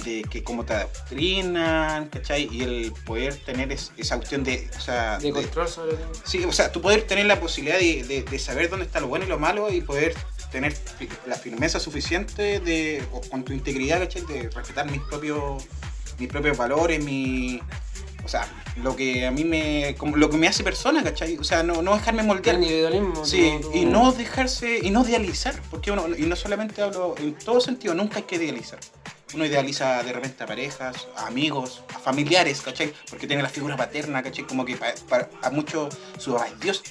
[SPEAKER 3] de que como te adoctrinan, ¿cachai? Y el poder tener es- esa cuestión de, o sea,
[SPEAKER 1] De
[SPEAKER 3] de-
[SPEAKER 1] control sobre...
[SPEAKER 3] Sí, o sea, tú poder tener la posibilidad de, de- de saber dónde está lo bueno y lo malo y poder tener fi- la firmeza suficiente de, o con tu integridad, ¿cachai? De respetar mis propios, mis propios valores, mi... O sea, lo que a mí me... como lo que me hace persona, ¿cachai? O sea, no, no dejarme
[SPEAKER 1] El
[SPEAKER 3] moldear.
[SPEAKER 1] individualismo.
[SPEAKER 3] Sí,
[SPEAKER 1] tú-
[SPEAKER 3] y no dejarse, y no idealizar, porque uno, y no solamente hablo, en todo sentido, nunca hay que idealizar. Uno idealiza de repente a parejas, a amigos, a familiares, ¿cachai? Porque tiene la figura paterna, ¿cachai? Como que pa- para, a muchos su papá es Dios,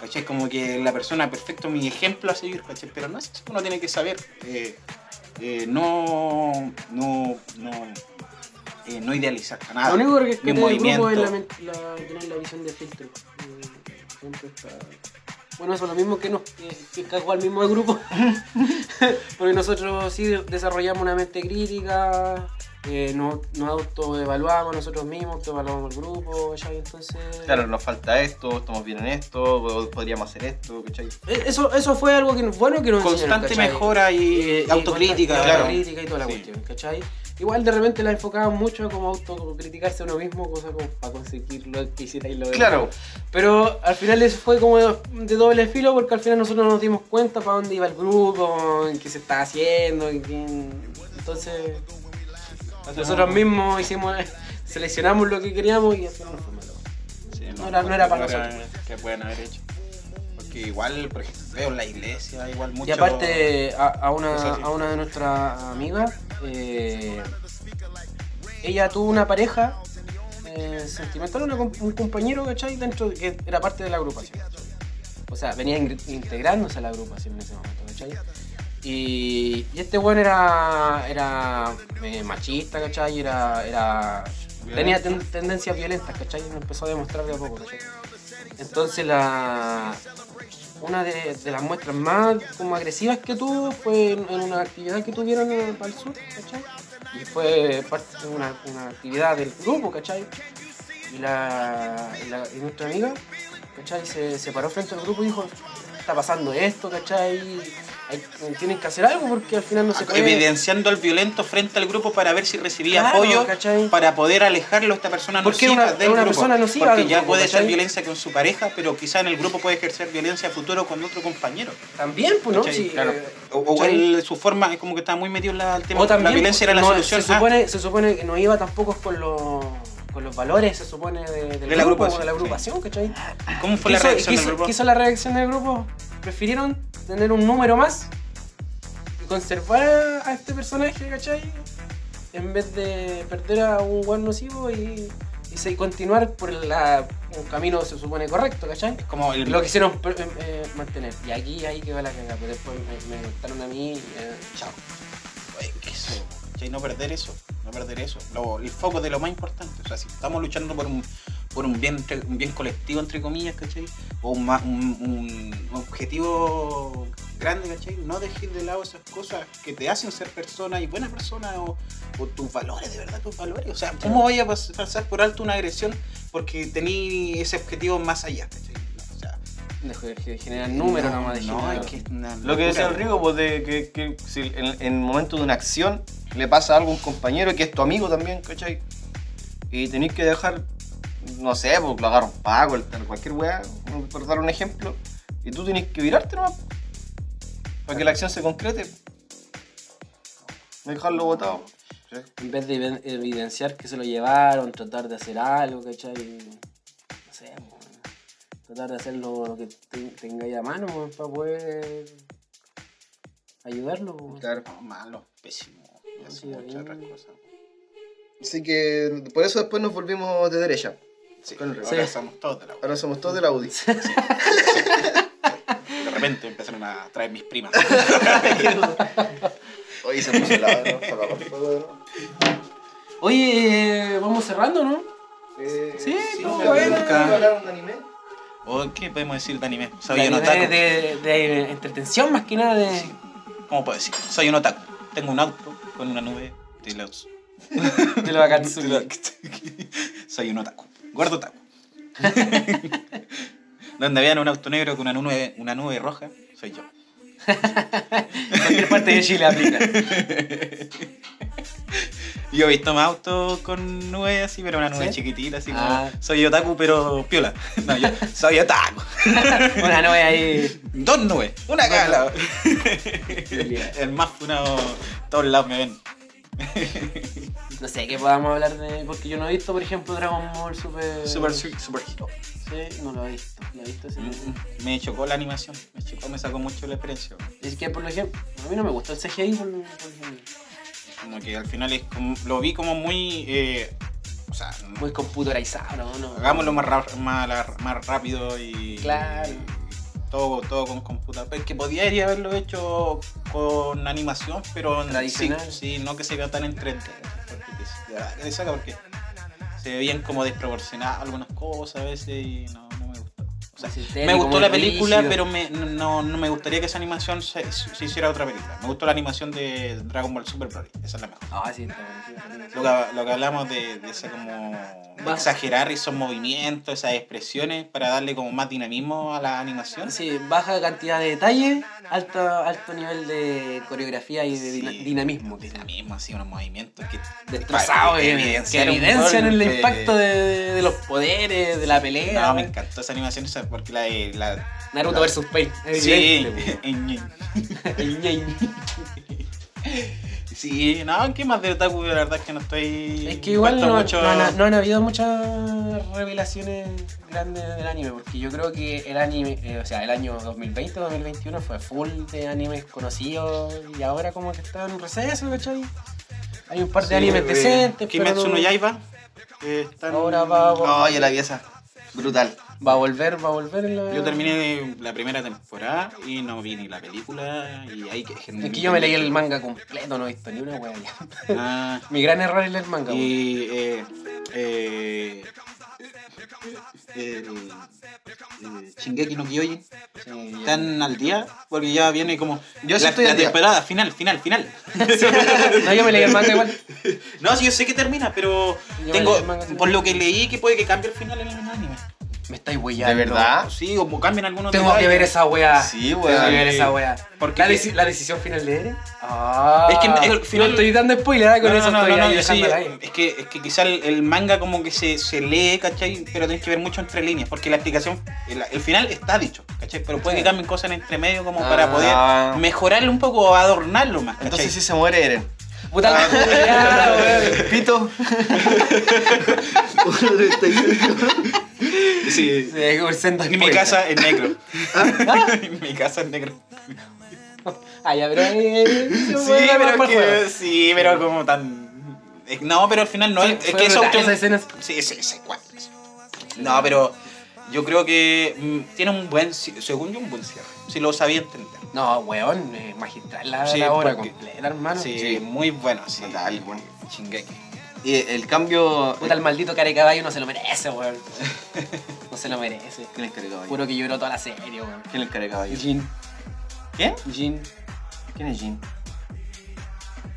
[SPEAKER 3] ¿cachai? Como que la persona perfecta, mi ejemplo a seguir, ¿cachai? Pero no es eso, uno tiene que saber, eh, eh, no, no, no, eh, no idealizar a
[SPEAKER 1] Lo
[SPEAKER 3] nada.
[SPEAKER 1] único que es que
[SPEAKER 3] Ni
[SPEAKER 1] tiene el grupo es la,
[SPEAKER 3] movimiento.
[SPEAKER 1] men- la- tener la visión de filtro. Eh, siempre está- Bueno, eso es lo mismo que nos que, que cagó al mismo grupo. Porque nosotros sí desarrollamos una mente crítica, eh, no- nos autoevaluamos nosotros mismos, autoevaluamos el grupo, ¿cachai? Entonces.
[SPEAKER 6] Claro, nos falta esto, estamos bien en esto, o podríamos hacer esto, ¿cachai?
[SPEAKER 1] Eh, Eso, eso fue algo que, bueno que nos enseñaron,
[SPEAKER 3] Constante
[SPEAKER 1] ¿cachai?
[SPEAKER 3] mejora y,
[SPEAKER 1] Y
[SPEAKER 3] autocrítica.
[SPEAKER 1] constante
[SPEAKER 6] eh, claro.
[SPEAKER 1] autocrítica y toda la
[SPEAKER 3] Sí.
[SPEAKER 1] cuestión, ¿cachai? Igual de repente la enfocaban mucho como autocriticarse a uno mismo, cosa como para conseguir lo que hicierais lo demás.
[SPEAKER 6] Claro,
[SPEAKER 1] Pero al final eso fue como de, de doble filo porque al final nosotros nos dimos cuenta para dónde iba el grupo, en qué se estaba haciendo, en quién- Entonces nosotros mismos hicimos, seleccionamos lo que queríamos y al final no fue malo.
[SPEAKER 3] Sí,
[SPEAKER 1] No era- no era para
[SPEAKER 3] era- Que pueden haber hecho. Porque igual, por ejemplo, veo en la iglesia, igual mucho.
[SPEAKER 1] Y aparte, a, a una,
[SPEAKER 3] Eso sí.
[SPEAKER 1] a una de nuestras amigas, eh, ella tuvo una pareja eh, sentimental, una com- un compañero, ¿cachai? Dentro, de- que era parte de la agrupación. O sea, venía ingre- integrándose a la agrupación en ese momento, ¿cachai? Y, y este weón era, era eh, machista, ¿cachai? Era, era, tenía ten- tendencias violentas, ¿cachai? Y lo empezó a demostrar de a poco, ¿cachai? Entonces la, una de, de las muestras más como agresivas que tuvo fue en, en una actividad que tuvieron eh, para el sur, ¿cachai? Y fue parte de una, una actividad del grupo, ¿cachai? Y, la, y la- y nuestra amiga, ¿cachai? Se, se paró frente al grupo y dijo, está pasando esto, ¿cachai? Hay- tienen que hacer algo porque al final no
[SPEAKER 3] Ah,
[SPEAKER 1] se puede...
[SPEAKER 3] Evidenciando al violento frente al grupo para ver si recibía
[SPEAKER 1] Claro,
[SPEAKER 3] apoyo
[SPEAKER 1] ¿cachai?
[SPEAKER 3] para poder alejarlo a esta persona
[SPEAKER 1] Porque
[SPEAKER 3] nociva
[SPEAKER 1] una-
[SPEAKER 3] del
[SPEAKER 1] una
[SPEAKER 3] grupo.
[SPEAKER 1] persona nociva
[SPEAKER 3] porque
[SPEAKER 1] del
[SPEAKER 3] ya
[SPEAKER 1] grupo,
[SPEAKER 3] puede ser
[SPEAKER 1] ¿cachai?
[SPEAKER 3] violencia con su pareja, pero quizá en el grupo puede ejercer violencia a futuro con otro compañero.
[SPEAKER 1] También, pues, ¿no?
[SPEAKER 3] ¿cachai?
[SPEAKER 1] Sí,
[SPEAKER 3] Claro.
[SPEAKER 1] eh,
[SPEAKER 3] O, o
[SPEAKER 1] ¿cachai?
[SPEAKER 3] él, su forma es como que estaba muy metido en la, el tema.
[SPEAKER 1] O también,
[SPEAKER 3] la violencia era la
[SPEAKER 1] no,
[SPEAKER 3] solución.
[SPEAKER 1] Se
[SPEAKER 3] Ah,
[SPEAKER 1] supone, se supone que no iba tampoco con los, con los valores, se supone, de, del
[SPEAKER 3] De la
[SPEAKER 1] grupo,
[SPEAKER 3] agrupación,
[SPEAKER 1] de la agrupación, ¿cachai?
[SPEAKER 3] Ah, ¿Cómo fue
[SPEAKER 1] ¿Qué
[SPEAKER 3] la
[SPEAKER 1] hizo-
[SPEAKER 3] reacción
[SPEAKER 1] qué
[SPEAKER 3] del
[SPEAKER 1] hizo-
[SPEAKER 3] grupo?
[SPEAKER 1] qué hizo la reacción del grupo? Prefirieron tener un número más y conservar a este personaje, ¿cachai? En vez de perder a un buen nocivo y, y se- continuar por la, un camino, se supone, correcto, ¿cachai?
[SPEAKER 3] Como el
[SPEAKER 1] Lo quisieron per- eh, eh, mantener. Y aquí, ahí quedó la cagada, pero después me, me contaron a mí, eh, chao.
[SPEAKER 3] Ay, ¿qué es eso? ¿Cachai? No perder eso, no perder eso. Lo- el foco de lo más importante. O sea, si estamos luchando por un, por un, bien, entre- un bien colectivo, entre comillas, ¿cachai? O un, ma- un- un objetivo grande, ¿cachai? No dejes de lado esas cosas que te hacen ser persona y buena persona o, o tus valores, de verdad, tus valores. O sea, ¿cómo vaya a pas- pasar por alto una agresión porque tení ese objetivo más allá, ¿cachai? No, o sea,
[SPEAKER 1] Dejo de generar números nomás de
[SPEAKER 3] no,
[SPEAKER 1] generar-
[SPEAKER 3] es que es una
[SPEAKER 6] lo que decía el
[SPEAKER 3] locura.
[SPEAKER 6] Rigo, pues de que, que si en, en momento de una acción le pasa algo a un compañero que es tu amigo también, ¿cachai? Y tenéis que dejar, no sé, pues lo agarra un pago, el tal, cualquier weá, por dar un ejemplo, y tú tenés que virarte nomás, pues, para que la acción se concrete. No dejarlo botado.
[SPEAKER 1] En vez de evi- evidenciar que se lo llevaron, tratar de hacer algo, ¿cachai? No sé, po, weón. tratar de hacer lo, lo que te- tengáis a mano weón, para poder ayudarlo. po.
[SPEAKER 6] Claro.
[SPEAKER 3] No, malo, pésimo. Y hace
[SPEAKER 1] Sí,
[SPEAKER 3] muchas
[SPEAKER 1] ahí-
[SPEAKER 3] otras cosas.
[SPEAKER 9] Así que por eso después nos volvimos de derecha.
[SPEAKER 3] Sí,
[SPEAKER 9] Con el Rigo.
[SPEAKER 3] ahora somos todos de la
[SPEAKER 9] Ahora somos todos de la UDI.
[SPEAKER 3] De repente empezaron a traer mis primas.
[SPEAKER 9] Oye, se puso helado, ¿no? Se apagó el fuego, ¿no?
[SPEAKER 1] Oye, eh, vamos cerrando, ¿no?
[SPEAKER 9] Eh,
[SPEAKER 1] Sí, no,
[SPEAKER 9] pero
[SPEAKER 1] bueno.
[SPEAKER 9] nunca hablaron de anime?
[SPEAKER 3] ¿O Oh, qué podemos decir de anime? Soy
[SPEAKER 1] De,
[SPEAKER 3] un
[SPEAKER 1] de,
[SPEAKER 3] otaku.
[SPEAKER 1] de- de entretención más que nada de...
[SPEAKER 3] ¿Cómo puedo decir? Soy un otaku. Tengo un auto con una nube de los.
[SPEAKER 1] De lo Akatsuki.
[SPEAKER 3] Soy un otaku. Gordo otaku. Donde vean un auto negro con una nube, una nube roja, soy yo.
[SPEAKER 1] Cualquier parte de Chile aplica.
[SPEAKER 3] Yo he visto más autos con nubes así, pero una nube
[SPEAKER 1] ¿Sí?
[SPEAKER 3] chiquitita, así
[SPEAKER 1] Ah.
[SPEAKER 3] como. Soy otaku, pero piola. No, yo soy otaku.
[SPEAKER 1] Una nube ahí.
[SPEAKER 3] Dos nubes, una cada lado.
[SPEAKER 1] Julia.
[SPEAKER 3] El más funado, todos lados me ven.
[SPEAKER 1] No sé, ¿qué podamos hablar de...? Porque yo no he visto, por ejemplo, Dragon Ball Super...
[SPEAKER 3] Super, super hero.
[SPEAKER 1] Sí, no lo he visto. No he visto ese
[SPEAKER 3] Mm, Me chocó la animación, me chocó, me sacó mucho la experiencia.
[SPEAKER 1] Es que, por ejemplo, a mí no me gustó el CGI, por, por ejemplo.
[SPEAKER 3] Como que al final es como- lo vi como muy. eh, o sea,
[SPEAKER 1] Muy computarizado, ¿no? no.
[SPEAKER 3] hagámoslo más, ra- más, la- más rápido y.
[SPEAKER 1] Claro.
[SPEAKER 3] y todo, todo con computador. Es que podría haberlo hecho con animación, pero en-
[SPEAKER 1] Tradicional.
[SPEAKER 3] Sí, sí, no que se vea tan en 3D. Porque te- de verdad que te saca porque se veían como desproporcionadas algunas cosas a veces y no, no me gustó. O sea, Me gustó la película, pero me- no, no me gustaría que esa animación se, se hiciera otra película. Me gustó la animación de Dragon Ball Super Broly, esa es la mejor.
[SPEAKER 1] Ah, sí, está bueno.
[SPEAKER 3] Lo que, lo que hablamos de, de ese como
[SPEAKER 1] Más.
[SPEAKER 3] exagerar esos movimientos, esas expresiones para darle como más dinamismo a la animación.
[SPEAKER 1] Sí, baja cantidad de detalle, alto, alto nivel de coreografía y de dina-
[SPEAKER 3] Sí.
[SPEAKER 1] dinamismo.
[SPEAKER 3] Dinamismo, así unos movimientos que
[SPEAKER 1] Destrozado,
[SPEAKER 3] pa-
[SPEAKER 1] eh, que
[SPEAKER 3] evidenciaron un
[SPEAKER 1] evidencian el
[SPEAKER 3] golpe.
[SPEAKER 1] impacto de, de los poderes, de la pelea.
[SPEAKER 3] No, me encantó esa animación esa porque la de la
[SPEAKER 1] Naruto vs. Pain.
[SPEAKER 3] Sí.
[SPEAKER 1] evidente, po.
[SPEAKER 3] sí, no, que más de Otaku la verdad es que no estoy
[SPEAKER 1] es que igual
[SPEAKER 3] falta
[SPEAKER 1] no,
[SPEAKER 3] mucho-
[SPEAKER 1] no han, no han habido muchas revelaciones grandes del anime, porque yo creo que el anime, eh, o sea, el año 2020-2021 fue full de animes conocidos y ahora como que está en un receso, ¿cachai? Hay un par de
[SPEAKER 2] Sí,
[SPEAKER 1] animes
[SPEAKER 2] eh,
[SPEAKER 1] decentes,
[SPEAKER 3] Kimetsu
[SPEAKER 1] pero
[SPEAKER 3] no Yaiba eh, están-
[SPEAKER 1] ahora va, va-
[SPEAKER 9] No, ya la vi esa. Brutal.
[SPEAKER 1] va a volver, va a volver. La...
[SPEAKER 3] Yo terminé la primera temporada y no vi ni la película y ahí que
[SPEAKER 1] Es que yo me leí el manga completo, no he visto ni una wea ya.
[SPEAKER 3] Ah,
[SPEAKER 1] Mi gran error es el manga. weón.
[SPEAKER 3] y eh, eh, el- eh, Shingeki no Kyojin
[SPEAKER 1] Sí, ya.
[SPEAKER 3] están al día porque ya viene como
[SPEAKER 9] Yo sí
[SPEAKER 3] la,
[SPEAKER 9] estoy
[SPEAKER 3] la
[SPEAKER 9] al día.
[SPEAKER 3] temporada final final final
[SPEAKER 1] No, yo me leí el manga igual.
[SPEAKER 3] no sí, yo sé que termina pero
[SPEAKER 1] Yo
[SPEAKER 3] tengo
[SPEAKER 1] leí el manga, sí.
[SPEAKER 3] por lo que leí que puede que cambie el final en el anime
[SPEAKER 1] Me estáis weyando.
[SPEAKER 9] verdad?
[SPEAKER 3] sí o cambian algunos
[SPEAKER 1] Tengo que ver esa wea.
[SPEAKER 9] Sí,
[SPEAKER 1] Tengo que
[SPEAKER 9] weón.
[SPEAKER 1] ver esa wea.
[SPEAKER 3] porque
[SPEAKER 1] ¿La, deci- la decisión final de Eren? Ah,
[SPEAKER 3] Es que el final-
[SPEAKER 1] No estoy dando spoiler, ¿eh? con
[SPEAKER 3] No, no,
[SPEAKER 1] eso
[SPEAKER 3] no,
[SPEAKER 1] estoy
[SPEAKER 3] no,
[SPEAKER 1] ahí
[SPEAKER 3] yo sí,
[SPEAKER 1] dejándola ahí.
[SPEAKER 3] es que, es que quizá el, el manga como que se, se lee, ¿cachai? Pero tenés que ver mucho entre líneas, porque la explicación, el, el final está dicho, ¿cachai? Pero puede que cambien cosas en entre medio como para poder
[SPEAKER 9] Ah,
[SPEAKER 3] mejorarlo un poco o adornarlo más, ¿cachai?
[SPEAKER 9] entonces sí se muere Eren.
[SPEAKER 1] Puta
[SPEAKER 3] Ah.
[SPEAKER 1] la wea, weón.
[SPEAKER 9] Pito. Uno treinta y cinco.
[SPEAKER 3] Sí.
[SPEAKER 1] Se dejó el sendo
[SPEAKER 3] En mi
[SPEAKER 1] spoiler.
[SPEAKER 3] casa es negro. en mi casa es negro.
[SPEAKER 1] Ah, ya, pero. eh, eh,
[SPEAKER 3] Sí,
[SPEAKER 1] weón,
[SPEAKER 3] pero,
[SPEAKER 1] por
[SPEAKER 3] que-
[SPEAKER 1] juego.
[SPEAKER 3] sí, pero como tan... es- No, pero al final no es, es
[SPEAKER 1] Fue
[SPEAKER 3] que eso...
[SPEAKER 1] brutal, esas escenas.
[SPEAKER 3] Sí, sí, sí, cuatro. No, pero yo creo que mm, tiene un buen, ci- según yo, un buen cierre. Si lo sabía entender.
[SPEAKER 1] No, weón, eh, magistral la,
[SPEAKER 3] Sí,
[SPEAKER 1] la obra
[SPEAKER 3] porque-
[SPEAKER 1] completa, hermano.
[SPEAKER 3] sí, muy bueno, sí.
[SPEAKER 9] Dale, weón.
[SPEAKER 3] Shingeki.
[SPEAKER 9] Y el cambio.
[SPEAKER 1] Puta, el maldito carecaballo no se lo merece, weón. No se lo merece.
[SPEAKER 9] ¿Quién es Carecaballo?
[SPEAKER 1] Juro que lloró toda la serie, weón.
[SPEAKER 9] ¿Quién es Carecaballo?
[SPEAKER 1] Jin.
[SPEAKER 3] ¿Quién?
[SPEAKER 1] Jin.
[SPEAKER 9] ¿Quién es Jin?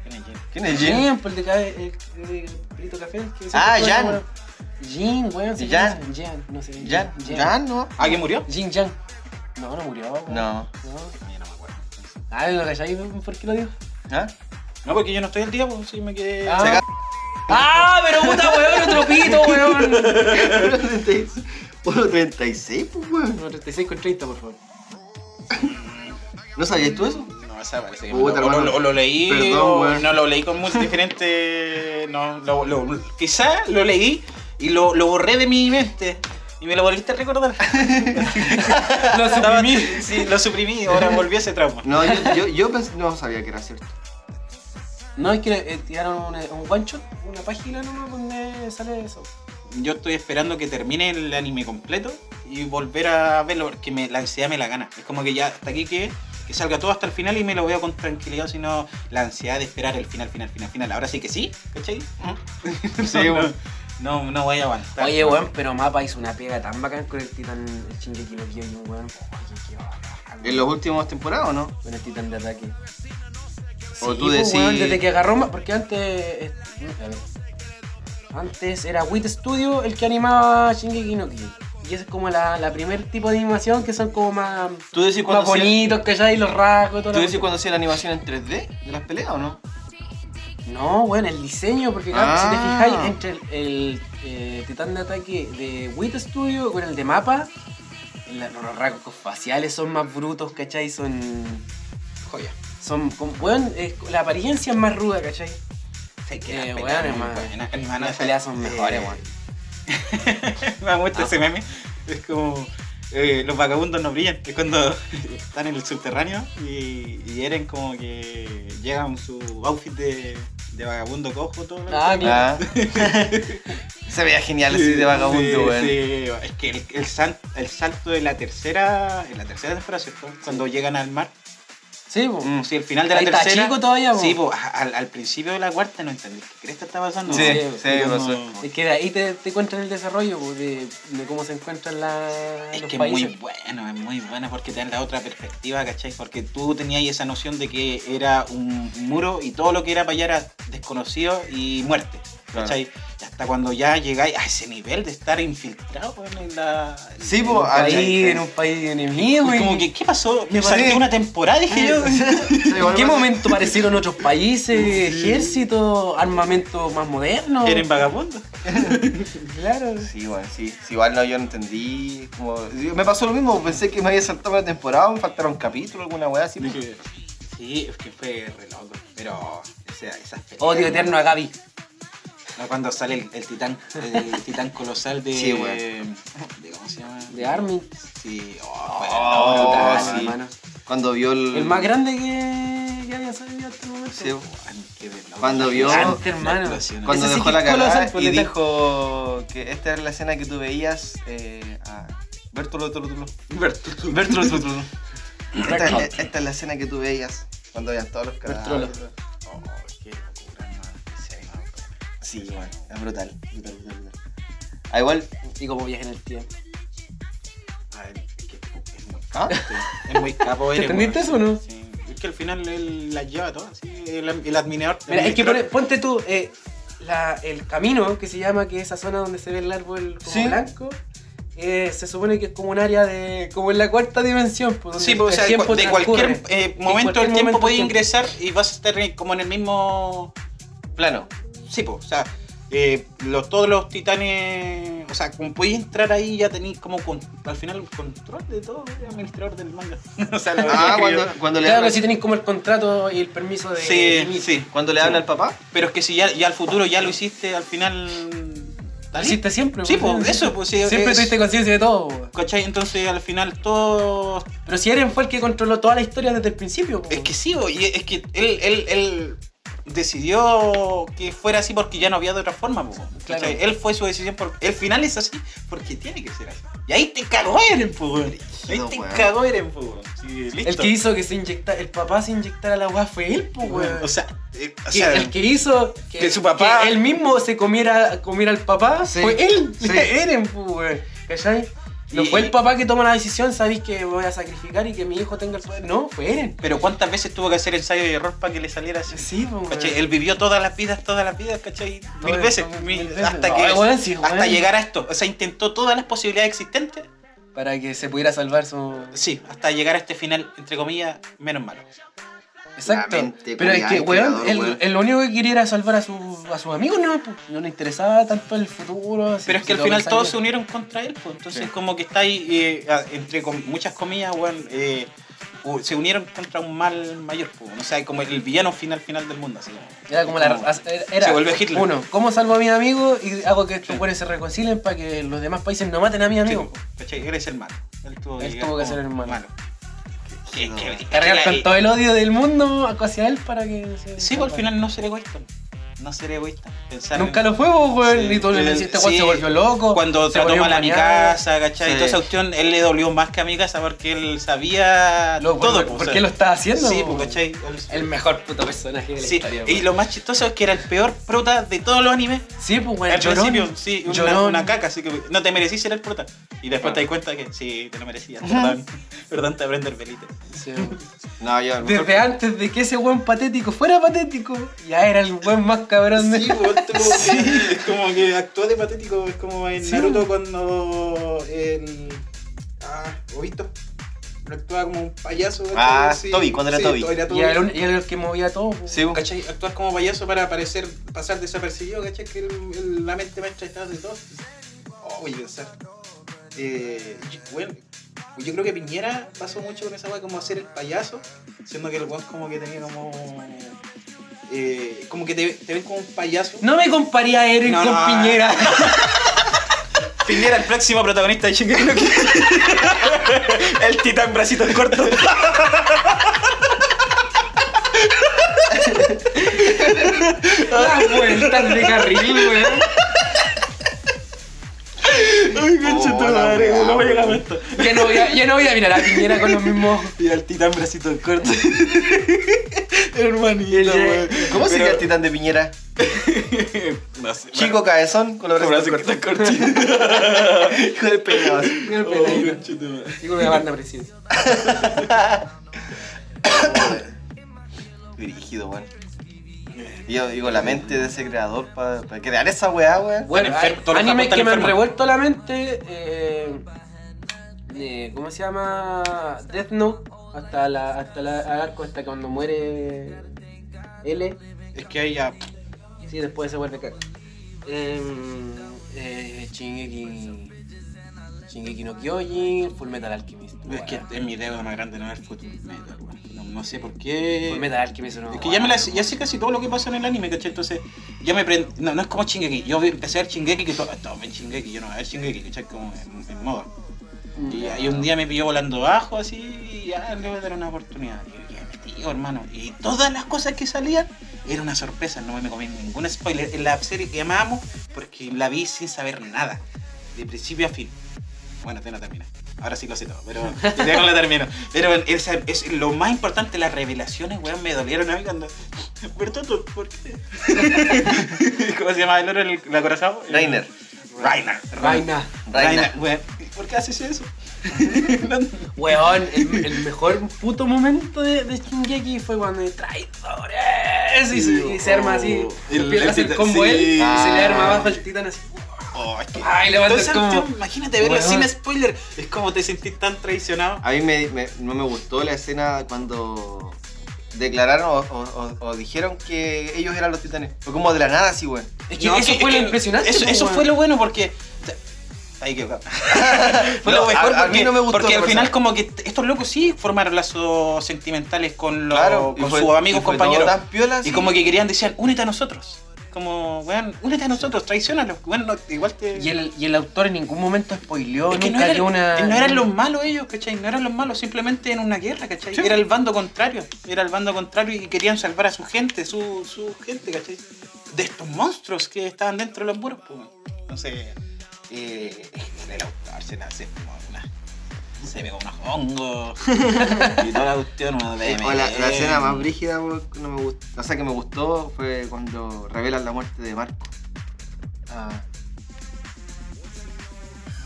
[SPEAKER 3] ¿Quién es Jin?
[SPEAKER 9] ¿Quién es Jin?
[SPEAKER 1] Jin, por pues, el de ca- el- el pelito café. que siempre
[SPEAKER 9] Ah,
[SPEAKER 1] fue,
[SPEAKER 9] Jan.
[SPEAKER 1] weón. Jin, weón. se
[SPEAKER 9] Jan.
[SPEAKER 1] llama Jan, no sé.
[SPEAKER 9] ¿Jan? ¿Jan, no?
[SPEAKER 3] ¿Ah, que murió?
[SPEAKER 1] Jin Jan. No, no murió, weón.
[SPEAKER 9] No.
[SPEAKER 1] No.
[SPEAKER 3] No, yo no me acuerdo.
[SPEAKER 1] Ah, ¿lo calláis? ¿Por qué lo digo?
[SPEAKER 9] ¿Ah?
[SPEAKER 3] No, porque yo no estoy al día, pues sí me quedé.
[SPEAKER 1] Ah,
[SPEAKER 9] Se
[SPEAKER 1] Ah, pero puta, weón, otro pito, weón.
[SPEAKER 9] 1.36, pues, weón.
[SPEAKER 1] 36 con 30, por favor.
[SPEAKER 9] ¿No sabías tú eso?
[SPEAKER 3] No, esa parece que
[SPEAKER 9] Puta,
[SPEAKER 3] no, o lo,
[SPEAKER 9] hermano.
[SPEAKER 3] o lo leí,
[SPEAKER 9] Perdón,
[SPEAKER 3] o
[SPEAKER 9] weón.
[SPEAKER 3] no lo leí con muy diferente. No, lo, lo- quizá lo leí y lo, lo borré de mi mente. Y me lo volviste a recordar.
[SPEAKER 1] Lo
[SPEAKER 3] Estaba-
[SPEAKER 1] suprimí.
[SPEAKER 3] Sí, lo suprimí. Ahora volví a ese trauma.
[SPEAKER 9] No, yo, yo, yo pens- no sabía que era cierto.
[SPEAKER 1] No, es que eh, tiraron un, un one shot, una página nomás donde sale eso.
[SPEAKER 3] Yo estoy esperando que termine el anime completo y volver a verlo porque me- la ansiedad me la gana. Es como que ya hasta aquí que, que salga todo hasta el final y me lo veo con tranquilidad, sino la ansiedad de esperar el final, final, final, final. Ahora sí que sí, ¿cachai?
[SPEAKER 9] Sí,
[SPEAKER 3] no,
[SPEAKER 9] weón.
[SPEAKER 3] no, no voy a aguantar.
[SPEAKER 1] Oye, weón, pero Mapa hizo una pega tan bacán con el titán, el Shingeki no Kyojin, weón. Oye, qué bacán.
[SPEAKER 9] ¿En los últimos temporadas o no?
[SPEAKER 1] Con el titán de ataque.
[SPEAKER 9] O
[SPEAKER 1] Sí,
[SPEAKER 9] tú
[SPEAKER 1] pues,
[SPEAKER 9] decís-
[SPEAKER 1] weón, desde que agarró Ma- Porque antes. eh, a ver. Antes era Wit Studio el que animaba Shingeki no Kyojin. Y ese es como la, la primer tipo de animación que son como más,
[SPEAKER 9] ¿Tú decís
[SPEAKER 1] más
[SPEAKER 9] cuando hacía,
[SPEAKER 1] bonitos, ¿cachai? Los rasgos, todo
[SPEAKER 9] ¿tú decís cuando hacía la animación en 3D de las peleas o no?
[SPEAKER 1] No, bueno, el diseño, porque claro,
[SPEAKER 9] Ah.
[SPEAKER 1] si te fijáis entre el, el, eh, titán de ataque de Wit Studio con el de mapa, la- los rasgos faciales son más brutos, ¿cachai? Son. Joya. Son. Con, weón, eh, la apariencia es más ruda, ¿cachai?
[SPEAKER 3] Sí, que
[SPEAKER 1] Eh,
[SPEAKER 3] las peleas
[SPEAKER 1] weón,
[SPEAKER 3] muy
[SPEAKER 1] hermano.
[SPEAKER 3] buenas, hermano,
[SPEAKER 1] Las
[SPEAKER 3] esa-
[SPEAKER 1] peleas son mejores,
[SPEAKER 3] eh,
[SPEAKER 1] weón.
[SPEAKER 3] Me gusta ese meme. Es como. eh, los vagabundos no brillan. Es cuando están en el subterráneo y, y Eren como que llega con su outfit de, de vagabundo cojo todo.
[SPEAKER 1] Ah, claro.
[SPEAKER 9] Se veía genial así de vagabundo,
[SPEAKER 3] Sí,
[SPEAKER 9] weón.
[SPEAKER 3] sí, es que el, el sal- el salto de la tercera. En la tercera temporada, ¿cierto? Cuando llegan al mar.
[SPEAKER 1] Sí, po.
[SPEAKER 6] Mm.
[SPEAKER 3] Si el final de la
[SPEAKER 1] Ahí está
[SPEAKER 3] tercera.
[SPEAKER 1] chico todavía, po.
[SPEAKER 3] Sí, po, a- al, al principio de la cuarta no entendí qué cresta está pasando.
[SPEAKER 6] Sí,
[SPEAKER 3] po.
[SPEAKER 6] sí,
[SPEAKER 3] Y como-
[SPEAKER 6] pasó.
[SPEAKER 1] Es que de ahí te, te cuentan el desarrollo po, de, de cómo se encuentran la,
[SPEAKER 3] Es
[SPEAKER 1] los
[SPEAKER 3] que es muy
[SPEAKER 1] países.
[SPEAKER 3] bueno, es muy bueno porque te dan la otra perspectiva, ¿cachai? Porque tú tenías esa noción de que era un muro y todo lo que era para allá era desconocido y muerte,
[SPEAKER 6] Claro.
[SPEAKER 3] ¿cachai? Y hasta cuando ya llegáis a ese nivel de estar infiltrado weón, en la...
[SPEAKER 6] Sí,
[SPEAKER 3] en
[SPEAKER 6] po,
[SPEAKER 3] un
[SPEAKER 6] al-
[SPEAKER 1] Ahí
[SPEAKER 3] país,
[SPEAKER 6] Ay,
[SPEAKER 1] en un país enemigo.
[SPEAKER 3] Fue
[SPEAKER 1] y-
[SPEAKER 3] como que, ¿qué pasó? Me salté
[SPEAKER 6] parece-
[SPEAKER 3] una temporada,
[SPEAKER 1] Ah,
[SPEAKER 3] dije yo.
[SPEAKER 1] ¿En qué momento aparecieron otros países, ejércitos, armamento más moderno?
[SPEAKER 3] Eres vagabundo.
[SPEAKER 1] Claro.
[SPEAKER 6] Sí, bueno, sí. Sí, igual no, yo no entendí. Como... yo- Me pasó lo mismo, pensé que me había saltado una temporada, me faltara un capítulo, alguna weá así.
[SPEAKER 3] Sí, es que fue re loco. Pero o sea, esas peleas,
[SPEAKER 1] Odio eterno a Gaby.
[SPEAKER 3] ¿no? Cuando sale el, el titán, el titán colosal de,
[SPEAKER 6] Sí,
[SPEAKER 3] de- ¿Cómo se llama?
[SPEAKER 1] De Armin.
[SPEAKER 3] Sí, oh, bueno,
[SPEAKER 6] Oh,
[SPEAKER 3] brutal,
[SPEAKER 6] sí.
[SPEAKER 3] hermano.
[SPEAKER 9] Cuando vio el.
[SPEAKER 1] El más grande que, que había salido hasta el momento.
[SPEAKER 9] Sí,
[SPEAKER 3] Ay, qué verlo.
[SPEAKER 9] Cuando vio-
[SPEAKER 1] Gigante, hermano.
[SPEAKER 3] La explosión.
[SPEAKER 9] Cuando
[SPEAKER 1] Ese sí
[SPEAKER 9] dejó
[SPEAKER 1] que
[SPEAKER 9] la
[SPEAKER 1] es colosal,
[SPEAKER 9] cagada
[SPEAKER 1] por
[SPEAKER 9] y
[SPEAKER 1] detrás.
[SPEAKER 9] dijo que esta era la escena que tú veías eh, a Bertolo Tolo
[SPEAKER 3] Bertolo, Bertolo.
[SPEAKER 9] Esta, es la- esta es la escena que tú veías cuando veías todos los cadáveres.
[SPEAKER 3] Oh, qué locura, hermano. Sí, no,
[SPEAKER 9] Sí, bueno, es brutal, brutal, brutal, brutal. Ah, igual,
[SPEAKER 1] Y como viaje en el tiempo.
[SPEAKER 3] a ver, es que es muy
[SPEAKER 9] ¿ah?
[SPEAKER 3] Es muy capo, eres,
[SPEAKER 1] ¿Entendiste eso o no?
[SPEAKER 3] Sí, Es que al final él las lleva todas, sí, el, el admirador.
[SPEAKER 1] Mira, es que
[SPEAKER 3] administrador.
[SPEAKER 1] pone- ponte tú eh, la- el camino que se llama, que esa zona donde se ve el árbol como
[SPEAKER 9] Sí.
[SPEAKER 1] blanco. eh, se supone que es como un área de. como en la cuarta dimensión. pues, donde
[SPEAKER 3] Sí, pues, o
[SPEAKER 1] el
[SPEAKER 3] sea,
[SPEAKER 1] tiempo
[SPEAKER 3] de
[SPEAKER 1] transcurre.
[SPEAKER 3] cualquier eh,
[SPEAKER 1] cualquier
[SPEAKER 3] momento del tiempo
[SPEAKER 1] momento
[SPEAKER 3] podéis
[SPEAKER 1] del
[SPEAKER 3] ingresar y vas a estar eh, como en el mismo plano. Sí, pues, o sea, eh, los, todos los titanes, o sea, como podéis entrar ahí ya tenéis como con- al final control de todo, eh, administrador del manga. o sea, lo
[SPEAKER 9] Ah,
[SPEAKER 3] que
[SPEAKER 9] cuando,
[SPEAKER 3] escribió.
[SPEAKER 9] cuando le
[SPEAKER 1] Claro
[SPEAKER 9] habla,
[SPEAKER 1] que sí tenéis como el contrato y el permiso de.
[SPEAKER 3] Sí,
[SPEAKER 1] inicio.
[SPEAKER 3] sí.
[SPEAKER 9] cuando le habla al papá,
[SPEAKER 3] Pero es que si ya, ya al futuro ya lo hiciste, al final...
[SPEAKER 1] Lo
[SPEAKER 3] ¿vale?
[SPEAKER 1] hiciste siempre.
[SPEAKER 3] Sí,
[SPEAKER 1] pues,
[SPEAKER 3] pues, eso, pues, sí,
[SPEAKER 1] Siempre
[SPEAKER 3] es-
[SPEAKER 1] tuviste conciencia de todo. pues.
[SPEAKER 3] ¿Cachai? Entonces al final todo
[SPEAKER 1] Pero si Eren fue el que controló toda la historia desde el principio. pues.
[SPEAKER 3] Es que sí, bo, y es que él, él, él oh, decidió que fuera así porque ya no había de otra forma. bo,
[SPEAKER 1] Claro.
[SPEAKER 3] ¿cachai? Él fue su decisión, porque el final es así porque tiene que ser así. Y ahí te cagó Eren, po, weón. Ahí
[SPEAKER 9] Rígido,
[SPEAKER 3] te
[SPEAKER 9] weón.
[SPEAKER 3] cagó Eren, po, weón. Sí, listo.
[SPEAKER 1] El que hizo que se inyectara. El papá se inyectara la weá fue él, pues, weón.
[SPEAKER 3] O sea, eh, o
[SPEAKER 1] Que
[SPEAKER 3] sea,
[SPEAKER 1] el que hizo que,
[SPEAKER 3] que su papá-
[SPEAKER 1] que él mismo se comiera, comiera al papá
[SPEAKER 9] Sí,
[SPEAKER 1] fue él,
[SPEAKER 9] sí.
[SPEAKER 1] Eren, pues, weón. ¿Cachai? No
[SPEAKER 3] Y-
[SPEAKER 1] fue el papá que toma la decisión, sabéis que voy a sacrificar y que mi hijo tenga el poder. No, fue Eren.
[SPEAKER 3] Pero cuántas veces tuvo que hacer ensayo y error para que le saliera así.
[SPEAKER 1] Sí, pues, weón.
[SPEAKER 3] ¿Cachai? Él vivió todas las vidas, todas las vidas, ¿cachai? Mil
[SPEAKER 1] Todo-
[SPEAKER 3] veces,
[SPEAKER 1] todo-
[SPEAKER 3] mil-
[SPEAKER 1] mil veces.
[SPEAKER 3] hasta
[SPEAKER 1] No,
[SPEAKER 3] que
[SPEAKER 1] weón, sí, weón.
[SPEAKER 3] hasta llegar a esto. O sea, intentó todas las posibilidades existentes.
[SPEAKER 1] Para que se pudiera salvar su.
[SPEAKER 3] Sí, hasta llegar a este final, entre comillas, menos malo.
[SPEAKER 1] Exacto.
[SPEAKER 9] La mente
[SPEAKER 1] Pero es
[SPEAKER 9] culiada
[SPEAKER 1] que,
[SPEAKER 9] del
[SPEAKER 1] weón,
[SPEAKER 9] creador,
[SPEAKER 1] él,
[SPEAKER 9] weón.
[SPEAKER 1] él lo único que quería era salvar a, su, a sus amigos, ¿no? Pues, No le interesaba tanto el futuro. si-
[SPEAKER 3] Pero es
[SPEAKER 1] si
[SPEAKER 3] que al
[SPEAKER 1] lo
[SPEAKER 3] final
[SPEAKER 1] pensáis
[SPEAKER 3] todos se
[SPEAKER 1] bien.
[SPEAKER 3] unieron contra él, pues entonces
[SPEAKER 6] Sí.
[SPEAKER 3] como que está ahí, eh, a- entre com- muchas comillas, weón, eh, u- se unieron contra un mal mayor, pues, o sea, como el villano final final del mundo, así como.
[SPEAKER 1] Era como la. Era,
[SPEAKER 3] Se volvió Hitler.
[SPEAKER 1] Uno, ¿cómo salvo a mis amigos y hago que estos
[SPEAKER 3] Sí.
[SPEAKER 1] buenos se reconcilien para que los demás países no maten a mis
[SPEAKER 3] Sí,
[SPEAKER 1] amigos?
[SPEAKER 3] pues, ¿cachai? Él es el malo. Él tuvo
[SPEAKER 1] Él
[SPEAKER 3] llegar
[SPEAKER 1] tuvo que
[SPEAKER 3] como
[SPEAKER 1] ser el malo.
[SPEAKER 3] Que- que- que-
[SPEAKER 1] Cargar
[SPEAKER 3] que la-
[SPEAKER 1] con todo el odio del mundo hacia él para que. se-
[SPEAKER 3] Sí, pues al final no ser egoísta. No ser egoísta. Pensar
[SPEAKER 1] Nunca
[SPEAKER 3] en-
[SPEAKER 1] lo fue, vos, weón.
[SPEAKER 3] Sí.
[SPEAKER 1] y todo lo que
[SPEAKER 3] El-
[SPEAKER 1] hiciste, este weón,
[SPEAKER 3] sí.
[SPEAKER 1] se volvió loco.
[SPEAKER 3] Cuando
[SPEAKER 1] se
[SPEAKER 3] trató
[SPEAKER 1] volvió
[SPEAKER 3] mal a mi
[SPEAKER 1] maniado.
[SPEAKER 3] casa, ¿cachai?
[SPEAKER 9] Sí.
[SPEAKER 3] Y toda esa cuestión, él le dolió más que a mi casa porque él sabía
[SPEAKER 1] Loco,
[SPEAKER 3] todo.
[SPEAKER 1] ¿por-
[SPEAKER 3] pues,
[SPEAKER 1] ¿Por
[SPEAKER 3] o
[SPEAKER 1] qué
[SPEAKER 3] sea,
[SPEAKER 1] lo estás haciendo?
[SPEAKER 3] Sí,
[SPEAKER 1] weón?
[SPEAKER 3] pues, ¿cachai? Él-
[SPEAKER 1] El mejor puto personaje de la
[SPEAKER 3] Sí,
[SPEAKER 1] historia.
[SPEAKER 3] y
[SPEAKER 1] weón.
[SPEAKER 3] lo más chistoso es que era el peor prota de todos los animes.
[SPEAKER 1] Sí, pues, weón.
[SPEAKER 3] Al
[SPEAKER 1] llorón.
[SPEAKER 3] principio, sí, una,
[SPEAKER 1] Llorón.
[SPEAKER 3] una caca, así que no te merecís ser el prota. Y después te das cuenta que sí, te lo merecías. Perdón, perdón, te aprende el pelito.
[SPEAKER 1] Sí, weón.
[SPEAKER 9] no, yo,
[SPEAKER 1] Desde antes de que ese weón patético fuera patético, ya era el weón más cabrón de.
[SPEAKER 3] es como que actúa de patético, es como en
[SPEAKER 1] Sí.
[SPEAKER 3] Naruto cuando el. Ah, Obito. Actúa como un payaso. ¿cachai?
[SPEAKER 9] Ah, Toby, cuando era Toby.
[SPEAKER 1] Y era, el, un- y era el que movía todo. po.
[SPEAKER 9] sí, bu-
[SPEAKER 3] ¿Cachai? Actúas como payaso para parecer, pasar desapercibido, ¿cachai? Que el- el- la mente maestra está de todo. Oh, voy a pensar. Eh, y- bueno, yo creo que Piñera pasó mucho con esa weá como hacer el payaso, siendo que el weón como que tenía como. eh, como que te, te ven como un payaso.
[SPEAKER 1] No me comparía a Eren
[SPEAKER 3] No,
[SPEAKER 1] con
[SPEAKER 3] no,
[SPEAKER 1] Piñera.
[SPEAKER 3] Piñera, el próximo protagonista de Shingeki El titán bracito corto.
[SPEAKER 1] Las vueltas de carril, weón.
[SPEAKER 3] Ay,
[SPEAKER 9] Oh, la weá,
[SPEAKER 6] ¿Cómo llegamos a esto?
[SPEAKER 1] Ya no voy a, ya no voy a mirar a Piñera con los mismos.
[SPEAKER 9] Y al titán bracito corto. Hermanito,
[SPEAKER 10] weón.
[SPEAKER 11] ¿Cómo se
[SPEAKER 9] Pero-
[SPEAKER 11] sería el titán de Piñera?
[SPEAKER 6] No sé,
[SPEAKER 11] Chico cabezón con los brazos cortos. Hijo de peinado. así.
[SPEAKER 1] Mira el
[SPEAKER 6] bueno.
[SPEAKER 1] pelo.
[SPEAKER 6] Oh, conchetumare.
[SPEAKER 1] Digo una banda preciosa.
[SPEAKER 11] Dirigido, weón. Y Yo digo, la mente de ese creador para crear esa weá, weón.
[SPEAKER 1] Bueno,
[SPEAKER 6] Están enfer-
[SPEAKER 1] hay
[SPEAKER 6] todos los
[SPEAKER 1] animes
[SPEAKER 6] japoneses
[SPEAKER 1] que me han
[SPEAKER 6] enfermos.
[SPEAKER 1] revuelto la mente. eh, eh, ¿Cómo se llama? Death Note. Hasta la, hasta la al arco, hasta cuando muere L.
[SPEAKER 6] Es que ahí ya.
[SPEAKER 1] Sí, después se vuelve caca. Eh, eh, Shingeki. Shingeki no Kyojin, Full Metal Alchemist.
[SPEAKER 6] Es que es mi deuda más grande, no es el fútbol. Metal, weón. No, no sé por qué.
[SPEAKER 1] Full Metal Alchemist no.
[SPEAKER 6] Es que ya, me la, ya sé casi todo lo que pasa en el anime, ¿cachai? Entonces, ya me prendí. No, no es como Chingeki. Yo empecé a ver Chingeki que todo. Todo ven Chingeki, yo no voy a ver Chingeki, ¿cachai? Como en, en moda. Y, y un día me pilló volando bajo, así. Y ya le voy a dar una oportunidad. Y yo, ya, me tío, hermano. Y todas las cosas que salían era una sorpresa. No me comí ningún spoiler. En la serie que amamos, porque la vi sin saber nada. De principio a fin. Bueno, todavía no termina. Ahora sí lo sé todo, pero ya no la termino. Pero esa- es, lo más importante, las revelaciones, weón, me dolieron a mí cuando. Bertotto, ¿por qué? ¿Cómo se llama el oro, el, el acorazado?
[SPEAKER 11] Reiner.
[SPEAKER 6] Reiner.
[SPEAKER 1] Vaina.
[SPEAKER 11] Reiner.
[SPEAKER 6] weón. ¿Por qué haces eso?
[SPEAKER 1] Weón, el, el mejor puto momento de, de Shingeki fue cuando traidores y, se- y se arma así.
[SPEAKER 6] oh, El-
[SPEAKER 1] empieza a hacer
[SPEAKER 6] el-
[SPEAKER 1] combo
[SPEAKER 6] sí.
[SPEAKER 1] él y se le arma
[SPEAKER 11] Ah.
[SPEAKER 1] abajo el titán así.
[SPEAKER 6] Oh, es que-
[SPEAKER 1] Ay, le va a hacer
[SPEAKER 6] Entonces,
[SPEAKER 1] como-
[SPEAKER 6] tú Imagínate verlo
[SPEAKER 1] Weón.
[SPEAKER 6] sin spoiler. Es como te sentís tan traicionado.
[SPEAKER 9] A mí me- me- no me gustó la escena cuando declararon o, o- o- o dijeron que ellos eran los titanes. Fue como de la nada así, güey.
[SPEAKER 1] Es que eso fue lo impresionante.
[SPEAKER 6] Eso,
[SPEAKER 1] po,
[SPEAKER 6] eso
[SPEAKER 1] weón.
[SPEAKER 6] fue lo bueno porque. Ahí que Fue
[SPEAKER 9] No,
[SPEAKER 6] lo mejor
[SPEAKER 9] a- a
[SPEAKER 6] porque,
[SPEAKER 9] mí no me gustó
[SPEAKER 6] porque
[SPEAKER 9] la
[SPEAKER 6] al final
[SPEAKER 9] persona.
[SPEAKER 6] como que t- estos locos sí formaron lazos sentimentales con, los,
[SPEAKER 9] y
[SPEAKER 6] con
[SPEAKER 9] fue-
[SPEAKER 6] sus amigos,
[SPEAKER 9] y fue
[SPEAKER 6] compañeros.
[SPEAKER 9] todo tan piola,
[SPEAKER 6] Y
[SPEAKER 9] así.
[SPEAKER 6] como que querían, decían, únete a nosotros. Como, weón, únete a nosotros, traicionalos. Weón, no- igual te...
[SPEAKER 1] Y el, y el autor en ningún momento spoileó,
[SPEAKER 6] Es que
[SPEAKER 1] nunca
[SPEAKER 6] no, eran,
[SPEAKER 1] dio una.
[SPEAKER 6] no eran los malos ellos, ¿cachai? No eran los malos, simplemente en una guerra, ¿cachai? Era el bando contrario, era el bando contrario y querían salvar a su gente, su, su gente, ¿cachai? De estos monstruos que estaban dentro de los muros, pues. Entonces, eh, el autor se la se fumó una... Se pegó unos hongos y toda la cuestión, una
[SPEAKER 9] O Eh, la, la escena más brígida weón, que no me gustó, o sea, que me gustó fue cuando revelan la muerte de Marco. Ah.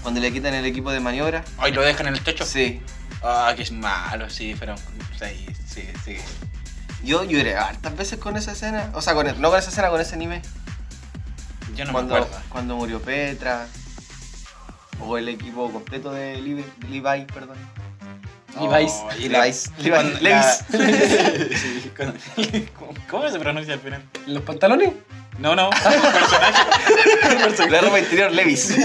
[SPEAKER 9] Cuando le quitan el equipo de maniobra.
[SPEAKER 6] Ay, lo dejan en el techo.
[SPEAKER 9] Sí.
[SPEAKER 6] Ah, que es malo, sí, pero... Sí, sí, sí.
[SPEAKER 9] Yo lloré hartas veces con esa escena. O sea, con el- no con esa escena, con ese anime.
[SPEAKER 6] Yo no me
[SPEAKER 9] cuando,
[SPEAKER 6] acuerdo.
[SPEAKER 9] cuando murió Petra. O el equipo completo de Levi, Levi perdón.
[SPEAKER 1] Levi's.
[SPEAKER 6] Oh, y la-
[SPEAKER 9] Levi's. Levi-
[SPEAKER 6] Cuando-
[SPEAKER 9] Levi's.
[SPEAKER 6] la- Sí, cuando- ¿Cómo- ¿Cómo se pronuncia al final?
[SPEAKER 1] ¿Los pantalones?
[SPEAKER 6] No, no, personaje.
[SPEAKER 9] La ropa interior Levi's.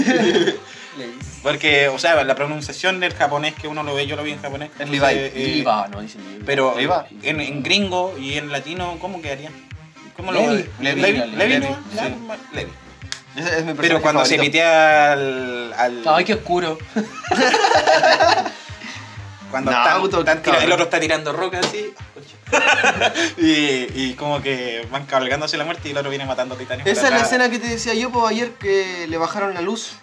[SPEAKER 6] Porque, o sea, la pronunciación del japonés que uno lo ve, yo lo vi en japonés.
[SPEAKER 9] Es
[SPEAKER 6] entonces,
[SPEAKER 9] Levi.
[SPEAKER 6] eh,
[SPEAKER 1] no, dicen Levi.
[SPEAKER 6] Pero
[SPEAKER 9] Levi.
[SPEAKER 6] En, en gringo y en latino, ¿cómo quedaría? ¿Cómo lo
[SPEAKER 1] Levi.
[SPEAKER 6] Levi,
[SPEAKER 9] Levi,
[SPEAKER 6] Levi,
[SPEAKER 9] Levi,
[SPEAKER 6] ¿no?
[SPEAKER 9] sí.
[SPEAKER 6] Ya, ma- Levi.
[SPEAKER 9] Ese es mi
[SPEAKER 6] Pero
[SPEAKER 9] personaje
[SPEAKER 6] cuando se
[SPEAKER 9] favorito.
[SPEAKER 6] emitea al. al-
[SPEAKER 1] Ay, qué oscuro.
[SPEAKER 6] Cuando
[SPEAKER 9] No,
[SPEAKER 6] están-
[SPEAKER 9] auto-
[SPEAKER 6] están tira-
[SPEAKER 9] cabrón.
[SPEAKER 6] el otro está tirando rocas así. y, y como que van cabalgando hacia la muerte y el otro viene matando titanes.
[SPEAKER 9] Esa es la
[SPEAKER 6] Para-
[SPEAKER 9] escena que te decía yo po, ayer que le bajaron la luz.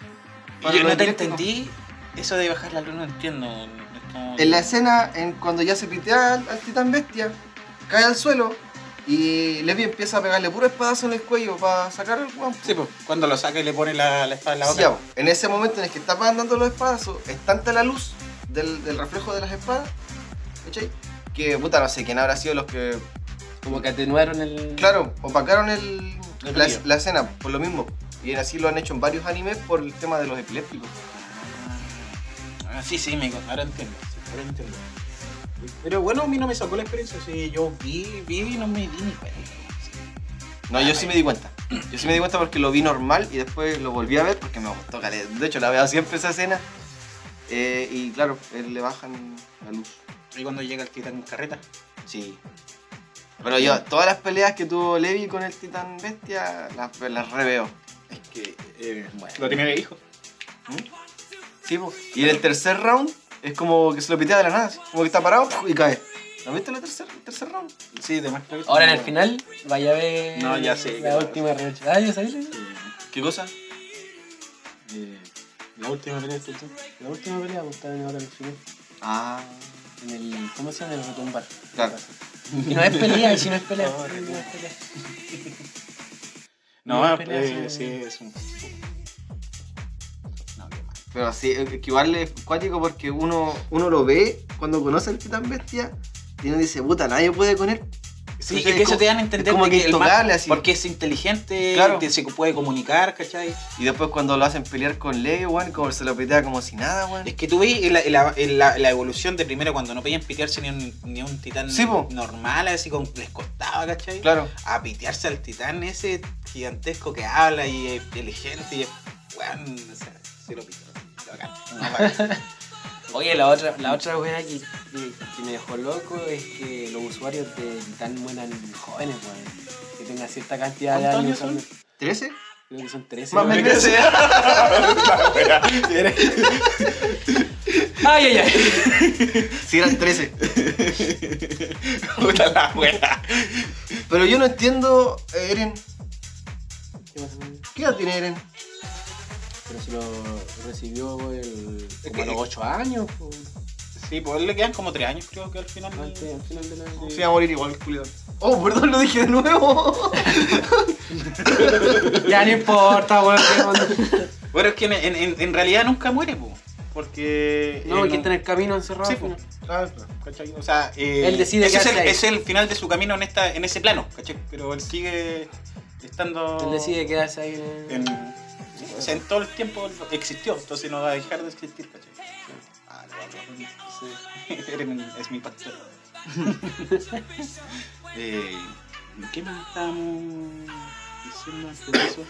[SPEAKER 9] para
[SPEAKER 6] Yo
[SPEAKER 9] los
[SPEAKER 6] no te
[SPEAKER 9] eléctricos.
[SPEAKER 6] entendí. Eso de bajar la luz no entiendo. no- no-
[SPEAKER 9] En la escena en cuando ya se pitea al, al titán bestia, cae al suelo y Levi empieza a pegarle puro espadazo en el cuello para sacar al guampo.
[SPEAKER 6] Sí, pues, cuando lo saca y le pone la, la espada en la
[SPEAKER 9] Sí,
[SPEAKER 6] boca.
[SPEAKER 9] ya, po. en ese momento en el que está mandando los espadazos, es tanta la luz del, del reflejo de las espadas, ¿cachai? Que puta, no sé quién habrá sido los que,
[SPEAKER 1] Como que atenuaron el.
[SPEAKER 9] claro, opacaron el,
[SPEAKER 6] El
[SPEAKER 9] la,
[SPEAKER 6] brillo.
[SPEAKER 9] la escena, por lo mismo. Y así lo han hecho en varios animes por el tema de los epilépticos.
[SPEAKER 6] Ah, sí, sí, me, ahora entiendo. sí, ahora entiendo. Pero bueno, a mí no me sacó la experiencia. Sí, yo vi, vi y no me di ni cuenta.
[SPEAKER 9] No,
[SPEAKER 6] Ah,
[SPEAKER 9] yo sí me di cuenta. Yo sí me di cuenta porque lo vi normal y después lo volví a ver porque me gustó caleta. De hecho, la veo siempre esa escena. Eh, y claro, él le bajan la luz.
[SPEAKER 6] Y cuando llega el titán en carreta.
[SPEAKER 9] Sí. Pero yo, todas las peleas que tuvo Levi con el titán bestia, las, las reveo.
[SPEAKER 6] Es que, bueno. Lo tiene de hijo.
[SPEAKER 9] Sí, po. Y en el tercer round es como que se lo pitea de la nada. así, Como que está parado ¡puf! y cae. ¿No viste el tercer, el tercer round?
[SPEAKER 6] Sí, de más que
[SPEAKER 1] Ahora en el final, vaya a ver.
[SPEAKER 6] No, ya sé,
[SPEAKER 1] La
[SPEAKER 6] ya.
[SPEAKER 1] última revancha. Ah, ya sabía.
[SPEAKER 9] ¿Qué cosa?
[SPEAKER 3] La última pelea que tú- La última pelea pues, está en ahora en el final.
[SPEAKER 9] Ah,
[SPEAKER 3] En el. ¿Cómo se llama? En el retumbar.
[SPEAKER 9] Claro.
[SPEAKER 3] Y no es pelea, y si no es pelea. No, es pelea.
[SPEAKER 2] No,
[SPEAKER 3] No,
[SPEAKER 2] eh,
[SPEAKER 3] pelea, sí.
[SPEAKER 2] sí, es un.
[SPEAKER 9] pero sí, es que igual es cuático porque uno, uno lo ve cuando conoce al titán bestia y uno dice, puta, nadie puede con él.
[SPEAKER 3] Sí,
[SPEAKER 9] Entonces,
[SPEAKER 3] es que eso
[SPEAKER 9] como-
[SPEAKER 3] te dan a entender
[SPEAKER 9] es como
[SPEAKER 3] de
[SPEAKER 9] que
[SPEAKER 3] el man-
[SPEAKER 9] intocable, así.
[SPEAKER 3] porque es inteligente,
[SPEAKER 9] Claro.
[SPEAKER 3] te- se puede comunicar, ¿cachai?
[SPEAKER 9] Y después cuando lo hacen pelear con Lego, weón, como se lo pitea como si nada, weón.
[SPEAKER 3] Es que tú ves la, la- la- la evolución de primero cuando no podían pitearse ni un, ni un titán
[SPEAKER 9] Sí, po.
[SPEAKER 3] normal, así con les costaba, ¿cachai?
[SPEAKER 9] Claro.
[SPEAKER 3] A pitearse al titán ese gigantesco que habla y es inteligente y es. Weón, o sea, se lo pito. bacán.
[SPEAKER 1] Oye, la otra, la otra weá que, que- que me dejó loco es que los usuarios de Titan mueran jóvenes, weón. Que tengan cierta cantidad de
[SPEAKER 12] ¿Cuántos
[SPEAKER 1] años.
[SPEAKER 12] años
[SPEAKER 1] usando-
[SPEAKER 9] ¿13?
[SPEAKER 1] Creo que son 13.
[SPEAKER 9] Más o
[SPEAKER 1] weón.
[SPEAKER 9] menos 13.
[SPEAKER 1] Ay, ay, ay.
[SPEAKER 9] Sí, eran 13.
[SPEAKER 3] Puta la wea.
[SPEAKER 9] Pero yo no entiendo, eh, Eren.
[SPEAKER 1] ¿Qué pasa?
[SPEAKER 9] ¿Qué edad tiene Eren?
[SPEAKER 1] Pero si lo recibió el, como
[SPEAKER 3] que-
[SPEAKER 1] a los 8 años, po.
[SPEAKER 3] Sí, pues a él le quedan como tres años, creo que al final.
[SPEAKER 1] Antes, al final de la.
[SPEAKER 9] Se va a morir igual, culiado. Oh, perdón, lo dije de nuevo.
[SPEAKER 1] Ya no importa, weón. qué onda.
[SPEAKER 3] Bueno, es que en, en- en- en realidad nunca muere, po, Porque.
[SPEAKER 1] No,
[SPEAKER 3] él
[SPEAKER 1] porque está en el camino encerrado.
[SPEAKER 3] Sí,
[SPEAKER 1] al final.
[SPEAKER 3] pues. ¿Cachai? O sea, eh,
[SPEAKER 1] Él decide
[SPEAKER 3] ese es el,
[SPEAKER 1] quedarse ahí.
[SPEAKER 3] es el final de su camino en, esta, en ese plano, ¿cachai? Pero él sigue estando.
[SPEAKER 1] Él decide quedarse ahí. en-
[SPEAKER 3] En, sí, o sea, en todo el tiempo él existió, entonces no va a dejar de existir, ¿cachai? Ah, la verdad, sí. Eren es mi pastor. eh, ¿Qué más estábamos diciendo antes de eso?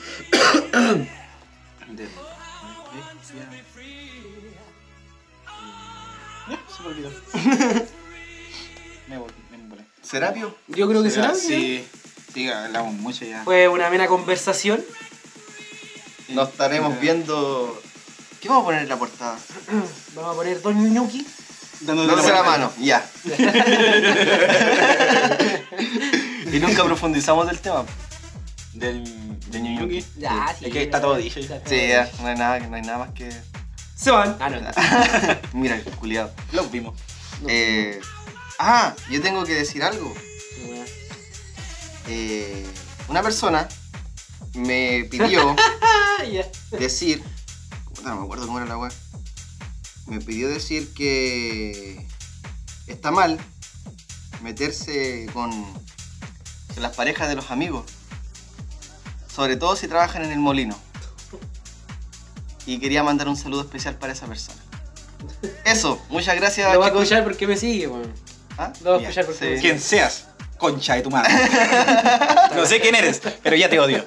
[SPEAKER 3] de la bestia. Ya, se me olvidó. me volví, me volví.
[SPEAKER 9] ¿Serapio?
[SPEAKER 1] Yo creo que será. ¿eh?
[SPEAKER 3] Sí,
[SPEAKER 2] Sí, hablamos mucho ya.
[SPEAKER 1] Fue una amena conversación.
[SPEAKER 9] Nos estaremos viendo. ¿Qué vamos a poner en la portada?
[SPEAKER 1] Vamos a poner dos ñuñuki.
[SPEAKER 2] Dándole
[SPEAKER 9] Dándose la
[SPEAKER 2] vuelta.
[SPEAKER 9] mano, ya. y nunca profundizamos del tema.
[SPEAKER 3] del, del Ñuñuqui.
[SPEAKER 1] Mm. Ya, sí.
[SPEAKER 3] Es que está todo dicho. ya.
[SPEAKER 9] Sí, ya, no hay nada, no hay nada más que.
[SPEAKER 1] Se van. Ah, no.
[SPEAKER 9] Mira, culiado.
[SPEAKER 3] Los vimos.
[SPEAKER 9] Eh, ah, yo tengo que decir algo.
[SPEAKER 1] no.
[SPEAKER 9] Eh, una persona me pidió
[SPEAKER 1] Ah, ya.
[SPEAKER 9] decir. puta, No me acuerdo cómo era la weá. Me pidió decir que está mal meterse con, con las parejas de los amigos. Sobre todo si trabajan en el molino. Y quería mandar un saludo especial para esa persona. Eso, muchas gracias.
[SPEAKER 1] Lo va a
[SPEAKER 9] chicos.
[SPEAKER 1] escuchar porque me sigue, weón.
[SPEAKER 9] ¿Ah?
[SPEAKER 1] Lo va a
[SPEAKER 9] Ya,
[SPEAKER 1] escuchar porque
[SPEAKER 9] sí.
[SPEAKER 1] me sigue.
[SPEAKER 3] Quien seas, concha de tu madre. no sé quién eres, pero ya te odio.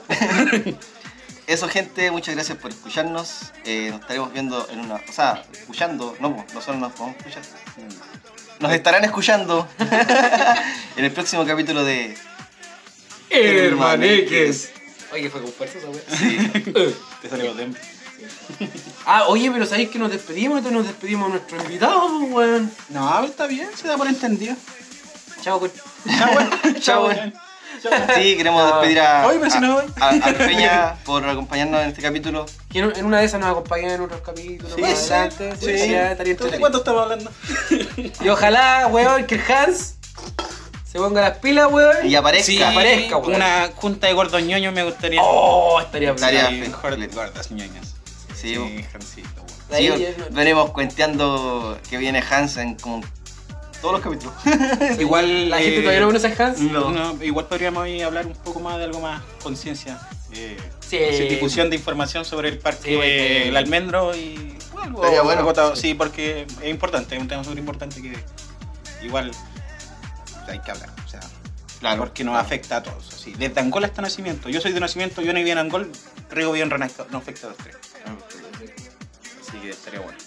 [SPEAKER 9] Eso, gente, muchas gracias por escucharnos. Eh, nos estaremos viendo en una. O sea, escuchando. No, pues, nosotros nos podemos escuchar. Nos estarán escuchando en el próximo capítulo de.
[SPEAKER 13] Hermaneques.
[SPEAKER 1] Oye, fue con fuerza esa weón.
[SPEAKER 3] Te sale los dem-
[SPEAKER 1] Ah, oye, pero sabéis que nos despedimos, entonces nos despedimos de nuestro invitado, pues, weón.
[SPEAKER 3] No, está bien, se da por entendido.
[SPEAKER 1] Chao, pues. weón.
[SPEAKER 9] Chao,
[SPEAKER 3] eh.
[SPEAKER 9] weón. Sí, queremos despedir a.
[SPEAKER 3] Oye, pero pues, si
[SPEAKER 9] a-
[SPEAKER 3] no voy.
[SPEAKER 9] a- a Peña por acompañarnos en este capítulo.
[SPEAKER 1] Que en, en una de esas nos acompañen en otros capítulos
[SPEAKER 3] Sí,
[SPEAKER 1] más
[SPEAKER 3] sí,
[SPEAKER 1] adelante.
[SPEAKER 3] sí.
[SPEAKER 1] estaría- estaría
[SPEAKER 3] ¿Tú de
[SPEAKER 1] entretenido.
[SPEAKER 3] cuánto estamos hablando?
[SPEAKER 1] Y ojalá, weón, que el Hans se ponga las pilas, weón.
[SPEAKER 9] Y aparezca.
[SPEAKER 1] aparezca, weón.
[SPEAKER 3] Una junta de gordos ñoños me gustaría.
[SPEAKER 1] Oh, estaría
[SPEAKER 9] Estaría-
[SPEAKER 3] Sí, gordas- gordas ñoñas.
[SPEAKER 9] Sí,
[SPEAKER 3] Sí, Jancito, weón.
[SPEAKER 1] Ahí
[SPEAKER 9] sí,
[SPEAKER 1] ya-
[SPEAKER 9] venimos cuenteando que viene Hansen con todos los capítulos.
[SPEAKER 3] Igual
[SPEAKER 1] La
[SPEAKER 3] eh, mm,
[SPEAKER 1] gente todavía no conoce a Hans.
[SPEAKER 3] no, igual podríamos ahí hablar un poco más de algo más conciencia. eh,
[SPEAKER 1] Sí.
[SPEAKER 3] Sí, difusión de información sobre el parque
[SPEAKER 1] Sí, bueno,
[SPEAKER 3] eh,
[SPEAKER 1] eh,
[SPEAKER 3] El Almendro y algo
[SPEAKER 9] Estaría bueno,
[SPEAKER 3] acotado. Sí. porque es importante, es un tema súper importante que igual hay que hablar. O sea,
[SPEAKER 9] Claro.
[SPEAKER 3] porque nos afecta a todos. Así, desde Angola hasta Nacimiento. Yo soy de Nacimiento, yo no vivía en Angola, Rigo vivía en Renaico. Nos afecta a los tres. Así que estaría bueno.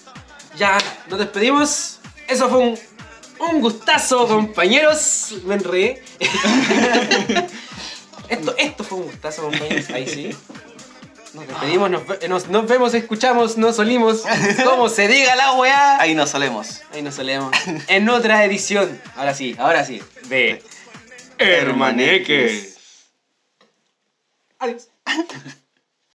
[SPEAKER 1] Ya, nos despedimos. Eso fue un, un gustazo, compañeros. Me enredé. esto, esto fue un gustazo, compañeros. Ahí sí. Nos despedimos, nos, ve- nos, nos vemos, escuchamos, nos olimos. Como se diga la weá.
[SPEAKER 9] Ahí nos solemos.
[SPEAKER 1] Ahí nos solemos. En otra edición. Ahora sí, ahora sí.
[SPEAKER 13] Hermaneques.
[SPEAKER 1] Adiós.